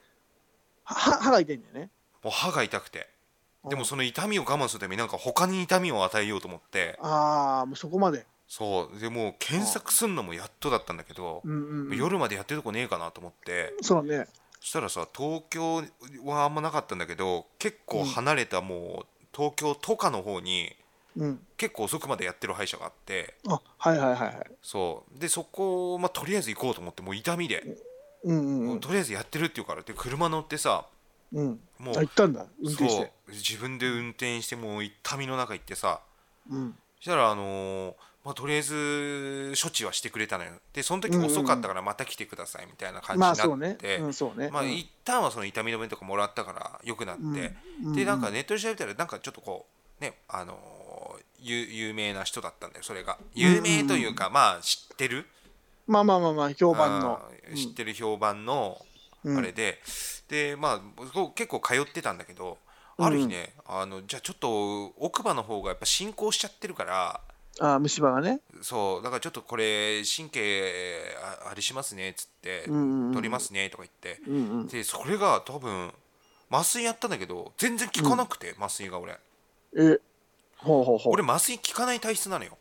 [SPEAKER 3] 歯歯が痛いんだよね
[SPEAKER 2] もう歯が痛くてで
[SPEAKER 3] う
[SPEAKER 2] も
[SPEAKER 3] ん
[SPEAKER 2] その痛みを我慢するためになんか他に痛みを与えようと思って
[SPEAKER 3] ああもうそこまで
[SPEAKER 2] そうでもう検索すんのもやっとだったんだけど
[SPEAKER 3] うんうんうん
[SPEAKER 2] 夜までやってるとこねえかなと思って
[SPEAKER 3] そうね
[SPEAKER 2] そしたらさ東京はあんまなかったんだけど結構離れたもう東京都下の方に
[SPEAKER 3] うん
[SPEAKER 2] 結構遅くまでやってる歯医者があって
[SPEAKER 3] あはいはいはいはい
[SPEAKER 2] そうでそこをまあとりあえず行こうと思ってもう痛みで
[SPEAKER 3] うんう
[SPEAKER 2] もうんとりあえずやってるって言うからで車乗ってさ
[SPEAKER 3] うんうん
[SPEAKER 2] もう
[SPEAKER 3] あ行ったんだ運転し
[SPEAKER 2] そう
[SPEAKER 3] て
[SPEAKER 2] 自分で運転してもう痛みの中行ってさ
[SPEAKER 3] うん
[SPEAKER 2] そしたらあのーまあ、とりあえず処置はしてくれたのよでその時
[SPEAKER 3] うんうんうん
[SPEAKER 2] 遅かったからまた来てくださいみたいな感じに
[SPEAKER 3] ま
[SPEAKER 2] な
[SPEAKER 3] あ
[SPEAKER 2] って、
[SPEAKER 3] そうねうんそうね
[SPEAKER 2] まあ
[SPEAKER 3] うん
[SPEAKER 2] 一旦はその痛み止めとかもらったから良くなって、
[SPEAKER 3] うん
[SPEAKER 2] でなんかネットで調べたらなんかちょっとこうねあのーゆ有名な人だったんだよそれが有名というか、まあ知ってる
[SPEAKER 3] まあまあまあまあ評判の
[SPEAKER 2] あー知ってる評判のあれで、でまあ僕結構通ってたんだけどある日ね、あのじゃあちょっと奥歯の方がやっぱ進行しちゃってるから
[SPEAKER 3] うんあー虫歯がね
[SPEAKER 2] そうだからちょっとこれ神経ああれしますねっつって、
[SPEAKER 3] うんうんうん
[SPEAKER 2] 取りますねとか言って、
[SPEAKER 3] うんうん
[SPEAKER 2] でそれが多分麻酔やったんだけど全然効かなくて、麻酔が俺
[SPEAKER 3] えほうほうほ
[SPEAKER 2] 俺麻酔効かない体質なのよ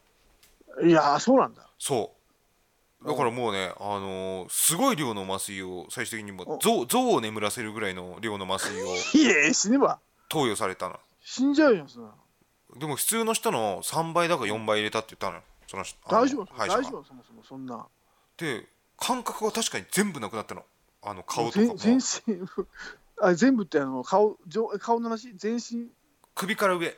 [SPEAKER 3] ういやーそうなんだ
[SPEAKER 2] そうだからもうね、あのーすごい量の麻酔を最終的にもう象象を眠らせるぐらいの量の麻酔を
[SPEAKER 3] いえ死ねば
[SPEAKER 2] 投与されたの
[SPEAKER 3] 死んじゃうよそんなの
[SPEAKER 2] でも普通の人の3倍だか4倍入れたって言ったのよその人あの
[SPEAKER 3] 大丈夫大
[SPEAKER 2] 歯医者が
[SPEAKER 3] 丈夫そもそもそんな
[SPEAKER 2] で感覚は確かに全部なくなったのあの顔とか
[SPEAKER 3] 全
[SPEAKER 2] も
[SPEAKER 3] 全身あ全部ってあの顔上顔の話全身
[SPEAKER 2] 首から上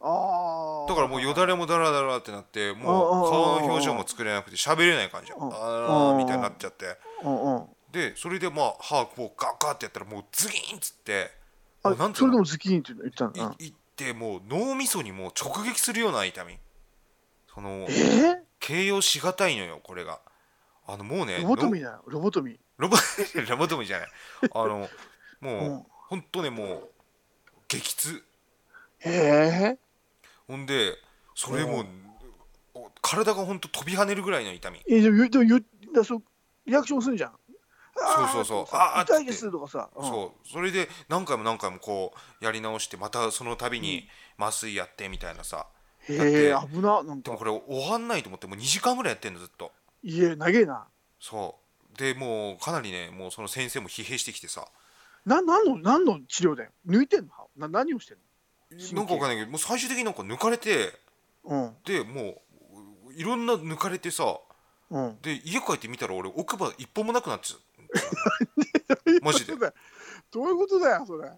[SPEAKER 3] ああ
[SPEAKER 2] だからもうよだれもダラダラってなって
[SPEAKER 3] あ
[SPEAKER 2] も
[SPEAKER 3] あ
[SPEAKER 2] う
[SPEAKER 3] あ
[SPEAKER 2] 顔
[SPEAKER 3] あ
[SPEAKER 2] の表情も作れなくて喋れない感じあ
[SPEAKER 3] あ
[SPEAKER 2] あ
[SPEAKER 3] あ
[SPEAKER 2] ーみたいになっちゃって
[SPEAKER 3] うんうん
[SPEAKER 2] でそれでまあ歯こうガッガッってやったらもうズキーンっつってもうな
[SPEAKER 3] あ
[SPEAKER 2] んてい
[SPEAKER 3] そうれで
[SPEAKER 2] の
[SPEAKER 3] もズキーンって言ったんだ
[SPEAKER 2] いいってもう脳みそにもう直撃するような痛みその
[SPEAKER 3] えー
[SPEAKER 2] 形容しがたいのよこれがあのもうね
[SPEAKER 3] ロボトミ
[SPEAKER 2] の
[SPEAKER 3] ーだよロボトミ
[SPEAKER 2] ロボ ロボトミーじゃないあの
[SPEAKER 3] ーうん
[SPEAKER 2] もうほんとねもう激痛
[SPEAKER 3] へえ
[SPEAKER 2] ほんでそれもうお体がほんと飛び跳ねるぐらいの痛み
[SPEAKER 3] えでもでも言だそうリアクションするじゃんあー
[SPEAKER 2] そうそうそう
[SPEAKER 3] とかさ
[SPEAKER 2] あー
[SPEAKER 3] 痛いですとかさうん
[SPEAKER 2] そうそれで何回も何回もこうやり直してまたその度に麻酔やってみたいなさ、
[SPEAKER 3] へえ
[SPEAKER 2] だっ
[SPEAKER 3] 危ななん
[SPEAKER 2] で
[SPEAKER 3] か
[SPEAKER 2] もこれ終わんないと思ってもう2時間ぐらいやってんのずっと
[SPEAKER 3] いえ長えな
[SPEAKER 2] そうでもうかなりねもうその先生も疲弊してきてさ
[SPEAKER 3] な何の何の治療だよ抜いてんの歯な何をしてん経
[SPEAKER 2] なんかわかんないけどもう最終的になんか抜かれて
[SPEAKER 3] の
[SPEAKER 2] でもういろんな抜かれてさ
[SPEAKER 3] うんうん
[SPEAKER 2] で家帰ってみたら俺奥歯一本もなくなってたマジで
[SPEAKER 3] どういうことだよ どういうことだよそれ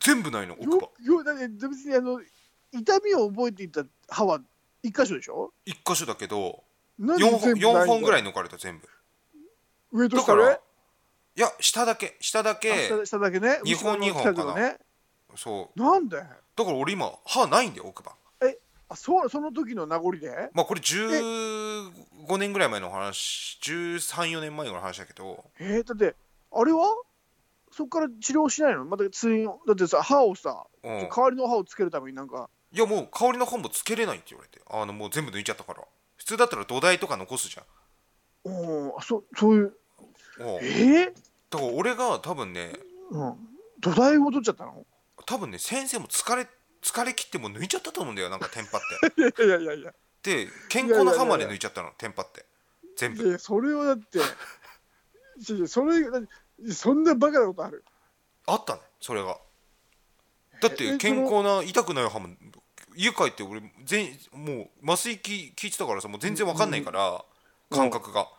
[SPEAKER 2] 全部ないの奥歯
[SPEAKER 3] よよだって別にあの痛みを覚えていた歯は一箇所でしょ
[SPEAKER 2] 一箇所だけど
[SPEAKER 3] 何
[SPEAKER 2] 4本四本ぐら
[SPEAKER 3] い
[SPEAKER 2] い抜かれた全部
[SPEAKER 3] 上と
[SPEAKER 2] だ
[SPEAKER 3] 下
[SPEAKER 2] から
[SPEAKER 3] 上
[SPEAKER 2] いや下だけ下だ
[SPEAKER 3] あ
[SPEAKER 2] け
[SPEAKER 3] 下下だけね
[SPEAKER 2] 二本
[SPEAKER 3] 後ろの近くのね
[SPEAKER 2] そう
[SPEAKER 3] なんで
[SPEAKER 2] だから俺今歯ないんだよ奥歯
[SPEAKER 3] あそうその時の名残で
[SPEAKER 2] まあこれ15年ぐらい前の話134年前の話だけど
[SPEAKER 3] えー、だってあれはそこから治療しないのまた通院をだってさ歯をさ、
[SPEAKER 2] うん
[SPEAKER 3] 代わりの歯をつけるためになんか
[SPEAKER 2] いやもう香りの本もつけれないって言われてあのもう全部抜いちゃったから普通だったら土台とか残すじゃ
[SPEAKER 3] うんあそそういうん
[SPEAKER 2] うんだ
[SPEAKER 3] えー、
[SPEAKER 2] から俺が多分ね
[SPEAKER 3] うん土台を取っちゃったの
[SPEAKER 2] 多分ね先生も疲れ疲れ切ってもう抜いちゃったと思うんだよなんかテンパっ
[SPEAKER 3] いやいやいやいや
[SPEAKER 2] てで健康な歯まで抜いちゃったのテンパって全
[SPEAKER 3] いやい
[SPEAKER 2] 部
[SPEAKER 3] やそれをだっていやいやそれだってそんなバカなことある
[SPEAKER 2] あったねそれがだ
[SPEAKER 3] ええ
[SPEAKER 2] っ
[SPEAKER 3] そ
[SPEAKER 2] て
[SPEAKER 3] の
[SPEAKER 2] 健康な痛くない歯も家帰って俺全もう麻酔き効いてたからさもう全然わかんないから
[SPEAKER 3] うん
[SPEAKER 2] 感覚が
[SPEAKER 3] だっ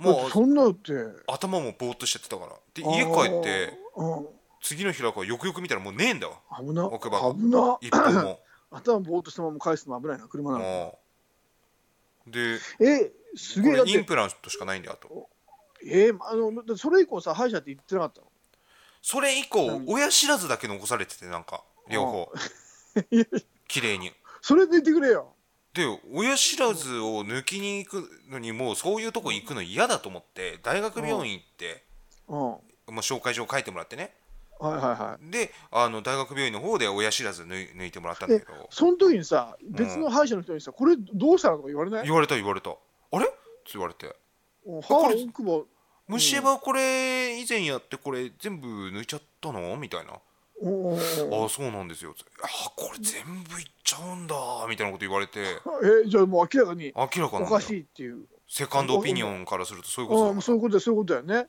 [SPEAKER 2] も
[SPEAKER 3] て
[SPEAKER 2] う
[SPEAKER 3] そんなのって
[SPEAKER 2] 頭もぼーっとしちゃってたからで家帰って
[SPEAKER 3] あー
[SPEAKER 2] 次の日だからよくよく見たらもうねえんだわ
[SPEAKER 3] うん危な
[SPEAKER 2] 奥歯
[SPEAKER 3] 危な
[SPEAKER 2] 一本も
[SPEAKER 3] 頭ぼーっとしたまま返すの危ないな車なの
[SPEAKER 2] もうで
[SPEAKER 3] えすげえだっ
[SPEAKER 2] これイン
[SPEAKER 3] て
[SPEAKER 2] プラントしかないんだよあと
[SPEAKER 3] えー、あのだってそれ以降さ歯医者って言ってなかったの
[SPEAKER 2] それ以降
[SPEAKER 3] うん
[SPEAKER 2] 親知らずだけ残されててなんか両方 綺麗に
[SPEAKER 3] それで言ってくれよ
[SPEAKER 2] で親知らずを抜きに行くのにもうそういうとこ行くの嫌だと思って大学病院行って、
[SPEAKER 3] うんはい
[SPEAKER 2] まあ、紹介状書いてもらってね
[SPEAKER 3] はいはい
[SPEAKER 2] であの大学病院の方で親知らず抜い抜いてもらったんだけど
[SPEAKER 3] その時にさ別の歯医者の人にさ、これどうしたのとか言われない
[SPEAKER 2] 言われた言われたあれって言われて
[SPEAKER 3] うん歯
[SPEAKER 2] これ
[SPEAKER 3] 奥も
[SPEAKER 2] 虫歯これ以前やってこれ全部抜いちゃったのみたいな
[SPEAKER 3] うんうんうん
[SPEAKER 2] ああそうなんですよつってあこれ全部いっちゃうんだみたいなこと言われて
[SPEAKER 3] えじゃあもう明らかに
[SPEAKER 2] 明らか
[SPEAKER 3] お
[SPEAKER 2] なんだ
[SPEAKER 3] か
[SPEAKER 2] よ
[SPEAKER 3] しいっていう
[SPEAKER 2] セカンドオピニオンからするとそういう
[SPEAKER 3] ああ
[SPEAKER 2] こ
[SPEAKER 3] もう
[SPEAKER 2] と
[SPEAKER 3] そういうことだそういうことだよね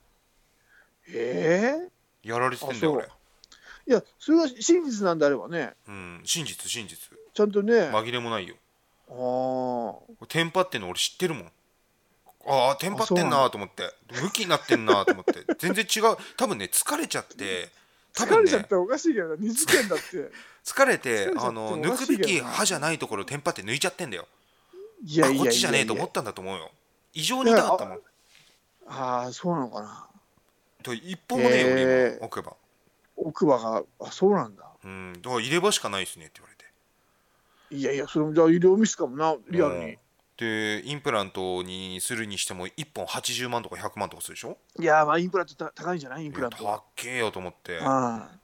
[SPEAKER 3] ええ
[SPEAKER 2] だやられてんだよ
[SPEAKER 3] あ
[SPEAKER 2] 俺
[SPEAKER 3] いやそれが真実なんであればね
[SPEAKER 2] うん真実真実
[SPEAKER 3] ちゃんとね、あ
[SPEAKER 2] 紛れもないよ
[SPEAKER 3] あ
[SPEAKER 2] テンパってんの俺知ってるもんああテンパってんなーと思って向きになってんなーと思って全然違う多分ね疲れちゃって多
[SPEAKER 3] 疲
[SPEAKER 2] 分
[SPEAKER 3] れちゃっ
[SPEAKER 2] ね
[SPEAKER 3] たらおかしいけどな、2時間だって。
[SPEAKER 2] 疲れて
[SPEAKER 3] 疲れちゃって
[SPEAKER 2] あの
[SPEAKER 3] もお
[SPEAKER 2] 抜
[SPEAKER 3] かし
[SPEAKER 2] く
[SPEAKER 3] いけ
[SPEAKER 2] べ
[SPEAKER 3] どな
[SPEAKER 2] き歯じゃないところテンパって抜いちゃってんだよ
[SPEAKER 3] いやいやいやいや
[SPEAKER 2] あ こっちじゃねえと思ったんだと思うよ異常に痛かったもん
[SPEAKER 3] ああ、そうなのかな。
[SPEAKER 2] と一本もねえよ
[SPEAKER 3] へ
[SPEAKER 2] 俺
[SPEAKER 3] ー
[SPEAKER 2] 今奥歯
[SPEAKER 3] 奥歯が、あ、そうなんだ。
[SPEAKER 2] うんだから入れ歯しかないですねって言われて
[SPEAKER 3] いやいや、それもじゃあ医療ミスかもな、リアルに。
[SPEAKER 2] でインプラントにするにしても1本80万とか100万とかするでしょ
[SPEAKER 3] いやー、まあインプラントた高いんじゃないインプラン
[SPEAKER 2] い
[SPEAKER 3] ト
[SPEAKER 2] や
[SPEAKER 3] は。
[SPEAKER 2] 高えよと思って、
[SPEAKER 3] うん。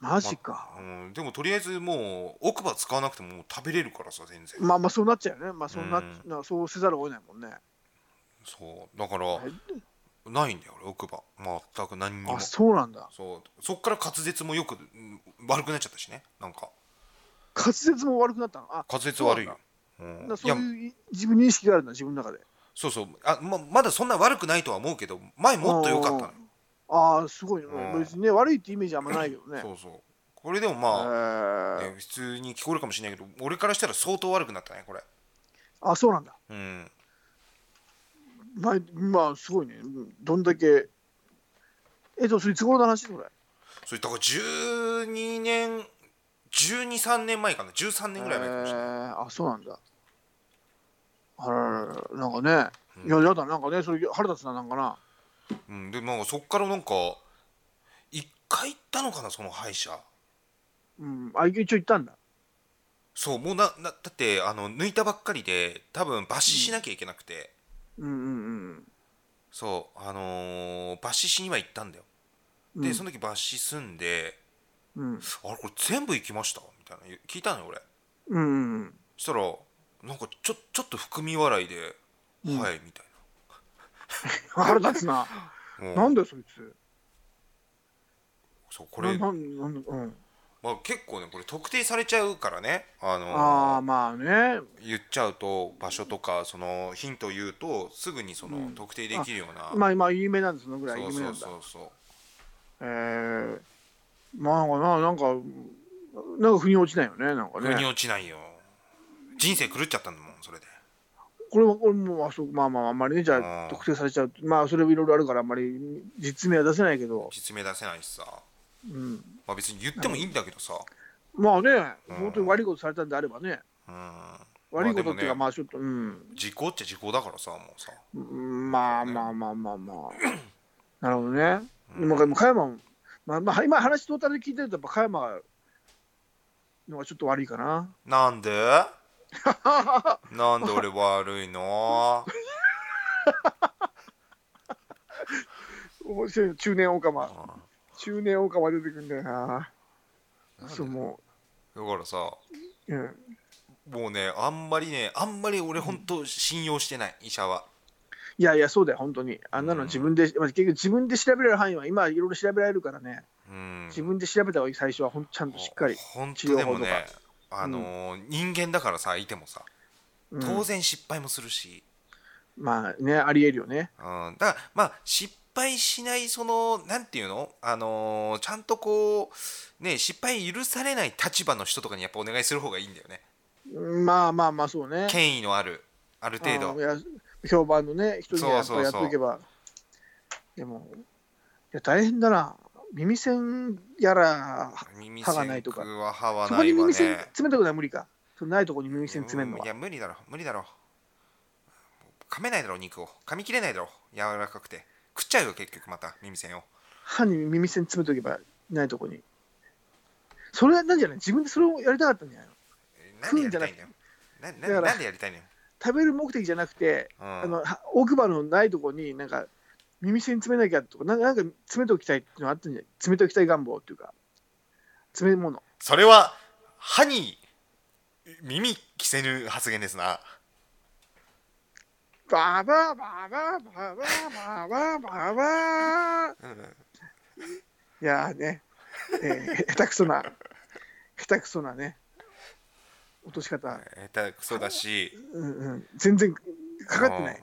[SPEAKER 3] マジか。
[SPEAKER 2] うん、でもとりあえずもう奥歯使わなくてももう食べれるからさ全然
[SPEAKER 3] まあまあそうなっちゃうよね。まあそうな、
[SPEAKER 2] うん
[SPEAKER 3] なそうせざるを得ないもんね。
[SPEAKER 2] そうだからないんだよ俺奥歯全く何にも
[SPEAKER 3] あ、そうなんだ。
[SPEAKER 2] そうそっから滑舌もよくうん悪くなっちゃったしねなんか
[SPEAKER 3] 滑舌も悪くなったの。あ、
[SPEAKER 2] 滑舌悪いよう
[SPEAKER 3] だ
[SPEAKER 2] ん
[SPEAKER 3] から
[SPEAKER 2] い
[SPEAKER 3] そ
[SPEAKER 2] や
[SPEAKER 3] ういう自分認識があるんだ、自分の中で。
[SPEAKER 2] そうそうあままだそんな悪くないとは思うけど前もっと良かったのよ
[SPEAKER 3] ああ、すごいね
[SPEAKER 2] うん。
[SPEAKER 3] 別にね、悪いってイメージあんまないけどね。
[SPEAKER 2] そうそうこれでも
[SPEAKER 3] え
[SPEAKER 2] まあ、
[SPEAKER 3] ー
[SPEAKER 2] ね普通に聞こえるかもしれないけど俺からしたら相当悪くなったねこれ
[SPEAKER 3] あ、そうなんだ。
[SPEAKER 2] うん
[SPEAKER 3] まあ、まあ、すごいね。うんどんだけ。えっと、それいつ頃の話これ。
[SPEAKER 2] それだから12年123年前かな13年ぐらい前かもしれない、
[SPEAKER 3] えーあ、そうなんだ。あらららら、なんかね。
[SPEAKER 2] うん
[SPEAKER 3] いや、やだ、なんかね、それ腹立つな、なんかな。
[SPEAKER 2] うん、でなんかそっからなんか1回行ったのかなその歯医者
[SPEAKER 3] うん、あ、一応言ったんだ。
[SPEAKER 2] そうもうななだってあの抜いたばっかりで多分抜歯しなきゃいけなくて、
[SPEAKER 3] うんうん
[SPEAKER 2] そうあのー抜歯しには行ったんだよ
[SPEAKER 3] うん。
[SPEAKER 2] で、
[SPEAKER 3] うん
[SPEAKER 2] その時抜歯済んで
[SPEAKER 3] うん
[SPEAKER 2] 「あれこれ全部行きました?」みたいな聞いたのよ俺
[SPEAKER 3] うんうん
[SPEAKER 2] そしたらなんかちょちょっと含み笑いで「
[SPEAKER 3] うん
[SPEAKER 2] はい」みたい
[SPEAKER 3] 腹立つな。
[SPEAKER 2] なもう
[SPEAKER 3] なんだよ、そいつ。
[SPEAKER 2] そうこ
[SPEAKER 3] こ
[SPEAKER 2] れ
[SPEAKER 3] れ、なん、なん、うん。
[SPEAKER 2] まあ、結構ねこれ特定されちゃうからね、あのー
[SPEAKER 3] ああ、まあね。
[SPEAKER 2] 言っちゃうと場所とかそのヒント言うとすぐにその、
[SPEAKER 3] うん
[SPEAKER 2] 特定できるような、
[SPEAKER 3] まあ、今有名なんです、そのぐらい有
[SPEAKER 2] そう
[SPEAKER 3] 名
[SPEAKER 2] そ
[SPEAKER 3] な
[SPEAKER 2] うん
[SPEAKER 3] だ
[SPEAKER 2] そ。うそう
[SPEAKER 3] えー、まあなんかな、なんか、なんか腑に落ちないよね、なんか
[SPEAKER 2] 腑に
[SPEAKER 3] ね。
[SPEAKER 2] 落ちないよ人生狂っちゃったんだもんそれで
[SPEAKER 3] これは、これも、あそうまあまあ、あんまりね、じゃ
[SPEAKER 2] うん
[SPEAKER 3] あ、特定されちゃうと。まあ、それもいろいろあるから、あんまり実名は出せないけど、
[SPEAKER 2] 実名出せないしさ、
[SPEAKER 3] うん。
[SPEAKER 2] まあ、別に言ってもいいんだけどさ、
[SPEAKER 3] まあね、
[SPEAKER 2] うん
[SPEAKER 3] 本当に悪いことされたんであればね、
[SPEAKER 2] うん、
[SPEAKER 3] 悪いことっていうか、ま
[SPEAKER 2] ま
[SPEAKER 3] あ、ちょっと、うん。
[SPEAKER 2] 時効っちゃ時効だからさもうさ
[SPEAKER 3] うんまあ
[SPEAKER 2] ね
[SPEAKER 3] まあまあまあ まあ。なるほどね。
[SPEAKER 2] うん
[SPEAKER 3] でも、もう加山も、まあ、まあ、今話トータルで聞いてると、やっぱ加山のがちょっと悪いかな。
[SPEAKER 2] なんで なんで俺悪いの
[SPEAKER 3] 面白いよ中年オカマ。
[SPEAKER 2] うん
[SPEAKER 3] 中年オカマ出てくるんだよな。そう、も
[SPEAKER 2] だからさ
[SPEAKER 3] う。うん
[SPEAKER 2] もうねあんまりねあんまり俺ほんと信用してない医者はい
[SPEAKER 3] やいや、そうだよ、本当に。あんなの自分で、まあ、結局自分で調べれる範囲は今、いろいろ調べられるからね、
[SPEAKER 2] うん
[SPEAKER 3] 自分で調べた方がいい、最初はほんちゃんとしっかり。
[SPEAKER 2] 本当でも
[SPEAKER 3] 治療
[SPEAKER 2] ね
[SPEAKER 3] 法
[SPEAKER 2] あのー人間だからさいてもさ
[SPEAKER 3] うん
[SPEAKER 2] 当然失敗もするし、
[SPEAKER 3] まあね、ありえるよね。
[SPEAKER 2] うん、だからまあ失敗しないそのなんていうの、あのーちゃんとこうね失敗許されない立場の人とかにやっぱお願いする方がいいんだよね
[SPEAKER 3] まあまあまあ、そうね。
[SPEAKER 2] 権威のあるある程
[SPEAKER 3] うん
[SPEAKER 2] 度
[SPEAKER 3] いや評判のね、人にやっぱ
[SPEAKER 2] そうそ
[SPEAKER 3] や
[SPEAKER 2] う
[SPEAKER 3] っ
[SPEAKER 2] そう
[SPEAKER 3] とけば。でも、いや、大変だな。耳栓やら、
[SPEAKER 2] 耳
[SPEAKER 3] 歯がない
[SPEAKER 2] 栓
[SPEAKER 3] とか
[SPEAKER 2] は歯は
[SPEAKER 3] そ
[SPEAKER 2] な
[SPEAKER 3] こに
[SPEAKER 2] いわ
[SPEAKER 3] 耳栓
[SPEAKER 2] ね
[SPEAKER 3] 詰めたくない無理か。そのないとこに耳栓詰めるの
[SPEAKER 2] うん
[SPEAKER 3] は。
[SPEAKER 2] いや無理だろ無理だろ噛めないだろ肉を噛み切れないだろ柔らかくて食っちゃうよ結局また耳栓を
[SPEAKER 3] 歯に耳栓詰めとけば、ないとこに。それなんじゃない自分でそれをやりたかったんじゃないの
[SPEAKER 2] えなんでやりたいんだよな
[SPEAKER 3] だから
[SPEAKER 2] ななんでやりたいのよ、
[SPEAKER 3] 食べる目的じゃなくて、
[SPEAKER 2] うん、
[SPEAKER 3] あのは奥歯のないとこになんか耳栓詰めなきゃとかなんかなんか詰めておきたいっていうのがあったんじゃない詰めておきたい願望っていうか詰め物
[SPEAKER 2] それは歯に耳着せぬ発言ですな。
[SPEAKER 3] バーバーバーバーバーバーバーバーバーバーいやーね、えー、下手くそな下手くそなね落とし方、
[SPEAKER 2] 下手くそだし、
[SPEAKER 3] うんうん、全然かかってない
[SPEAKER 2] うん。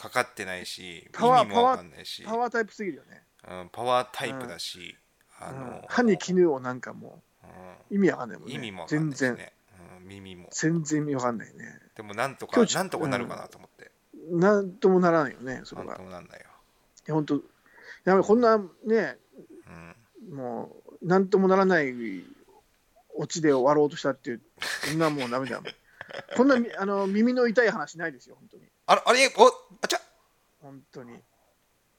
[SPEAKER 2] かかってないし、意
[SPEAKER 3] パワー
[SPEAKER 2] 味もわかんないし、
[SPEAKER 3] パワータイプすぎるよね、
[SPEAKER 2] うんパワータイプだし、
[SPEAKER 3] う
[SPEAKER 2] あの
[SPEAKER 3] ん、歯に絹をなんかも
[SPEAKER 2] う
[SPEAKER 3] う意味わかんないもん
[SPEAKER 2] ん
[SPEAKER 3] ね
[SPEAKER 2] 意味もわか
[SPEAKER 3] 全
[SPEAKER 2] んないし
[SPEAKER 3] 然
[SPEAKER 2] ね。うん耳も。
[SPEAKER 3] 全然意味わかんないね
[SPEAKER 2] でもなんと
[SPEAKER 3] 今
[SPEAKER 2] か
[SPEAKER 3] 日ち
[SPEAKER 2] なんとかなるかなと思って。
[SPEAKER 3] うなんともならないよね、それ
[SPEAKER 2] なん
[SPEAKER 3] は。い
[SPEAKER 2] ともなんだよ、
[SPEAKER 3] や、本当、やべ、こんなね、
[SPEAKER 2] うん、
[SPEAKER 3] もう、なんともならないオチで終わろうとしたっていう、そんなもうダメだもん。こんなみあの耳の痛い話ないですよ、本当に。
[SPEAKER 2] あれあれおあちゃ
[SPEAKER 3] 本当に。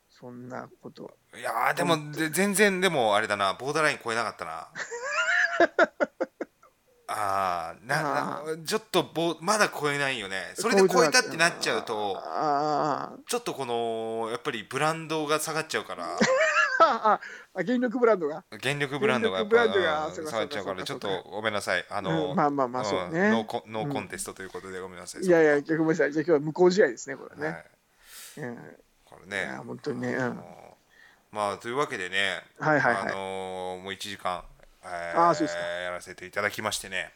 [SPEAKER 3] そんなことは。
[SPEAKER 2] いやーでもで全然でもあれだなボーダーライン超えなかった なあーなな
[SPEAKER 3] あ
[SPEAKER 2] ちょっとボまだ超えないよねそれで超えたってなっちゃうと
[SPEAKER 3] あー
[SPEAKER 2] ちょっとこのやっぱりブランドが下がっちゃうから
[SPEAKER 3] あー、あ原力ブランドが。
[SPEAKER 2] 原力ブランドがやっぱ
[SPEAKER 3] 原力ブランドが
[SPEAKER 2] うん
[SPEAKER 3] そうか
[SPEAKER 2] 下がっちゃうからち
[SPEAKER 3] そ
[SPEAKER 2] ょっ
[SPEAKER 3] うか
[SPEAKER 2] とごめんなさいあの、
[SPEAKER 3] うんまあまあまあ、そう
[SPEAKER 2] うんノ
[SPEAKER 3] ね
[SPEAKER 2] ー。コンノーコンテストということでごめんなさい、
[SPEAKER 3] いやいや、ごめんなさい。じゃあ今日は無効試合ですね、これは
[SPEAKER 2] は
[SPEAKER 3] ね。
[SPEAKER 2] い
[SPEAKER 3] うん
[SPEAKER 2] これ
[SPEAKER 3] い
[SPEAKER 2] ね
[SPEAKER 3] や、本当にね。うん
[SPEAKER 2] あのまあというわけでね
[SPEAKER 3] はいはいはい
[SPEAKER 2] あのーもう1時間、え
[SPEAKER 3] あーそうですか
[SPEAKER 2] やらせていただきまし てね、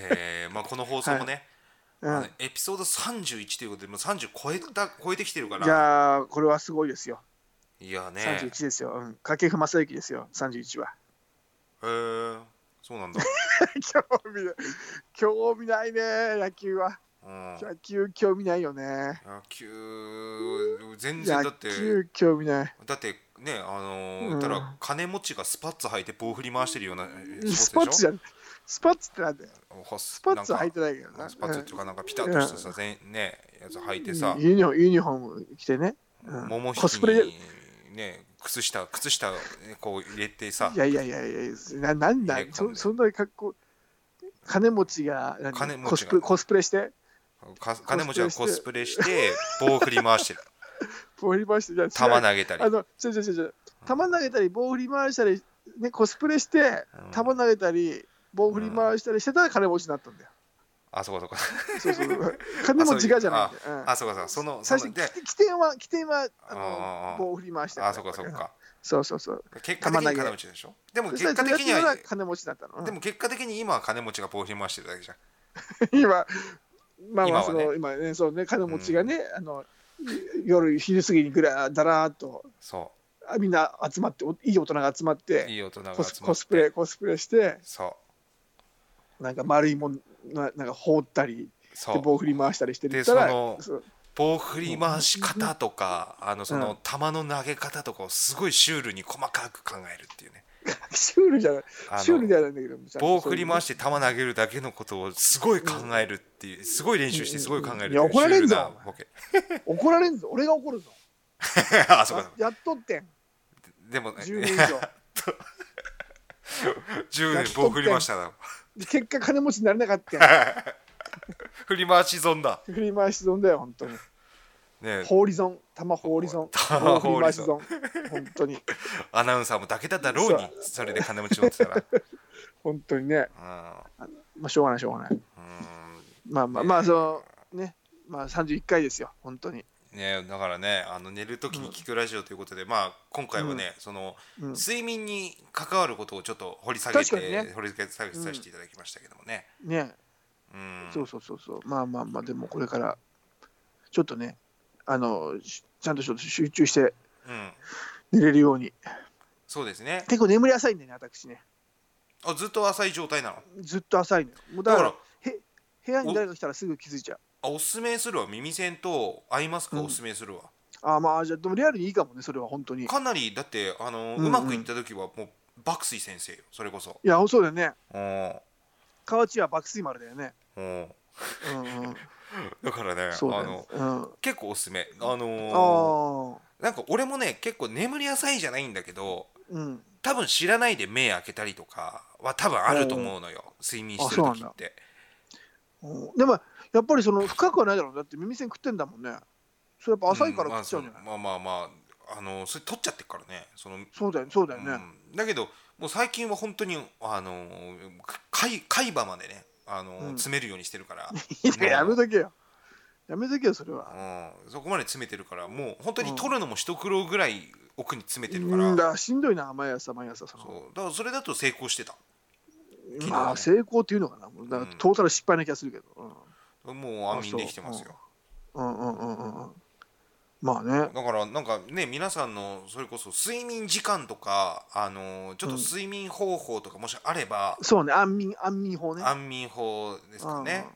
[SPEAKER 2] えーまあ、この放送もね、
[SPEAKER 3] うん
[SPEAKER 2] あのエピソード31ということでもう30超えた超えてきてるから
[SPEAKER 3] いやー、これはすごいですよ。
[SPEAKER 2] いやね
[SPEAKER 3] 31ですよ。うん。掛布正幸ですよ、31は。
[SPEAKER 2] えー、そうなんだ、
[SPEAKER 3] 興味ない。興味ないね、野球は。
[SPEAKER 2] うん、
[SPEAKER 3] 野球、興味ないよね。
[SPEAKER 2] 野球全然
[SPEAKER 3] 野
[SPEAKER 2] だって
[SPEAKER 3] 球、興味ない。
[SPEAKER 2] だってねあのー
[SPEAKER 3] うん
[SPEAKER 2] 言ったら金持ちがスパッツ履いて棒振り回してるような
[SPEAKER 3] スパッツじ
[SPEAKER 2] ゃ
[SPEAKER 3] ゃん。スパッツってなんだよ。
[SPEAKER 2] ス
[SPEAKER 3] スパッツは履いてないけどな。
[SPEAKER 2] スパッツっていうかなんかピタッとしたさ、全ねやつ履いてさ
[SPEAKER 3] うん、ユニフォームユニフォーム着てね。うん
[SPEAKER 2] 桃引
[SPEAKER 3] コ
[SPEAKER 2] き
[SPEAKER 3] スプレで
[SPEAKER 2] にね靴下靴下をねこう入れてさ
[SPEAKER 3] いやいやいやいや、ななんだ
[SPEAKER 2] 入れ込ん
[SPEAKER 3] そ、
[SPEAKER 2] で
[SPEAKER 3] そんな格好、金持ちが何
[SPEAKER 2] 金持ち
[SPEAKER 3] コス
[SPEAKER 2] が
[SPEAKER 3] プレコスプレして、
[SPEAKER 2] か金持ちがコスプレして棒振り 回してる
[SPEAKER 3] 棒振り回して、じゃあ
[SPEAKER 2] 球投げたり
[SPEAKER 3] あの、ちょちょちょちょ、球投げたり、棒振り回したり、ね、コスプレして
[SPEAKER 2] うん、
[SPEAKER 3] 球投げたり、棒振り回したりしてたら金持ちになったんだよ。
[SPEAKER 2] あそうかそうか
[SPEAKER 3] そうそう そう。金持ちがじゃないんだよ。うん
[SPEAKER 2] あそうかそうかそのそ
[SPEAKER 3] 最
[SPEAKER 2] の
[SPEAKER 3] 初に
[SPEAKER 2] で
[SPEAKER 3] き起点は、起点はあ
[SPEAKER 2] ああ
[SPEAKER 3] の棒振り回した
[SPEAKER 2] あそうかそう。か
[SPEAKER 3] そうそうそう。
[SPEAKER 2] 結果的に金持ちでしょでも結果的に
[SPEAKER 3] そしたら
[SPEAKER 2] は
[SPEAKER 3] それが金持ちだったの。うん
[SPEAKER 2] でも結果的に今は金持ちが棒振り回してるだけじゃん
[SPEAKER 3] 今、まあ
[SPEAKER 2] 今
[SPEAKER 3] まあ、
[SPEAKER 2] はね
[SPEAKER 3] その、今ね、そうね、金持ちがね、あの、夜、昼過ぎにぐらだらーっと、
[SPEAKER 2] そ
[SPEAKER 3] あみんな集まって、おいい大人が集まっ
[SPEAKER 2] う
[SPEAKER 3] て、
[SPEAKER 2] いい大人が
[SPEAKER 3] コ
[SPEAKER 2] 集まっ
[SPEAKER 3] ス
[SPEAKER 2] て
[SPEAKER 3] コスプレ、コスプレして、
[SPEAKER 2] そ
[SPEAKER 3] なんか丸いもん、ななんか放ったり、
[SPEAKER 2] う
[SPEAKER 3] で
[SPEAKER 2] そう
[SPEAKER 3] 棒振り回したりして
[SPEAKER 2] で
[SPEAKER 3] るたら
[SPEAKER 2] その
[SPEAKER 3] そう
[SPEAKER 2] 棒振り回し方とか、あのそうの
[SPEAKER 3] ん
[SPEAKER 2] 球の投げ方とかをすごいシュールに細かく考えるっていうね。
[SPEAKER 3] シュールじゃない、
[SPEAKER 2] あの
[SPEAKER 3] シュールじゃないんだけど、ちゃんと
[SPEAKER 2] 棒振り回
[SPEAKER 3] そ
[SPEAKER 2] して球投げるだけのことをすごい考えるっていう、すごい練習してすごい考えるっていう
[SPEAKER 3] いや怒られんぞ
[SPEAKER 2] シュールなボケ。
[SPEAKER 3] ういう怒られんぞ、俺が怒るぞ、
[SPEAKER 2] あ、そうか
[SPEAKER 3] や。やっとってん、
[SPEAKER 2] でも、
[SPEAKER 3] 10年以
[SPEAKER 2] 10
[SPEAKER 3] 上、
[SPEAKER 2] 年棒振りましたな。
[SPEAKER 3] で結果、金持ちになれなか った
[SPEAKER 2] 振り回し損だ。
[SPEAKER 3] ん、振り回し損だよ、本当に。
[SPEAKER 2] ねえ
[SPEAKER 3] ホーリゾン、玉ホーリ ゾン、
[SPEAKER 2] 玉
[SPEAKER 3] 棒
[SPEAKER 2] ホ
[SPEAKER 3] 振
[SPEAKER 2] ー
[SPEAKER 3] り
[SPEAKER 2] リ
[SPEAKER 3] 回し
[SPEAKER 2] ゾン
[SPEAKER 3] 損、本当に、
[SPEAKER 2] アナウンサーもだけだだろうに、それで金持ち乗ってたら。
[SPEAKER 3] 本当にね、まあ、しょうがない、しょうがない。
[SPEAKER 2] うんうん
[SPEAKER 3] まあまあ、まあ、その、ね、まあ、31回ですよ、本当に。
[SPEAKER 2] ね、だからねあの寝る時に聞くラジオということで、まあ、今回はね、その
[SPEAKER 3] うん
[SPEAKER 2] 睡眠に関わることをちょっと掘り下げて、
[SPEAKER 3] 確かにね
[SPEAKER 2] 掘り下げさせていただきましたけどもね、
[SPEAKER 3] ね、
[SPEAKER 2] うん、
[SPEAKER 3] そうそうそうそう、まあまあまあ、でもこれから、ちょっとね、あの、しちゃんとちょっと集中して
[SPEAKER 2] うん、
[SPEAKER 3] 寝れるように。
[SPEAKER 2] そうですね
[SPEAKER 3] 結構眠り浅いんだよね、私ね。
[SPEAKER 2] あずっと浅い状態なの
[SPEAKER 3] ずっと浅いのよ。もうだ
[SPEAKER 2] だ
[SPEAKER 3] か
[SPEAKER 2] からら、
[SPEAKER 3] へ部屋に誰か来たらすぐ気づいちゃう。
[SPEAKER 2] あおすすめするわ耳栓とアイマスクをおすすめするわ、
[SPEAKER 3] ああ、まあ、じゃあ、でもリアルにいいかもね、それは本当に。い
[SPEAKER 2] かなりだってあの、
[SPEAKER 3] う
[SPEAKER 2] うん
[SPEAKER 3] うん
[SPEAKER 2] まくいった時はもう爆睡先生よそれこそ
[SPEAKER 3] や、そうだよね。
[SPEAKER 2] うん
[SPEAKER 3] 河内は爆睡丸だよね。
[SPEAKER 2] うん
[SPEAKER 3] う んうん。
[SPEAKER 2] だからね
[SPEAKER 3] そうだ
[SPEAKER 2] あ
[SPEAKER 3] よね
[SPEAKER 2] の。
[SPEAKER 3] うん。
[SPEAKER 2] 結構おすすめあのー
[SPEAKER 3] ああ。
[SPEAKER 2] なんか俺もね結構眠り浅いじゃないんだけど
[SPEAKER 3] うん。
[SPEAKER 2] 多分知らないで目開けたりとかは多分あると思うのよ睡眠してる時って
[SPEAKER 3] うんでも、やっぱりその深くはないだろう。だって耳栓食ってんだもんね。それやっぱ浅いから食っちゃうんじゃない、
[SPEAKER 2] んまあそうまあまあまああのそれ取っちゃってっからねその、
[SPEAKER 3] そうだよね、そうだよね。
[SPEAKER 2] うんだけどもう最近は本当にあのか海海馬までねあの、
[SPEAKER 3] うん
[SPEAKER 2] 詰めるようにしてる から、
[SPEAKER 3] いや、やめとけよ。やめとけよ、それは。
[SPEAKER 2] うん、そこまで詰めてるからもう本当に取るのも一苦労ぐらい奥に詰めてるか
[SPEAKER 3] う
[SPEAKER 2] ら、
[SPEAKER 3] んだ、しんどいな、毎朝、毎朝。その
[SPEAKER 2] そうだからそれだと成功してた昨日
[SPEAKER 3] まあ、成功っていうのかな。もうだからトータル失敗な気がするけど。うん
[SPEAKER 2] もう安眠できてますよ
[SPEAKER 3] うんうんうんうんうん。まあね。
[SPEAKER 2] だからなんかね皆さんのそれこそ睡眠時間とかあのーちょっと
[SPEAKER 3] うん
[SPEAKER 2] 睡眠方法とかもしあれば、
[SPEAKER 3] そうね、安眠、安眠法ね。
[SPEAKER 2] 安眠法ですかね、
[SPEAKER 3] うん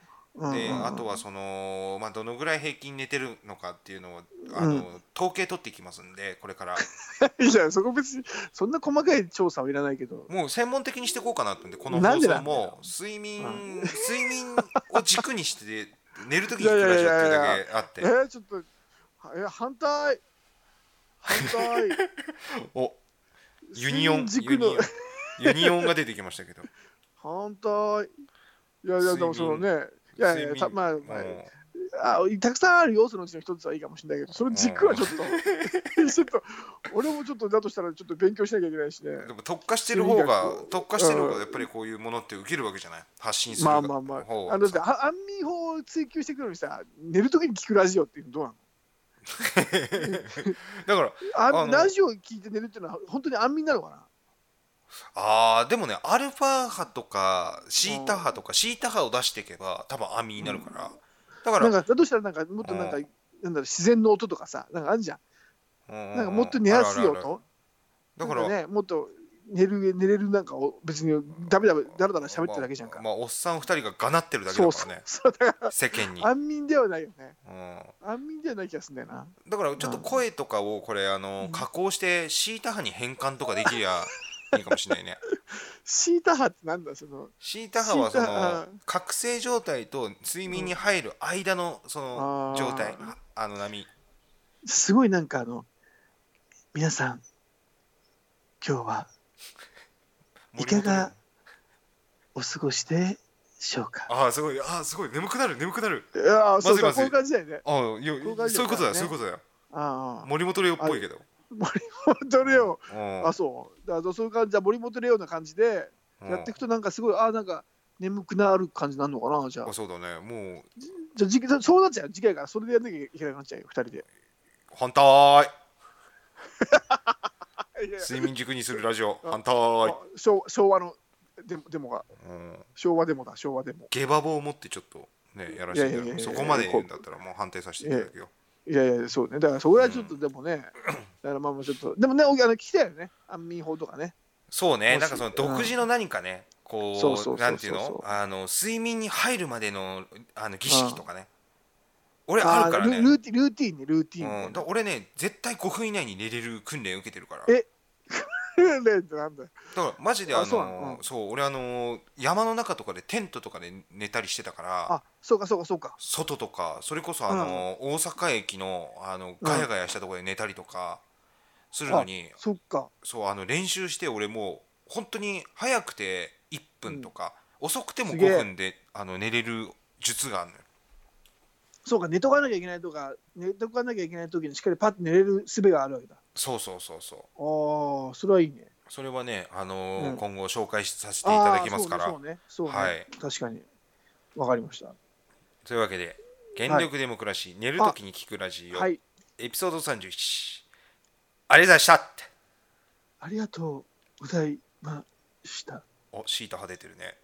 [SPEAKER 2] で
[SPEAKER 3] うん
[SPEAKER 2] あとはその、まあ、どのぐらい平均寝てるのかっていうのをあ
[SPEAKER 3] う
[SPEAKER 2] の、
[SPEAKER 3] ん
[SPEAKER 2] 統計取っていきますんでこれから
[SPEAKER 3] いやそこ別にそんな細かい調査はいらないけど
[SPEAKER 2] もう専門的にしていこうかなと思ってこの
[SPEAKER 3] なん
[SPEAKER 2] 放
[SPEAKER 3] でな
[SPEAKER 2] 送
[SPEAKER 3] んだよ
[SPEAKER 2] も睡眠、
[SPEAKER 3] う
[SPEAKER 2] 睡眠を軸にして寝るときに聞くラジオっていうだけあっ
[SPEAKER 3] え
[SPEAKER 2] て
[SPEAKER 3] ー、ちょっとえ反対反 対
[SPEAKER 2] おユニオン
[SPEAKER 3] 新宿
[SPEAKER 2] ユニオ
[SPEAKER 3] の
[SPEAKER 2] ンユニオンが出てきました けど
[SPEAKER 3] 反対いやいやでもそのねいやいや
[SPEAKER 2] 睡眠
[SPEAKER 3] たまあ、ま
[SPEAKER 2] も
[SPEAKER 3] あ、あたくさんある要素のうちの一つはいいかもしれないけどその軸はちょっと ちょっと俺もちょっとだとしたらちょっと勉強しなきゃいけないしね
[SPEAKER 2] うでも特化してる方が
[SPEAKER 3] 睡眠学
[SPEAKER 2] 特化してる方がやっぱりこういうものって受けるわけじゃない発信する
[SPEAKER 3] ま
[SPEAKER 2] 方
[SPEAKER 3] あ
[SPEAKER 2] が
[SPEAKER 3] まあま
[SPEAKER 2] 方
[SPEAKER 3] あ、
[SPEAKER 2] が
[SPEAKER 3] あの だってあ安眠法を追求していくのにさ、寝るときに聞くラジオっていうのどうなの
[SPEAKER 2] だから
[SPEAKER 3] あ
[SPEAKER 2] あの
[SPEAKER 3] ラジオ聞いて寝るっていうのは本当に安眠なのかな
[SPEAKER 2] あーでもねアルファ波とかシータ波とかシータ波を出していけば多分網になるから、だから
[SPEAKER 3] なんかだとしたらなんかもっとなんか、
[SPEAKER 2] う
[SPEAKER 3] なんだろう自然の音とかさ、なんかあるじゃん。
[SPEAKER 2] うんうん
[SPEAKER 3] なんかもっと寝やすい
[SPEAKER 2] あるあるある
[SPEAKER 3] 音。
[SPEAKER 2] だから
[SPEAKER 3] なんね、もっと寝る寝れるなんかを別にダメダメだらだら喋ってるだけじゃんか。
[SPEAKER 2] まあ、まあおっさん2人ががなってるだけ
[SPEAKER 3] そ
[SPEAKER 2] だ
[SPEAKER 3] う
[SPEAKER 2] か
[SPEAKER 3] そ
[SPEAKER 2] らね
[SPEAKER 3] うそうだか
[SPEAKER 2] 世間に、
[SPEAKER 3] ら安眠ではないよね。
[SPEAKER 2] うん
[SPEAKER 3] 安眠ではない気がするんだよな。
[SPEAKER 2] だからちょっと声とかをこれあの加工してシータ波に変換とかで きりゃいいかもしれないね
[SPEAKER 3] シータ波ってなんだその。
[SPEAKER 2] シータ波はそ
[SPEAKER 3] シータ
[SPEAKER 2] の
[SPEAKER 3] 波
[SPEAKER 2] 覚醒状態と睡眠に入る間のその
[SPEAKER 3] あー
[SPEAKER 2] 状態あの波
[SPEAKER 3] すごいなんかあの皆さん今日は。いかがお過ごしでしょうか。
[SPEAKER 2] ああすごいああすごい眠くなる眠くなる
[SPEAKER 3] いやーそう
[SPEAKER 2] ま
[SPEAKER 3] か、
[SPEAKER 2] ず
[SPEAKER 3] こ
[SPEAKER 2] いうまず
[SPEAKER 3] い
[SPEAKER 2] い
[SPEAKER 3] 感じだよ
[SPEAKER 2] う
[SPEAKER 3] ね。
[SPEAKER 2] ああいや
[SPEAKER 3] こういう感じだよね
[SPEAKER 2] そういうことだよそういうことだよ
[SPEAKER 3] ああ、
[SPEAKER 2] 森本レオっぽいけど
[SPEAKER 3] 森本レオ。
[SPEAKER 2] うん
[SPEAKER 3] あ、そう。だからそういう感じだ、森本レオな感じで
[SPEAKER 2] うん
[SPEAKER 3] やっていくと、なんかすごい、ああ、なんか眠くなる感じになるのかな、じゃあ
[SPEAKER 2] あ。そうだねもう
[SPEAKER 3] じゃあ、次回そうなっちゃうよ、次回からそれでやんなきゃいけなくなっちゃうよ、二人で。
[SPEAKER 2] 反対
[SPEAKER 3] いやいや
[SPEAKER 2] 睡眠軸にするラジオ
[SPEAKER 3] あ
[SPEAKER 2] 反対
[SPEAKER 3] あ昭昭和のデモデモが、
[SPEAKER 2] うん
[SPEAKER 3] 昭和デモだ、昭和デモ。
[SPEAKER 2] 下馬棒を持ってちょっとねやらせていただ
[SPEAKER 3] いやいやいや
[SPEAKER 2] く
[SPEAKER 3] い
[SPEAKER 2] そ
[SPEAKER 3] や
[SPEAKER 2] こまで言うんだったらもう判定させていただくよ
[SPEAKER 3] いやいや、そうね。だから、それはちょっとでもね、だからまあもうちょっと、でもね、おあの聞きたいよね、安眠法とかね。
[SPEAKER 2] そう
[SPEAKER 3] も
[SPEAKER 2] ね
[SPEAKER 3] し
[SPEAKER 2] なんかその独自の何かねこ
[SPEAKER 3] そうそうそうう
[SPEAKER 2] なんていう
[SPEAKER 3] そうそ
[SPEAKER 2] の
[SPEAKER 3] う
[SPEAKER 2] あの睡眠に入るまでのあの儀式とかね俺あるから
[SPEAKER 3] あールル
[SPEAKER 2] ね
[SPEAKER 3] ーティン、ルーティンに、ルーティンみたいな
[SPEAKER 2] うんだ 俺ね絶対5分以内に寝れる訓練受けてるから
[SPEAKER 3] え訓練ってなんだよ。
[SPEAKER 2] だからマジであの
[SPEAKER 3] あそうなのうん
[SPEAKER 2] そう俺あの山の中とかでテントとかで寝たりしてたから
[SPEAKER 3] あ、そうかそうかそうか。
[SPEAKER 2] 外とかそれこそあの大阪駅のあのガヤガヤしたところで寝たりとかするのに
[SPEAKER 3] そっか。
[SPEAKER 2] そうあの練習して俺もう本当に早くて1分とか、遅くても
[SPEAKER 3] すげえ
[SPEAKER 2] 5分であの寝れる術があるのよ
[SPEAKER 3] そうか、寝とかなきゃいけないとか、寝とかなきゃいけない時にしっかりパッと寝れる術があるわけだ。あ
[SPEAKER 2] そうそうそうそう
[SPEAKER 3] あ、それはいいね。
[SPEAKER 2] それはね、あのー
[SPEAKER 3] うん
[SPEAKER 2] 今後紹介させていた
[SPEAKER 3] あ
[SPEAKER 2] だきますから
[SPEAKER 3] あーそうね、そうね。そうね
[SPEAKER 2] はい
[SPEAKER 3] 確かに。わかりました。
[SPEAKER 2] というわけで「原力デモクラシー、寝るときに聞くラジオ」
[SPEAKER 3] はい。
[SPEAKER 2] エピソード31ありがとうございましたって
[SPEAKER 3] ありがとうございました。
[SPEAKER 2] おシータ派出てるね